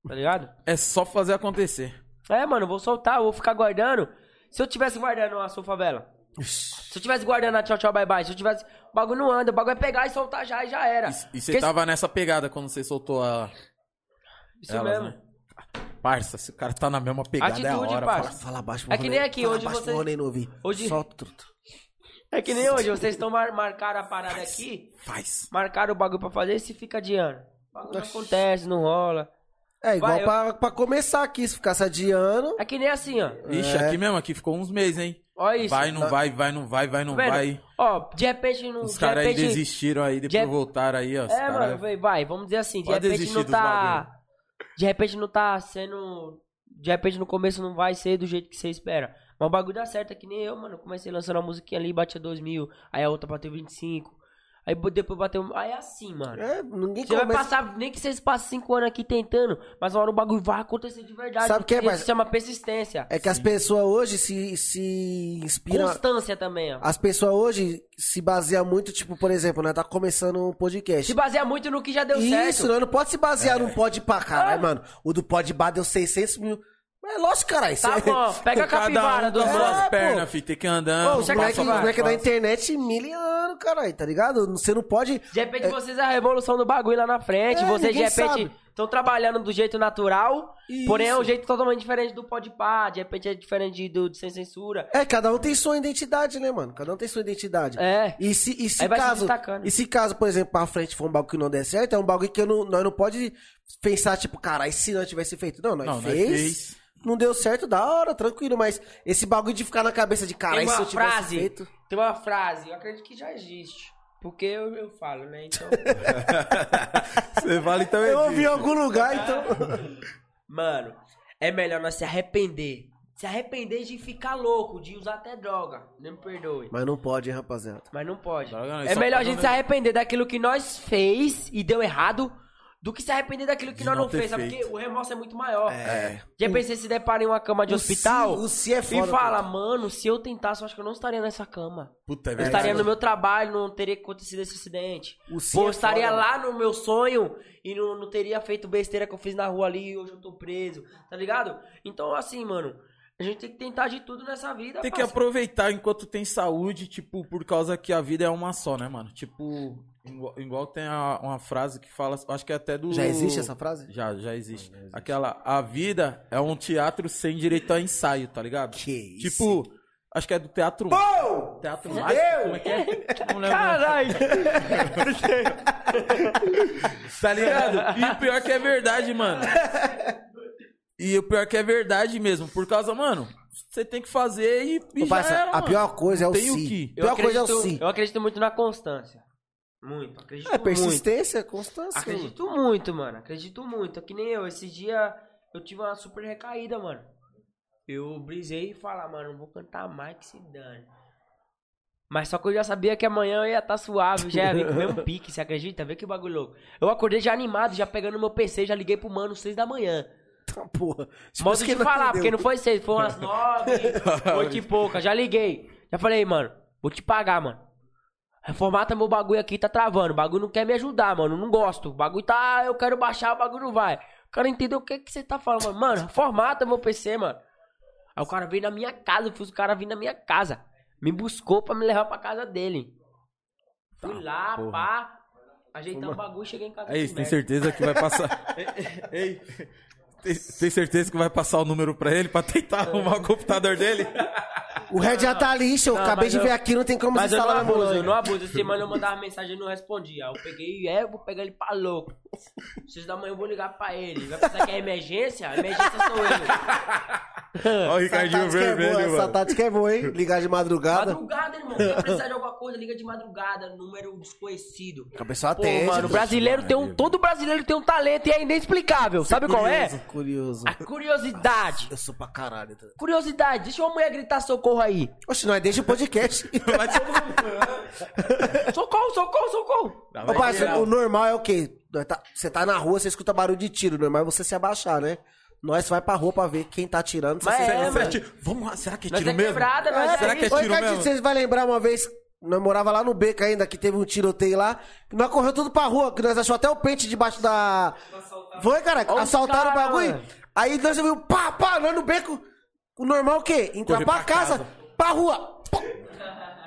[SPEAKER 3] Tá ligado?
[SPEAKER 2] É só fazer acontecer.
[SPEAKER 3] É, mano, eu vou soltar, eu vou ficar guardando. Se eu tivesse guardando a sua favela, se eu tivesse guardando a tchau tchau bye bye, se eu tivesse. O bagulho não anda, o bagulho é pegar e soltar já e já era.
[SPEAKER 2] E, e você
[SPEAKER 3] Porque
[SPEAKER 2] tava nessa pegada quando você soltou a.
[SPEAKER 3] Isso
[SPEAKER 2] elas,
[SPEAKER 3] mesmo.
[SPEAKER 2] né? Parça, se o cara tá na mesma pegada, é a
[SPEAKER 3] Atitude,
[SPEAKER 2] hora.
[SPEAKER 3] parça.
[SPEAKER 2] fala-
[SPEAKER 1] Fala baixo,
[SPEAKER 3] É que nem aqui,
[SPEAKER 1] Fala
[SPEAKER 3] hoje
[SPEAKER 1] baixo,
[SPEAKER 3] você-
[SPEAKER 1] pro Rolê não ouvir.
[SPEAKER 3] Hoje-
[SPEAKER 1] Solta, truta.
[SPEAKER 3] É que nem hoje, vocês estão mar marcaram a parada aqui,
[SPEAKER 2] Faz.
[SPEAKER 3] marcaram o bagulho pra fazer e se fica adiando. O bagulho não acontece, não rola.
[SPEAKER 1] É igual
[SPEAKER 3] Vai, eu-
[SPEAKER 1] pra, pra começar aqui, se ficar se adiando.
[SPEAKER 3] É que nem assim, ó.
[SPEAKER 2] Ixi,
[SPEAKER 1] É.
[SPEAKER 2] aqui mesmo, aqui ficou uns meses, hein?
[SPEAKER 3] Olha É isso.
[SPEAKER 2] Vai, não vai, vai, não vai, vai, não
[SPEAKER 3] Velho,
[SPEAKER 2] vai.
[SPEAKER 3] Ó, de repente não.
[SPEAKER 2] Os
[SPEAKER 3] de
[SPEAKER 2] caras aí
[SPEAKER 3] repente-
[SPEAKER 2] desistiram aí, depois
[SPEAKER 3] Jeff-
[SPEAKER 2] voltaram aí, ó. os
[SPEAKER 3] É,
[SPEAKER 2] cara-
[SPEAKER 3] mano, vai, vai, vamos dizer assim, de
[SPEAKER 2] Pode
[SPEAKER 3] repente
[SPEAKER 2] desistir
[SPEAKER 3] não
[SPEAKER 2] dos
[SPEAKER 3] tá. De repente não tá sendo. De repente no começo não vai ser do jeito que você espera. Mas o bagulho dá certo, é que nem eu, mano. Eu Comecei lançando uma musiquinha ali, batia 2 mil, aí a outra bateu 25. Aí bo- depois bateu. Aí é assim, mano.
[SPEAKER 1] É, ninguém
[SPEAKER 3] Você vai
[SPEAKER 1] começa.
[SPEAKER 3] passar, nem que vocês passem 5 anos aqui tentando, mas uma hora o bagulho vai acontecer de verdade.
[SPEAKER 1] Sabe o que é,
[SPEAKER 3] Isso
[SPEAKER 1] parça?
[SPEAKER 3] se chama persistência.
[SPEAKER 1] É que as pessoas hoje se, se inspiram.
[SPEAKER 3] Constância também, ó.
[SPEAKER 1] As pessoas hoje se baseiam muito, tipo, por exemplo, né? Tá começando um podcast.
[SPEAKER 3] Se baseia muito no que já deu certo.
[SPEAKER 1] Isso, né? Não pode se basear num pode pra caralho,
[SPEAKER 3] Ah.
[SPEAKER 1] mano. O do pode bar deu 600 mil. Mas é lógico, caralho. Isso
[SPEAKER 3] Tá
[SPEAKER 1] é-
[SPEAKER 3] bom, pega a
[SPEAKER 2] Cada um
[SPEAKER 3] capivara
[SPEAKER 2] com
[SPEAKER 3] dos
[SPEAKER 1] É,
[SPEAKER 2] suas
[SPEAKER 1] pô.
[SPEAKER 2] pernas, filho. Tem que ir andando.
[SPEAKER 1] Pô, os
[SPEAKER 3] Saca-
[SPEAKER 1] moleques
[SPEAKER 3] saca-
[SPEAKER 1] moleque da
[SPEAKER 2] saca-
[SPEAKER 1] internet miliano, caralho, tá ligado? Você não pode.
[SPEAKER 3] De repente vocês é a revolução do bagulho lá na frente.
[SPEAKER 1] É,
[SPEAKER 3] vocês de
[SPEAKER 1] ninguém
[SPEAKER 3] repente
[SPEAKER 1] sabe.
[SPEAKER 3] estão trabalhando do jeito natural.
[SPEAKER 1] Isso.
[SPEAKER 3] Porém, é um jeito totalmente diferente do pode pá. De repente é diferente de- do de sem censura.
[SPEAKER 1] É, cada um tem sua identidade, né, mano? Cada um tem sua identidade.
[SPEAKER 3] É.
[SPEAKER 1] E se, e se
[SPEAKER 3] Aí vai se
[SPEAKER 1] caso.
[SPEAKER 3] destacando.
[SPEAKER 1] e se caso, por exemplo, pra frente for um bagulho que não der certo, é um bagulho que eu não- nós não pode pensar, tipo, caralho, se não tivesse feito. Não, nós
[SPEAKER 2] Não, nós
[SPEAKER 1] fez.
[SPEAKER 2] fez.
[SPEAKER 1] Não deu certo, da hora, tranquilo, mas esse bagulho de ficar na cabeça de
[SPEAKER 3] Tem
[SPEAKER 1] caralho, se
[SPEAKER 3] uma
[SPEAKER 1] eu tivesse
[SPEAKER 3] frase.
[SPEAKER 1] feito.
[SPEAKER 3] Tem uma frase, eu acredito que já existe. Porque eu, eu falo, né? Então.
[SPEAKER 2] Você fala então
[SPEAKER 1] Eu
[SPEAKER 2] é
[SPEAKER 1] ouvi em
[SPEAKER 2] vídeo.
[SPEAKER 1] algum lugar, então.
[SPEAKER 3] Mano, é melhor nós se arrepender. Se arrepender de ficar louco, de usar até droga. Não me perdoe.
[SPEAKER 1] mas não pode, hein, rapaziada.
[SPEAKER 3] Mas não pode.
[SPEAKER 2] Droga não,
[SPEAKER 3] é
[SPEAKER 2] isso
[SPEAKER 3] melhor
[SPEAKER 2] é
[SPEAKER 3] a gente
[SPEAKER 2] droga
[SPEAKER 3] se
[SPEAKER 2] não.
[SPEAKER 3] arrepender daquilo que nós fez e deu errado do que se arrepender daquilo que
[SPEAKER 2] De
[SPEAKER 3] nós
[SPEAKER 2] não
[SPEAKER 3] não
[SPEAKER 2] ter
[SPEAKER 3] fez, sabe?
[SPEAKER 2] feito.
[SPEAKER 3] Porque o remorso é muito maior.
[SPEAKER 1] É.
[SPEAKER 3] Já pensei se depara em uma cama de
[SPEAKER 1] O
[SPEAKER 3] hospital
[SPEAKER 1] se- o se é
[SPEAKER 3] e
[SPEAKER 1] foda,
[SPEAKER 3] fala,
[SPEAKER 1] cara.
[SPEAKER 3] mano, se eu tentasse, eu acho que eu não estaria nessa cama.
[SPEAKER 2] Puta, é
[SPEAKER 3] Eu estaria
[SPEAKER 2] verdade.
[SPEAKER 3] no meu trabalho, não teria acontecido esse acidente.
[SPEAKER 1] O se
[SPEAKER 3] Pô,
[SPEAKER 1] é
[SPEAKER 3] eu estaria
[SPEAKER 1] foda,
[SPEAKER 3] lá no meu sonho e não, não teria feito besteira que eu fiz na rua ali e hoje eu tô preso, tá ligado? Então, assim, mano, a gente tem que tentar de tudo nessa vida.
[SPEAKER 2] Tem que
[SPEAKER 3] parça.
[SPEAKER 2] aproveitar enquanto tem saúde, tipo, por causa que a vida é uma só, né, mano? Tipo, igual, igual tem a- uma frase que fala, acho que é até do.
[SPEAKER 1] Já
[SPEAKER 3] Hum.
[SPEAKER 1] existe essa frase?
[SPEAKER 2] Já, já existe. Aquela, a vida é um teatro sem direito a ensaio, tá ligado?
[SPEAKER 1] Que isso.
[SPEAKER 2] Tipo, acho que é do teatro.
[SPEAKER 1] Pô!
[SPEAKER 2] Teatro
[SPEAKER 1] Fudeu!
[SPEAKER 2] mágico? Como é que é?
[SPEAKER 1] né,
[SPEAKER 2] Não lembro.
[SPEAKER 3] Caralho!
[SPEAKER 2] Tá ligado? E o pior que é verdade, mano. E o pior que é verdade mesmo. Por causa, mano, você tem que fazer e. e
[SPEAKER 1] Ô,
[SPEAKER 2] já
[SPEAKER 1] parça,
[SPEAKER 2] era,
[SPEAKER 1] a
[SPEAKER 2] mano.
[SPEAKER 1] pior coisa é o
[SPEAKER 2] Tem o
[SPEAKER 1] si.
[SPEAKER 2] que.
[SPEAKER 1] A
[SPEAKER 3] Eu
[SPEAKER 1] pior coisa é
[SPEAKER 3] acredito,
[SPEAKER 1] o si.
[SPEAKER 3] eu acredito muito na constância. Muito, acredito
[SPEAKER 1] É
[SPEAKER 3] muito.
[SPEAKER 1] persistência, constância. mano.
[SPEAKER 3] Acredito muito, mano. Acredito muito. É Que nem eu, esse dia eu tive uma super recaída, mano. Eu brisei e falar, mano, não vou cantar mais que se dane. Mas só que eu já sabia que amanhã eu ia estar suave, já ia vir com o mesmo pique, você acredita? Vê que bagulho louco. Eu acordei já animado, já pegando meu PC, já liguei pro mano seis da manhã.
[SPEAKER 1] Tá, porra. Tipo,
[SPEAKER 3] Modo
[SPEAKER 1] isso
[SPEAKER 3] de
[SPEAKER 1] que não
[SPEAKER 3] falar,
[SPEAKER 1] entendeu.
[SPEAKER 3] porque não foi seis, foi umas nove, oito e pouca. Já liguei. Já falei, mano, vou te pagar, mano. Reformata meu bagulho aqui, tá travando. O bagulho não quer me ajudar, mano. Não gosto. O bagulho tá. Eu quero baixar, o bagulho não vai. O cara entendeu o que, que você tá falando, mano. Mano, formata meu PC, mano. Aí o cara veio na minha casa, eu fiz o cara vir na minha casa. Me buscou pra me levar pra casa dele. Fui lá,
[SPEAKER 2] porra.
[SPEAKER 3] pá. Ajeitando o bagulho, cheguei em casa.
[SPEAKER 2] É
[SPEAKER 3] com
[SPEAKER 2] isso, tem
[SPEAKER 3] merda.
[SPEAKER 2] certeza que vai passar. Ei, tem, tem certeza que vai passar o número pra ele pra tentar arrumar o computador dele?
[SPEAKER 1] O Red já tá ali, show.
[SPEAKER 3] Não,
[SPEAKER 1] Acabei
[SPEAKER 3] mas
[SPEAKER 1] de
[SPEAKER 3] eu-
[SPEAKER 1] ver aqui, não tem como
[SPEAKER 3] Mas
[SPEAKER 1] se
[SPEAKER 3] eu não
[SPEAKER 1] instalar na
[SPEAKER 3] abuso, eu não
[SPEAKER 1] mão.
[SPEAKER 3] abuso. Essa semana eu mandava mensagem e não respondia. Aí Eu peguei, é, eu vou pegar ele pra louco. Seis da manhã eu vou ligar pra ele. Vai pensar que é emergência? Emergência sou
[SPEAKER 2] Olha
[SPEAKER 3] eu.
[SPEAKER 2] o
[SPEAKER 1] Essa
[SPEAKER 2] Ricardinho
[SPEAKER 1] tática é boa,
[SPEAKER 2] vermelho,
[SPEAKER 1] essa
[SPEAKER 2] mano.
[SPEAKER 1] tática é boa, hein? Ligar de madrugada.
[SPEAKER 3] Madrugada, irmão. Se precisar de alguma coisa, liga de madrugada. Número desconhecido.
[SPEAKER 1] A pessoa
[SPEAKER 3] Pô,
[SPEAKER 1] atende.
[SPEAKER 3] mano, o
[SPEAKER 1] pô.
[SPEAKER 3] brasileiro tem um... Todo brasileiro tem um talento e é inexplicável. Sabe qual é?
[SPEAKER 1] Curioso, curioso.
[SPEAKER 3] A curiosidade.
[SPEAKER 1] Eu sou pra caralho. tá?
[SPEAKER 3] Curiosidade. Deixa uma mulher gritar socorro aí.
[SPEAKER 1] Oxe, nós deixa o podcast.
[SPEAKER 2] Vai todo mundo.
[SPEAKER 3] Socorro, socorro, socorro.
[SPEAKER 2] Tá,
[SPEAKER 1] Ô,
[SPEAKER 2] vai
[SPEAKER 1] parceiro,
[SPEAKER 2] virar.
[SPEAKER 1] o normal é o quê? Nós tá- Você tá na rua, você escuta barulho de tiro. o Normal é você se abaixar, né? Nós vai pra rua pra ver quem tá atirando. Você
[SPEAKER 3] Mas
[SPEAKER 1] se-
[SPEAKER 3] é,
[SPEAKER 1] você-
[SPEAKER 2] Será
[SPEAKER 3] mano.
[SPEAKER 2] que é tiro? Vamos lá, será que é
[SPEAKER 3] Nós
[SPEAKER 2] tiro
[SPEAKER 3] é
[SPEAKER 2] mesmo?
[SPEAKER 3] quebrada, nós é
[SPEAKER 2] Será que é
[SPEAKER 1] Ô,
[SPEAKER 2] tiro
[SPEAKER 1] Ricardinho,
[SPEAKER 2] mesmo?
[SPEAKER 1] Vocês vão lembrar uma vez, nós morava lá no Beco ainda, que teve um tiroteio lá, que nós correu tudo pra rua, que nós achou até o pente debaixo da... Foi, cara,
[SPEAKER 3] Olha os
[SPEAKER 1] assaltaram
[SPEAKER 3] cara,
[SPEAKER 1] o bagulho.
[SPEAKER 3] mano.
[SPEAKER 1] Aí nós vimos, pá, pá, nós no Beco, o normal é o quê? Entrar
[SPEAKER 2] Correr
[SPEAKER 1] pra,
[SPEAKER 2] pra
[SPEAKER 1] casa,
[SPEAKER 2] casa.
[SPEAKER 1] pra rua. Pô.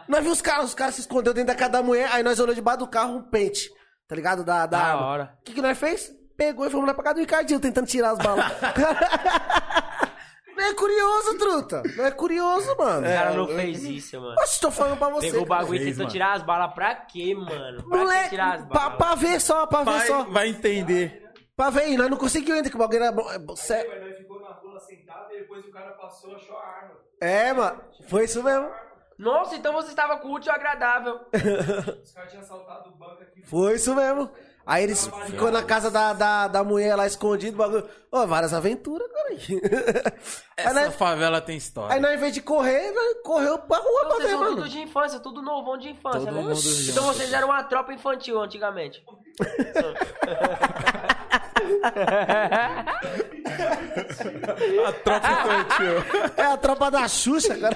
[SPEAKER 1] Nós vimos os caras, os caras se escondeu dentro da casa da mulher, aí nós olhamos debaixo do carro um pente, tá ligado? Da, da
[SPEAKER 3] Da
[SPEAKER 1] arma.
[SPEAKER 3] hora.
[SPEAKER 1] O que, que nós fez? Pegou e fomos lá pra casa do Ricardinho, tentando tirar as balas. Não é curioso, truta. Não é curioso, mano.
[SPEAKER 3] O cara não fez isso, mano.
[SPEAKER 1] Oxe, tô falando pra você.
[SPEAKER 3] Pegou o bagulho e
[SPEAKER 2] fez,
[SPEAKER 3] tentou
[SPEAKER 2] mano.
[SPEAKER 3] tirar as balas pra quê, mano? Pra que
[SPEAKER 1] Moleque,
[SPEAKER 3] tirar as
[SPEAKER 1] pra,
[SPEAKER 3] balas?
[SPEAKER 1] pra ver só, pra ver
[SPEAKER 2] Vai,
[SPEAKER 1] só.
[SPEAKER 2] vai entender.
[SPEAKER 1] Pra ver aí, nós não conseguimos ainda, que o bagulho era bom. é bom, sé-
[SPEAKER 4] Mas nós ficou na rua sentado e depois o cara passou, achou a arma.
[SPEAKER 1] É, mano, foi isso mesmo.
[SPEAKER 3] Nossa, então você estava com o útil agradável.
[SPEAKER 4] Os caras tinham assaltado o banco aqui.
[SPEAKER 1] Foi isso mesmo. Aí eles ficou na casa da, da, da mulher lá escondido, o bagulho. Ô, várias aventuras, cara. Aí,
[SPEAKER 2] Essa
[SPEAKER 1] nós,
[SPEAKER 2] favela tem
[SPEAKER 1] aí
[SPEAKER 2] história.
[SPEAKER 1] nós, ao invés de correr, nós correu pra rua
[SPEAKER 3] Então,
[SPEAKER 1] pra
[SPEAKER 3] vocês
[SPEAKER 1] ver,
[SPEAKER 3] são
[SPEAKER 1] mano.
[SPEAKER 3] tudo de infância, tudo novão de infância,
[SPEAKER 2] Todo
[SPEAKER 3] né?
[SPEAKER 2] mundo junto.
[SPEAKER 3] Então vocês eram uma tropa infantil antigamente.
[SPEAKER 2] A tropa infantil.
[SPEAKER 1] É a tropa da Xuxa, cara.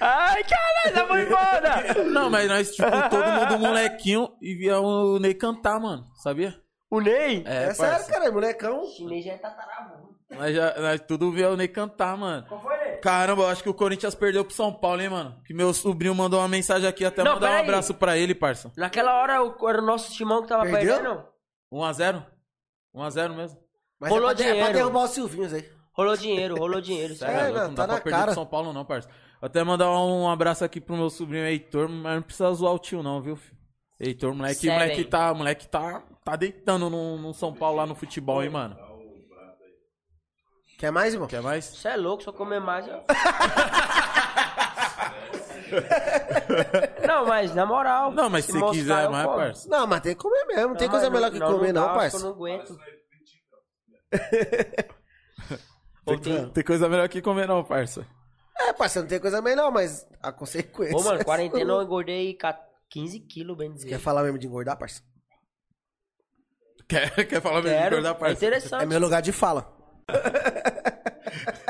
[SPEAKER 3] Ai, caralho, já foi embora!
[SPEAKER 2] Não, mas nós, tipo, todo mundo molequinho e via o Ney cantar, mano. Sabia?
[SPEAKER 3] O Ney?
[SPEAKER 1] É,
[SPEAKER 2] É,
[SPEAKER 1] sério,
[SPEAKER 2] parça.
[SPEAKER 1] cara, molecão.
[SPEAKER 3] O Ney já é tataravô.
[SPEAKER 2] Nós, já- nós tudo via o Ney cantar, mano.
[SPEAKER 3] Qual foi, Ney?
[SPEAKER 2] Caramba, eu acho que o Corinthians perdeu pro São Paulo, hein, mano? Que meu sobrinho mandou uma mensagem aqui, até
[SPEAKER 3] Não,
[SPEAKER 2] mandar um
[SPEAKER 3] peraí.
[SPEAKER 2] abraço pra ele, parça.
[SPEAKER 3] Naquela hora o- era o nosso timão que tava
[SPEAKER 1] Perdeu?
[SPEAKER 3] perdendo.
[SPEAKER 2] 1x0? 1x0 mesmo.
[SPEAKER 1] Mas
[SPEAKER 3] Rolou
[SPEAKER 1] é pra, de- é pra
[SPEAKER 3] dinheiro.
[SPEAKER 1] derrubar os Silvinhos aí.
[SPEAKER 3] Rolou dinheiro, rolou dinheiro.
[SPEAKER 2] Tá,
[SPEAKER 1] É,
[SPEAKER 3] sério.
[SPEAKER 2] garoto,
[SPEAKER 1] não,
[SPEAKER 2] não
[SPEAKER 1] tá
[SPEAKER 2] dá
[SPEAKER 1] na
[SPEAKER 2] pra perder
[SPEAKER 1] cara.
[SPEAKER 2] pro São Paulo, não, parça. Vou até mandar um abraço aqui pro meu sobrinho Heitor, mas não precisa zoar o tio, não, viu, filho? Heitor, moleque,
[SPEAKER 3] Sério,
[SPEAKER 2] moleque
[SPEAKER 3] hein?
[SPEAKER 2] tá, moleque tá, tá deitando no, no São Paulo lá no futebol, hein, mano.
[SPEAKER 1] Quer mais, irmão?
[SPEAKER 2] Quer mais?
[SPEAKER 3] Você é louco, só comer mais. eu- não, mas na moral.
[SPEAKER 2] Não, mas se
[SPEAKER 3] moscar,
[SPEAKER 2] quiser
[SPEAKER 3] eu
[SPEAKER 2] mais,
[SPEAKER 3] como.
[SPEAKER 2] parça.
[SPEAKER 1] Não, mas tem que comer mesmo. Não tem
[SPEAKER 3] Ah,
[SPEAKER 1] coisa
[SPEAKER 3] não-
[SPEAKER 1] melhor que comer,
[SPEAKER 3] dá,
[SPEAKER 1] não,
[SPEAKER 3] acho que
[SPEAKER 1] parça.
[SPEAKER 3] Eu não aguento.
[SPEAKER 2] Tem, co- tem coisa melhor que comer, não, parça.
[SPEAKER 1] É, parça, não tem coisa melhor, mas a consequência. é
[SPEAKER 3] Ô, mano, quarentena é eu engordei ca- 15 quilos, bem
[SPEAKER 1] Quer
[SPEAKER 3] dizer.
[SPEAKER 1] falar mesmo de engordar, parça?
[SPEAKER 2] Quer, quer falar mesmo de
[SPEAKER 3] Quero,
[SPEAKER 2] engordar,
[SPEAKER 3] é
[SPEAKER 2] parça?
[SPEAKER 1] É
[SPEAKER 3] interessante.
[SPEAKER 1] meu lugar de fala.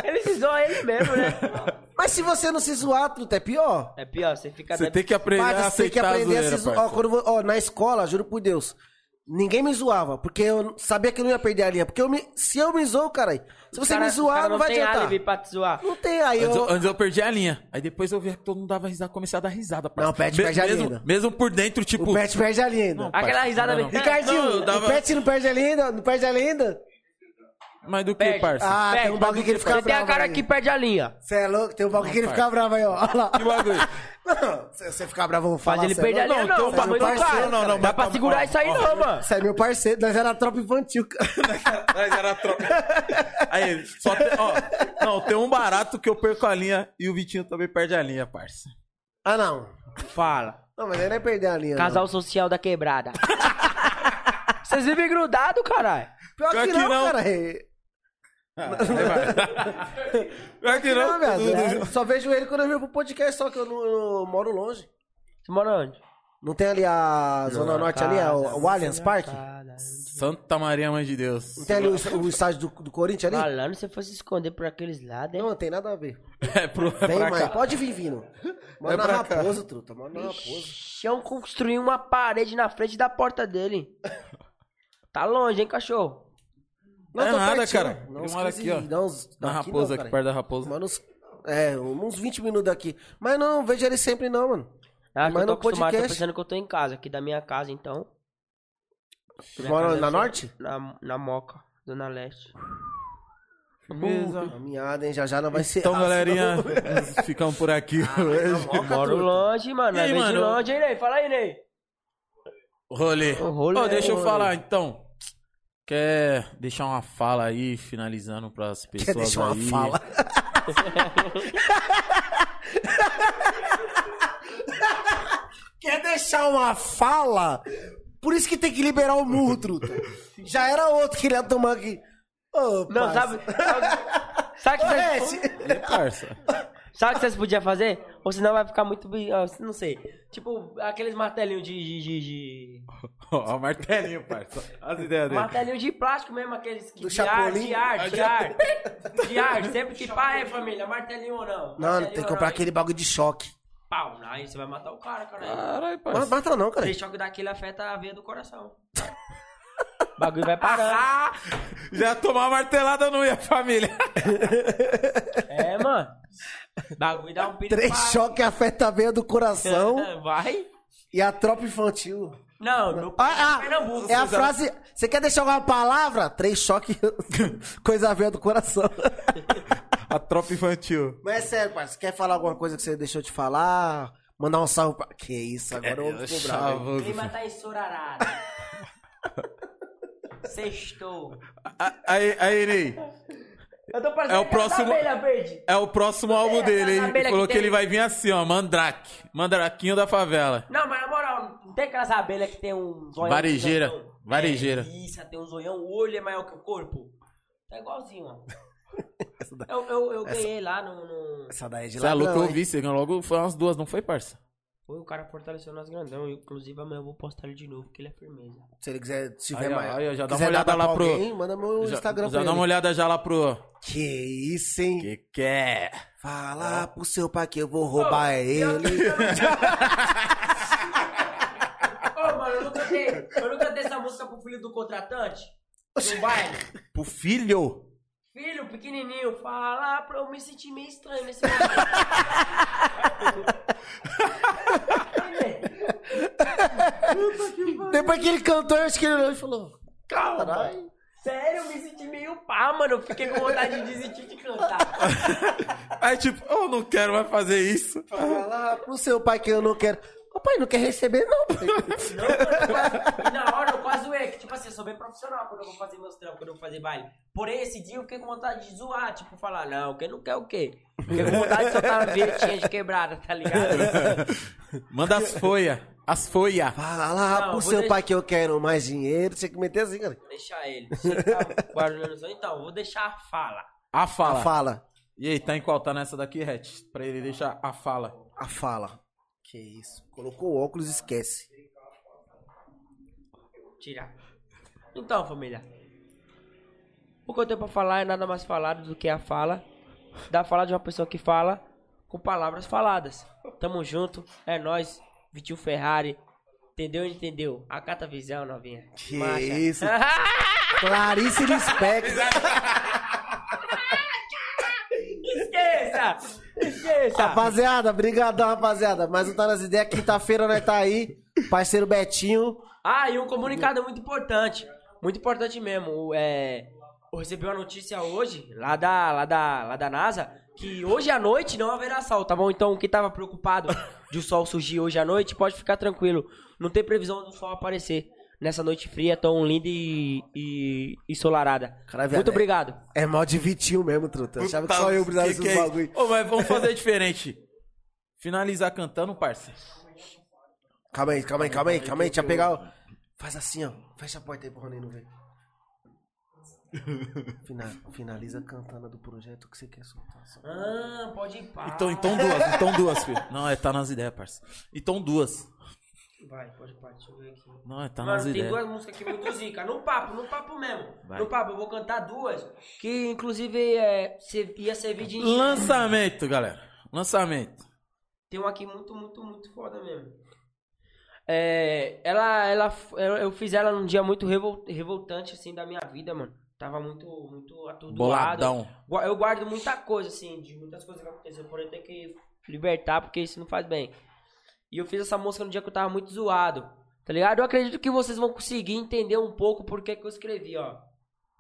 [SPEAKER 3] Ele se zoa ele mesmo, né?
[SPEAKER 1] Mas se você não se zoar, truta, é pior.
[SPEAKER 3] É pior, você fica...
[SPEAKER 2] Você tem que aprender
[SPEAKER 1] Parça,
[SPEAKER 2] a
[SPEAKER 1] você tem que
[SPEAKER 2] aceitar a
[SPEAKER 1] aprender a
[SPEAKER 2] zoeira,
[SPEAKER 1] se zoar. Ó,
[SPEAKER 2] parça.
[SPEAKER 1] quando eu vou- ó, na escola, juro por Deus, ninguém me zoava, porque eu sabia que eu não ia perder a linha. Porque eu me- se eu me zoo, caralho, se você me zoar, não, vai
[SPEAKER 3] tem
[SPEAKER 1] adiantar.
[SPEAKER 3] álibi pra te zoar.
[SPEAKER 1] Não tem, aí
[SPEAKER 2] Antes, eu-
[SPEAKER 1] eu...
[SPEAKER 2] antes eu perdi a linha. Aí depois eu vi que todo mundo dava risada, comecei a dar risada, parça.
[SPEAKER 1] Não, perde- perde a
[SPEAKER 2] mesmo,
[SPEAKER 1] linha.
[SPEAKER 2] Mesmo por dentro, tipo...
[SPEAKER 1] O Pet perde a linha ainda.
[SPEAKER 2] Não,
[SPEAKER 3] Aquela
[SPEAKER 2] parça,
[SPEAKER 3] risada
[SPEAKER 2] não dá, não.
[SPEAKER 3] bem-
[SPEAKER 1] Ricardinho,
[SPEAKER 2] É, Não, eu dava-
[SPEAKER 1] o Pet não perde a linha ainda? Não perde a linha ainda?
[SPEAKER 2] Mas do que,
[SPEAKER 3] Perde.
[SPEAKER 2] parça?
[SPEAKER 1] Ah, tem um bagulho que ele fica
[SPEAKER 3] Você tem a
[SPEAKER 1] bravo
[SPEAKER 3] cara
[SPEAKER 1] aí.
[SPEAKER 3] que perde a linha.
[SPEAKER 1] Você é louco? Tem um bagulho que ele
[SPEAKER 2] Não,
[SPEAKER 1] fica
[SPEAKER 2] parça. Tipo,
[SPEAKER 1] bravo aí, ó. Olha lá.
[SPEAKER 2] Que bagulho?
[SPEAKER 1] Não, se você ficar bravo, eu vou falar.
[SPEAKER 3] Mas ele
[SPEAKER 1] cê é
[SPEAKER 3] perde a
[SPEAKER 1] louco.
[SPEAKER 3] linha,
[SPEAKER 2] então
[SPEAKER 3] não.
[SPEAKER 2] o
[SPEAKER 3] Você não
[SPEAKER 2] bagulho
[SPEAKER 3] faz.
[SPEAKER 2] do cara. Não, não,
[SPEAKER 3] Dá
[SPEAKER 2] mas
[SPEAKER 3] pra
[SPEAKER 1] tá
[SPEAKER 2] calma,
[SPEAKER 3] segurar
[SPEAKER 2] ó,
[SPEAKER 3] isso aí,
[SPEAKER 2] ó.
[SPEAKER 3] não, mano.
[SPEAKER 1] Você é meu parceiro, nós era tropa infantil, cara.
[SPEAKER 2] Mas era a troca. Aí, só tem, ó, não, tem um barato que eu perco a linha e o Vitinho também perde a linha, parça.
[SPEAKER 1] Ah, não.
[SPEAKER 3] Fala.
[SPEAKER 1] Não, mas ele não é perder a linha.
[SPEAKER 3] Casal social da quebrada. Vocês vivem grudado, caralho.
[SPEAKER 1] Não. Pior, que,
[SPEAKER 2] Pior que
[SPEAKER 1] não,
[SPEAKER 2] não.
[SPEAKER 1] cara.
[SPEAKER 2] Ah, Pior que não. Uhum.
[SPEAKER 1] Não, viado, né? Só vejo ele quando eu venho pro podcast, só que eu não, eu moro longe.
[SPEAKER 3] Você mora onde?
[SPEAKER 1] Não tem ali a Zona Norte ali, é o, o Allianz Parque?
[SPEAKER 2] Santa Maria, mãe de Deus.
[SPEAKER 1] Não tem ali o, o estádio do, do Corinthians ali?
[SPEAKER 3] Falando se fosse esconder por aqueles lados, hein?
[SPEAKER 1] Não, não tem nada a ver.
[SPEAKER 2] É pro, é
[SPEAKER 1] Vem,
[SPEAKER 2] pra
[SPEAKER 1] mãe,
[SPEAKER 2] cá.
[SPEAKER 1] pode vir vindo. Mora
[SPEAKER 2] É
[SPEAKER 1] na
[SPEAKER 2] pra cá.
[SPEAKER 1] Raposa, truta. Mora na Raposa.
[SPEAKER 3] Chão construiu uma parede na frente da porta dele. Tá longe, hein, cachorro?
[SPEAKER 2] Não é
[SPEAKER 1] tô
[SPEAKER 2] nada,
[SPEAKER 1] pertinho.
[SPEAKER 2] cara.
[SPEAKER 1] Dá
[SPEAKER 2] Eu
[SPEAKER 1] uns
[SPEAKER 2] moro
[SPEAKER 1] 15
[SPEAKER 2] aqui, ó.
[SPEAKER 1] dá uns-
[SPEAKER 2] Na
[SPEAKER 1] dá aqui
[SPEAKER 2] Raposa,
[SPEAKER 1] não,
[SPEAKER 2] aqui
[SPEAKER 1] cara.
[SPEAKER 2] perto da Raposa.
[SPEAKER 1] Mano, uns- é, uns 20 minutos daqui. Mas não, não vejo ele sempre não, mano.
[SPEAKER 3] Ah, que
[SPEAKER 1] Mas
[SPEAKER 3] eu tô
[SPEAKER 1] no
[SPEAKER 3] acostumado, tô
[SPEAKER 1] podcast-
[SPEAKER 3] pensando que eu tô em casa, aqui da minha casa, então.
[SPEAKER 1] Tu
[SPEAKER 3] Minha
[SPEAKER 1] mora
[SPEAKER 3] casa
[SPEAKER 1] na
[SPEAKER 3] é só-
[SPEAKER 1] Norte?
[SPEAKER 3] Na, na Moca, Zona Leste.
[SPEAKER 2] Beleza.
[SPEAKER 1] A miada, hein? Já já não vai ser.
[SPEAKER 2] Então,
[SPEAKER 1] Ah,
[SPEAKER 2] galerinha,
[SPEAKER 1] senão- Ah,
[SPEAKER 2] ficamos por aqui hoje.
[SPEAKER 3] Eu moro longe, mano.
[SPEAKER 2] E aí,
[SPEAKER 3] Aí, mano?
[SPEAKER 2] mano?
[SPEAKER 3] De longe, hein, Ney? Fala aí, Ney.
[SPEAKER 2] Rolê.
[SPEAKER 3] O rolê,
[SPEAKER 2] Ô, deixa
[SPEAKER 3] o
[SPEAKER 2] eu
[SPEAKER 3] rolê.
[SPEAKER 2] falar, então. Quer deixar uma fala aí, finalizando pras pessoas
[SPEAKER 1] Quer deixar uma
[SPEAKER 2] aí?
[SPEAKER 1] fala? Quer deixar uma fala? Por isso que tem que liberar o murro, truta. Já era outro que ele ia tomar aqui. Ô,
[SPEAKER 3] Não,
[SPEAKER 1] parça.
[SPEAKER 3] sabe. sabe- Sabe que
[SPEAKER 1] Ô,
[SPEAKER 3] vocês-
[SPEAKER 1] Messi.
[SPEAKER 2] Ih, parça.
[SPEAKER 3] sabe que vocês podiam fazer? Ou senão vai ficar muito. bi- ah, Não sei. Tipo, aqueles martelinhos de- de- de- de...
[SPEAKER 2] Ó, o martelinho, parça. As ideias dele.
[SPEAKER 3] Martelinho de plástico mesmo, aqueles que
[SPEAKER 1] Do
[SPEAKER 3] de ar,
[SPEAKER 1] Chapolin?
[SPEAKER 3] de ar, de ar. De ar, sempre que pá, é família, martelinho ou não.
[SPEAKER 1] Não, tem
[SPEAKER 3] Martelinho
[SPEAKER 1] que
[SPEAKER 3] ou
[SPEAKER 1] comprar
[SPEAKER 3] não.
[SPEAKER 1] aquele bagulho de choque.
[SPEAKER 3] Pau, aí você vai matar o cara, cara.
[SPEAKER 2] Caralho,
[SPEAKER 1] Mas
[SPEAKER 2] parça.
[SPEAKER 1] mata não, cara.
[SPEAKER 3] Aquele choque daquele afeta a veia do coração. O bagulho vai parar.
[SPEAKER 2] Já tomar uma martelada não ia, família.
[SPEAKER 3] É, mano. O bagulho dá um pito.
[SPEAKER 1] Três
[SPEAKER 3] pá.
[SPEAKER 1] choques afeta a veia do coração
[SPEAKER 3] Vai.
[SPEAKER 1] e a tropa infantil.
[SPEAKER 3] Não, no
[SPEAKER 1] Ah, ah,
[SPEAKER 3] Pernambuco.
[SPEAKER 1] é a frase. Você quer deixar alguma palavra? Três choques, coisa a veia do coração.
[SPEAKER 2] A tropa infantil.
[SPEAKER 1] Mas é sério, parceiro. Quer falar alguma coisa que você deixou de falar? Mandar um salve pra. Que isso,
[SPEAKER 2] É,
[SPEAKER 1] agora eu vou cobrar. velho.
[SPEAKER 3] O clima tá ensorarado. Sextou.
[SPEAKER 2] A- Aí, aí, Ney.
[SPEAKER 3] Eu tô parecendo
[SPEAKER 2] É o
[SPEAKER 3] aquela
[SPEAKER 2] próximo-
[SPEAKER 3] abelha verde.
[SPEAKER 2] É o próximo álbum dele, hein?
[SPEAKER 3] abelha
[SPEAKER 2] Ele
[SPEAKER 3] que
[SPEAKER 2] falou que
[SPEAKER 3] tem-
[SPEAKER 2] ele vai vir assim, ó. Mandrake. Mandraquinho da favela.
[SPEAKER 3] Não, mas na moral, não tem aquelas abelhas que tem um zoião.
[SPEAKER 2] Varejeira,
[SPEAKER 3] gigantão?
[SPEAKER 2] varejeira.
[SPEAKER 3] É, isso, tem um zoião, o olho é maior que o corpo. Tá igualzinho, ó.
[SPEAKER 1] Essa da-
[SPEAKER 3] Eu, eu, eu ganhei lá no, no-
[SPEAKER 1] Essa daí é de
[SPEAKER 2] Você é
[SPEAKER 1] ladrão,
[SPEAKER 2] louco, eu
[SPEAKER 1] hein?
[SPEAKER 2] vi. Você ganhou logo, foi umas duas, não foi, parça?
[SPEAKER 3] Foi o cara fortaleceu nós grandão. Inclusive amanhã eu vou postar ele de novo, que ele é firmeza.
[SPEAKER 1] Se ele quiser, se tiver
[SPEAKER 2] Aí, ó,
[SPEAKER 1] mais.
[SPEAKER 2] aí, ó, já dá
[SPEAKER 1] quiser
[SPEAKER 2] uma olhada
[SPEAKER 1] dar pra
[SPEAKER 2] lá pro-
[SPEAKER 1] Alguém, manda meu
[SPEAKER 2] já
[SPEAKER 1] Instagram
[SPEAKER 2] já
[SPEAKER 1] pra
[SPEAKER 2] dá
[SPEAKER 1] ele.
[SPEAKER 2] uma olhada já lá pro...
[SPEAKER 1] Que isso, hein?
[SPEAKER 2] Que que Ah, é?
[SPEAKER 1] Fala pro seu pai que eu vou roubar ele.
[SPEAKER 3] Ô, mano, eu nunca dei. Eu nunca dei essa música pro filho do contratante. No baile.
[SPEAKER 2] Pro filho?
[SPEAKER 3] Filho, pequenininho, fala pra eu me sentir meio estranho nesse momento.
[SPEAKER 1] Depois que ele cantou, eu acho que ele olhou e falou.
[SPEAKER 3] Calma. Sério, eu me senti meio pá, mano. Eu fiquei com vontade de desistir de cantar.
[SPEAKER 2] Aí tipo, eu não quero mais fazer isso.
[SPEAKER 1] Fala pro seu pai que eu não quero. Ô pai, não quer receber, não. pai.
[SPEAKER 3] Não, mano, quase- e na hora eu quase zoei, que tipo assim, eu sou bem profissional quando eu vou fazer meus trampos, quando eu vou fazer baile. Porém, esse dia eu fiquei com vontade de zoar, tipo, falar, não, quem não quer o quê? Fiquei com vontade de soltar uma vietinha de quebrada, tá ligado?
[SPEAKER 2] Manda as folhas. As folhas.
[SPEAKER 1] Fala
[SPEAKER 3] Não,
[SPEAKER 1] pro
[SPEAKER 3] vou
[SPEAKER 1] seu
[SPEAKER 3] deixar-
[SPEAKER 1] pai que eu quero mais dinheiro. Tinha que meter assim, cara.
[SPEAKER 3] Deixar ele. Se ele tá barulhando, então, vou deixar a fala.
[SPEAKER 2] A
[SPEAKER 1] A
[SPEAKER 2] fala.
[SPEAKER 1] fala.
[SPEAKER 2] E aí, tá em qual? Tá nessa daqui, Hatch? Pra ele deixar a fala.
[SPEAKER 1] A fala. Que isso. Colocou o óculos e esquece.
[SPEAKER 3] tirar. Então, família. O que eu tenho pra falar é nada mais falado do que a fala. Da fala de uma pessoa que fala com palavras faladas. Tamo junto, é nóis. Vitinho Ferrari. Entendeu? Entendeu? A cata visão, novinha.
[SPEAKER 1] Que
[SPEAKER 3] Marcha.
[SPEAKER 1] isso. Clarice Lispector.
[SPEAKER 3] Esqueça! Esqueça!
[SPEAKER 1] Rapaziada, brigadão, rapaziada. Mas não tá nas ideias. Quinta-feira nós tá aí. Parceiro Betinho.
[SPEAKER 3] Ah, e um comunicado muito importante. Muito importante mesmo. O, É, eu recebi uma notícia hoje, lá da, lá, da, lá da NASA, que hoje à noite não haverá sol, tá bom? Então, quem tava preocupado de o sol surgir hoje à noite, pode ficar tranquilo. Não tem previsão do sol aparecer nessa noite fria, tão linda e, e, e solarada.
[SPEAKER 1] Cara, velho,
[SPEAKER 3] muito
[SPEAKER 1] é-
[SPEAKER 3] obrigado.
[SPEAKER 1] É mal de Vitinho mesmo, truta. Eu achava que
[SPEAKER 2] Puta,
[SPEAKER 1] só eu precisava desse
[SPEAKER 2] que que é
[SPEAKER 1] bagulho.
[SPEAKER 2] isso? Ô, mas vamos fazer diferente. Finalizar cantando, parça.
[SPEAKER 1] Calma aí, calma aí, calma aí, calma aí. Deixa eu pegar o... Faz assim, ó. Fecha a porta aí pro Rony não ver. Fina- finaliza cantando do projeto que você quer soltar. só.
[SPEAKER 3] Ah, pode ir pá.
[SPEAKER 2] Então, então duas, então duas, filho. Não, é tá nas ideias, parça. Então duas.
[SPEAKER 3] Vai, pode ir pá, deixa eu ver aqui.
[SPEAKER 2] Não, é tá
[SPEAKER 3] Mano,
[SPEAKER 2] nas
[SPEAKER 3] tem
[SPEAKER 2] ideias.
[SPEAKER 3] duas músicas aqui muito zica. No papo, no papo mesmo.
[SPEAKER 2] Vai.
[SPEAKER 3] No papo, eu vou cantar duas. Que inclusive é, ser- ia servir de.
[SPEAKER 2] Lançamento, galera. Lançamento.
[SPEAKER 3] Tem uma aqui muito, muito, muito foda mesmo. É, ela, ela, ela- eu fiz ela num dia muito revol- revoltante, assim, da minha vida, mano. Tava muito, muito atordoado.
[SPEAKER 2] Boladão.
[SPEAKER 3] Gua- Eu guardo muita coisa, assim, de muitas coisas que aconteceram, porém eu tenho que libertar, porque isso não faz bem. E eu fiz essa música no dia que eu tava muito zoado, tá ligado? Eu acredito que vocês vão conseguir entender um pouco por que que eu escrevi, ó.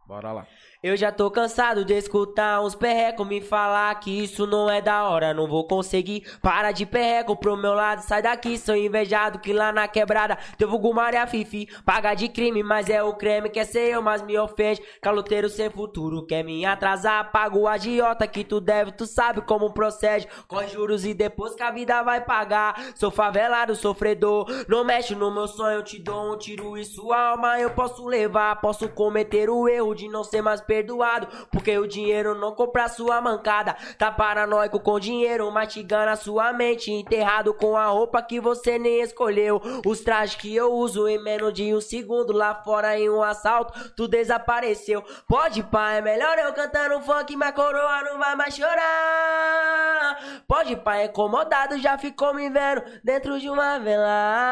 [SPEAKER 2] Bora
[SPEAKER 3] Tá.
[SPEAKER 2] lá.
[SPEAKER 3] Eu já tô cansado de escutar uns perreco me falar que isso não é da hora, não vou conseguir. Para de perreco pro meu lado, sai daqui, sou invejado que lá na quebrada teu vulgo Maria Fifi. Paga de crime, mas é o creme, quer ser eu, mas me ofende. Caloteiro sem futuro, quer me atrasar, pago o agiota que tu deve, tu sabe como procede. Corre juros e depois que a vida vai pagar. Sou favelado, sofredor, não mexe no meu sonho, eu te dou um tiro e sua alma eu posso levar. Posso cometer o erro de não ser mais perdoado, porque o dinheiro não compra sua mancada. Tá paranoico com dinheiro, mastigando a sua mente. Enterrado com a roupa que você nem escolheu. Os trajes que eu uso em menos de um segundo. Lá fora em um assalto, tu desapareceu. Pode pá, é melhor eu cantando funk, minha coroa não vai mais chorar. Pode pá, é incomodado, já ficou me vendo dentro de uma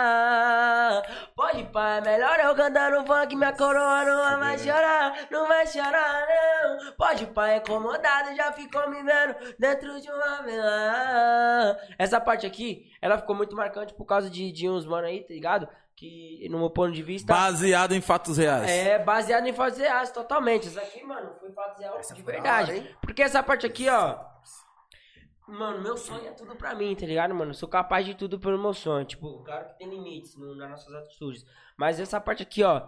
[SPEAKER 3] vela. Pode pá, é melhor eu cantando funk, minha coroa não vai mais chorar, não vai chorar não. Pode pá, é incomodado, já ficou me vendo dentro de uma vela. Essa parte aqui, ela ficou muito marcante por causa de, de uns mano aí, tá ligado? Que no meu ponto de vista.
[SPEAKER 2] Baseado em fatos reais.
[SPEAKER 3] É, baseado em fatos reais, totalmente. Isso aqui, mano, foi fatos reais
[SPEAKER 1] foi
[SPEAKER 3] de
[SPEAKER 1] da
[SPEAKER 3] verdade.
[SPEAKER 1] hora, hein?
[SPEAKER 3] Porque essa parte aqui, ó. Mano, meu sonho é tudo pra mim, tá ligado, mano? Eu sou capaz de tudo pelo meu sonho. Tipo, claro que tem limites no- nas nossas atitudes. Mas essa parte aqui, ó.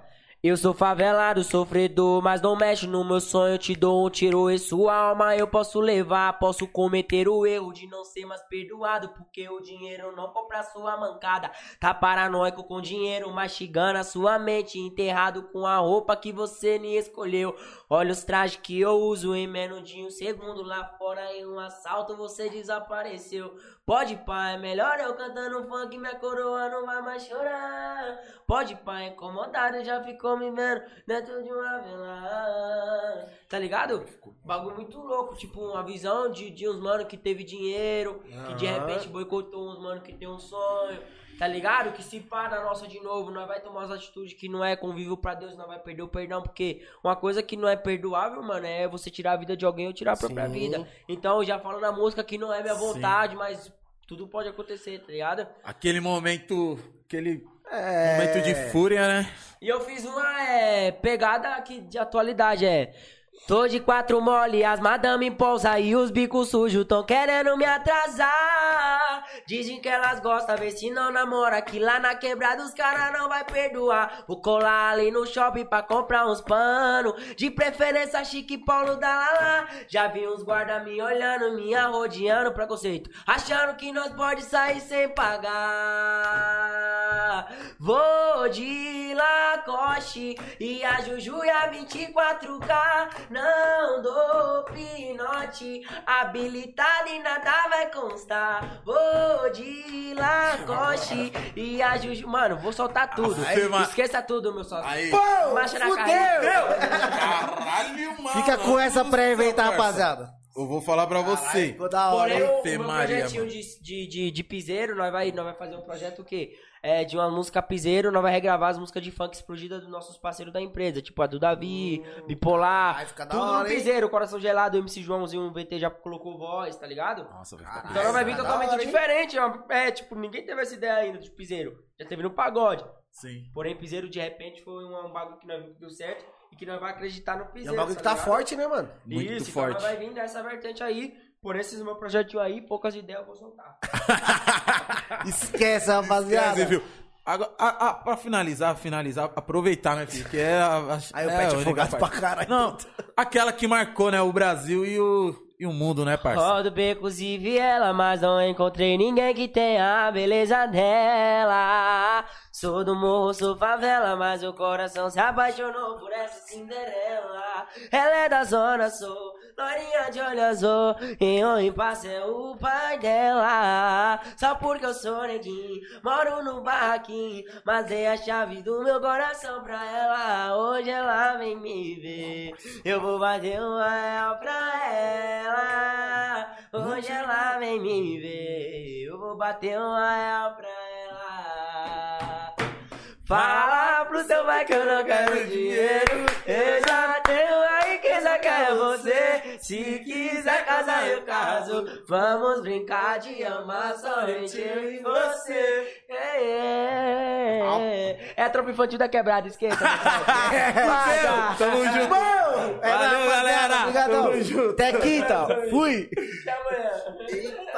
[SPEAKER 3] Eu sou favelado, sofredor, mas não mexo no meu sonho. Te dou um tiro e sua alma eu posso levar. Posso cometer o erro de não ser mais perdoado, porque o dinheiro não compra sua mancada. Tá paranoico com dinheiro, mastigando a sua mente. Enterrado com a roupa que você nem escolheu. Olha os trajes que eu uso em menos de um segundo. Lá fora em um assalto você desapareceu. Pode pá, é melhor eu cantando funk, minha coroa não vai mais chorar. Pode pá, incomodado, já ficou me vendo dentro de uma vela. Tá ligado? Bagulho muito louco, tipo uma visão de, de uns mano que teve dinheiro, que de
[SPEAKER 1] Aham.
[SPEAKER 3] repente boicotou uns mano que tem um sonho. Tá ligado? Que se pá na nossa de novo, nós vai tomar as atitudes que não é convívio pra Deus, nós vai perder o perdão, porque uma coisa que não é perdoável, mano, é você tirar a vida de alguém ou tirar a própria
[SPEAKER 1] Sim.
[SPEAKER 3] vida. Então, já falando na música que não é minha
[SPEAKER 2] Sim.
[SPEAKER 3] vontade, mas tudo pode acontecer, tá ligado?
[SPEAKER 2] Aquele momento. Aquele
[SPEAKER 1] É.
[SPEAKER 2] momento de fúria, né?
[SPEAKER 3] E eu fiz uma é, pegada aqui de atualidade, é. Tô de quatro mole, as madame pousa e os bicos sujos tão querendo me atrasar. Dizem que elas gostam, vê se não namora, que lá na quebrada os cara não vai perdoar. Vou colar ali no shopping pra comprar uns pano, de preferência chique Paulo da Lala. Já vi uns guarda me olhando, me arrodeando, preconceito, achando que nós pode sair sem pagar. Vou de Lacoste e a Juju e a 24K. Não dou pinote, habilitado e nada vai constar. Vou de Lacoste e a Juju. Mano, vou soltar tudo.
[SPEAKER 2] Aí, mano.
[SPEAKER 3] Esqueça tudo, meu sócio.
[SPEAKER 2] Aí.
[SPEAKER 1] Pô,
[SPEAKER 3] Marcha na
[SPEAKER 1] fudeu!
[SPEAKER 3] carreira.
[SPEAKER 2] Caralho, mano.
[SPEAKER 1] Fica com essa
[SPEAKER 2] Tudo
[SPEAKER 1] prévia aí,
[SPEAKER 2] certo,
[SPEAKER 1] tá,
[SPEAKER 2] parça.
[SPEAKER 1] rapaziada?
[SPEAKER 2] Eu vou falar pra você.
[SPEAKER 1] Ficou da hora.
[SPEAKER 3] Porém,
[SPEAKER 1] hein?
[SPEAKER 3] o o
[SPEAKER 2] Ave
[SPEAKER 3] meu
[SPEAKER 2] Maria,
[SPEAKER 3] projetinho
[SPEAKER 2] mano.
[SPEAKER 3] de, de, de, de piseiro, nós vai, nós vai fazer um projeto que é de uma música piseiro, nós vai regravar as músicas de funk explodida dos nossos parceiros da empresa, tipo a do Davi, Bipolar,
[SPEAKER 1] Hum. Ai, fica da
[SPEAKER 3] tudo no
[SPEAKER 1] hora, hein?
[SPEAKER 3] piseiro, Coração Gelado, MC Joãozinho, o VT já colocou voz, tá ligado?
[SPEAKER 2] Nossa, velho.
[SPEAKER 1] Caralho.
[SPEAKER 3] Então nós vai vir
[SPEAKER 1] Ah, da
[SPEAKER 3] totalmente
[SPEAKER 1] hora, hein?
[SPEAKER 3] diferente, é uma- é tipo, ninguém teve essa ideia ainda de piseiro, já teve no pagode,
[SPEAKER 2] Sim.
[SPEAKER 3] porém piseiro de repente foi um, um bagulho que nós vimos que deu certo e que nós vai acreditar no
[SPEAKER 1] É
[SPEAKER 3] piseiro,
[SPEAKER 1] um bagulho que tá
[SPEAKER 3] ligado?
[SPEAKER 1] forte, né, mano?
[SPEAKER 2] Muito
[SPEAKER 3] Isso, então
[SPEAKER 2] forte.
[SPEAKER 3] nós vai vir nessa vertente aí, por esses meus projetinhos aí, poucas ideias eu vou soltar.
[SPEAKER 1] Esquece,
[SPEAKER 2] Esquece,
[SPEAKER 1] rapaziada.
[SPEAKER 2] viu? Agora, ah, ah, pra finalizar, finalizar, aproveitar, né, filho? Que é a, a,
[SPEAKER 1] Aí o
[SPEAKER 2] é
[SPEAKER 1] pet
[SPEAKER 2] a única
[SPEAKER 1] afogado
[SPEAKER 2] parte.
[SPEAKER 1] pra caralho.
[SPEAKER 2] Não, aquela que marcou, né, o Brasil e o, e o mundo, né,
[SPEAKER 1] Ah,
[SPEAKER 2] parça?
[SPEAKER 3] Rodo becos e viela, mas não encontrei ninguém que tenha a beleza dela. Sou do morro, sou favela, mas o coração se apaixonou por essa Cinderela. Ela é da zona sul, Norinha de olho azul, e o impasse é o pai dela. Só porque eu sou neguinho, moro no barraquinho, mas dei a chave do meu coração pra ela. Hoje ela vem me ver, eu vou fazer um real pra ela. Hoje ela vem me ver, eu vou bater um real pra ela. Fala pro seu pai que eu não quero dinheiro. Eu já tenho a riqueza que é você. Se quiser casar, eu caso. Vamos brincar de amar somente eu e você. É, é, é. É a tropa infantil da quebrada, esqueça. Vaza.
[SPEAKER 2] Tamo junto.
[SPEAKER 1] Bom, é rapaziada,
[SPEAKER 2] Valeu, galera.
[SPEAKER 1] Obrigadão.
[SPEAKER 2] Tamo junto.
[SPEAKER 1] Até quinta. Fui.
[SPEAKER 3] Até amanhã.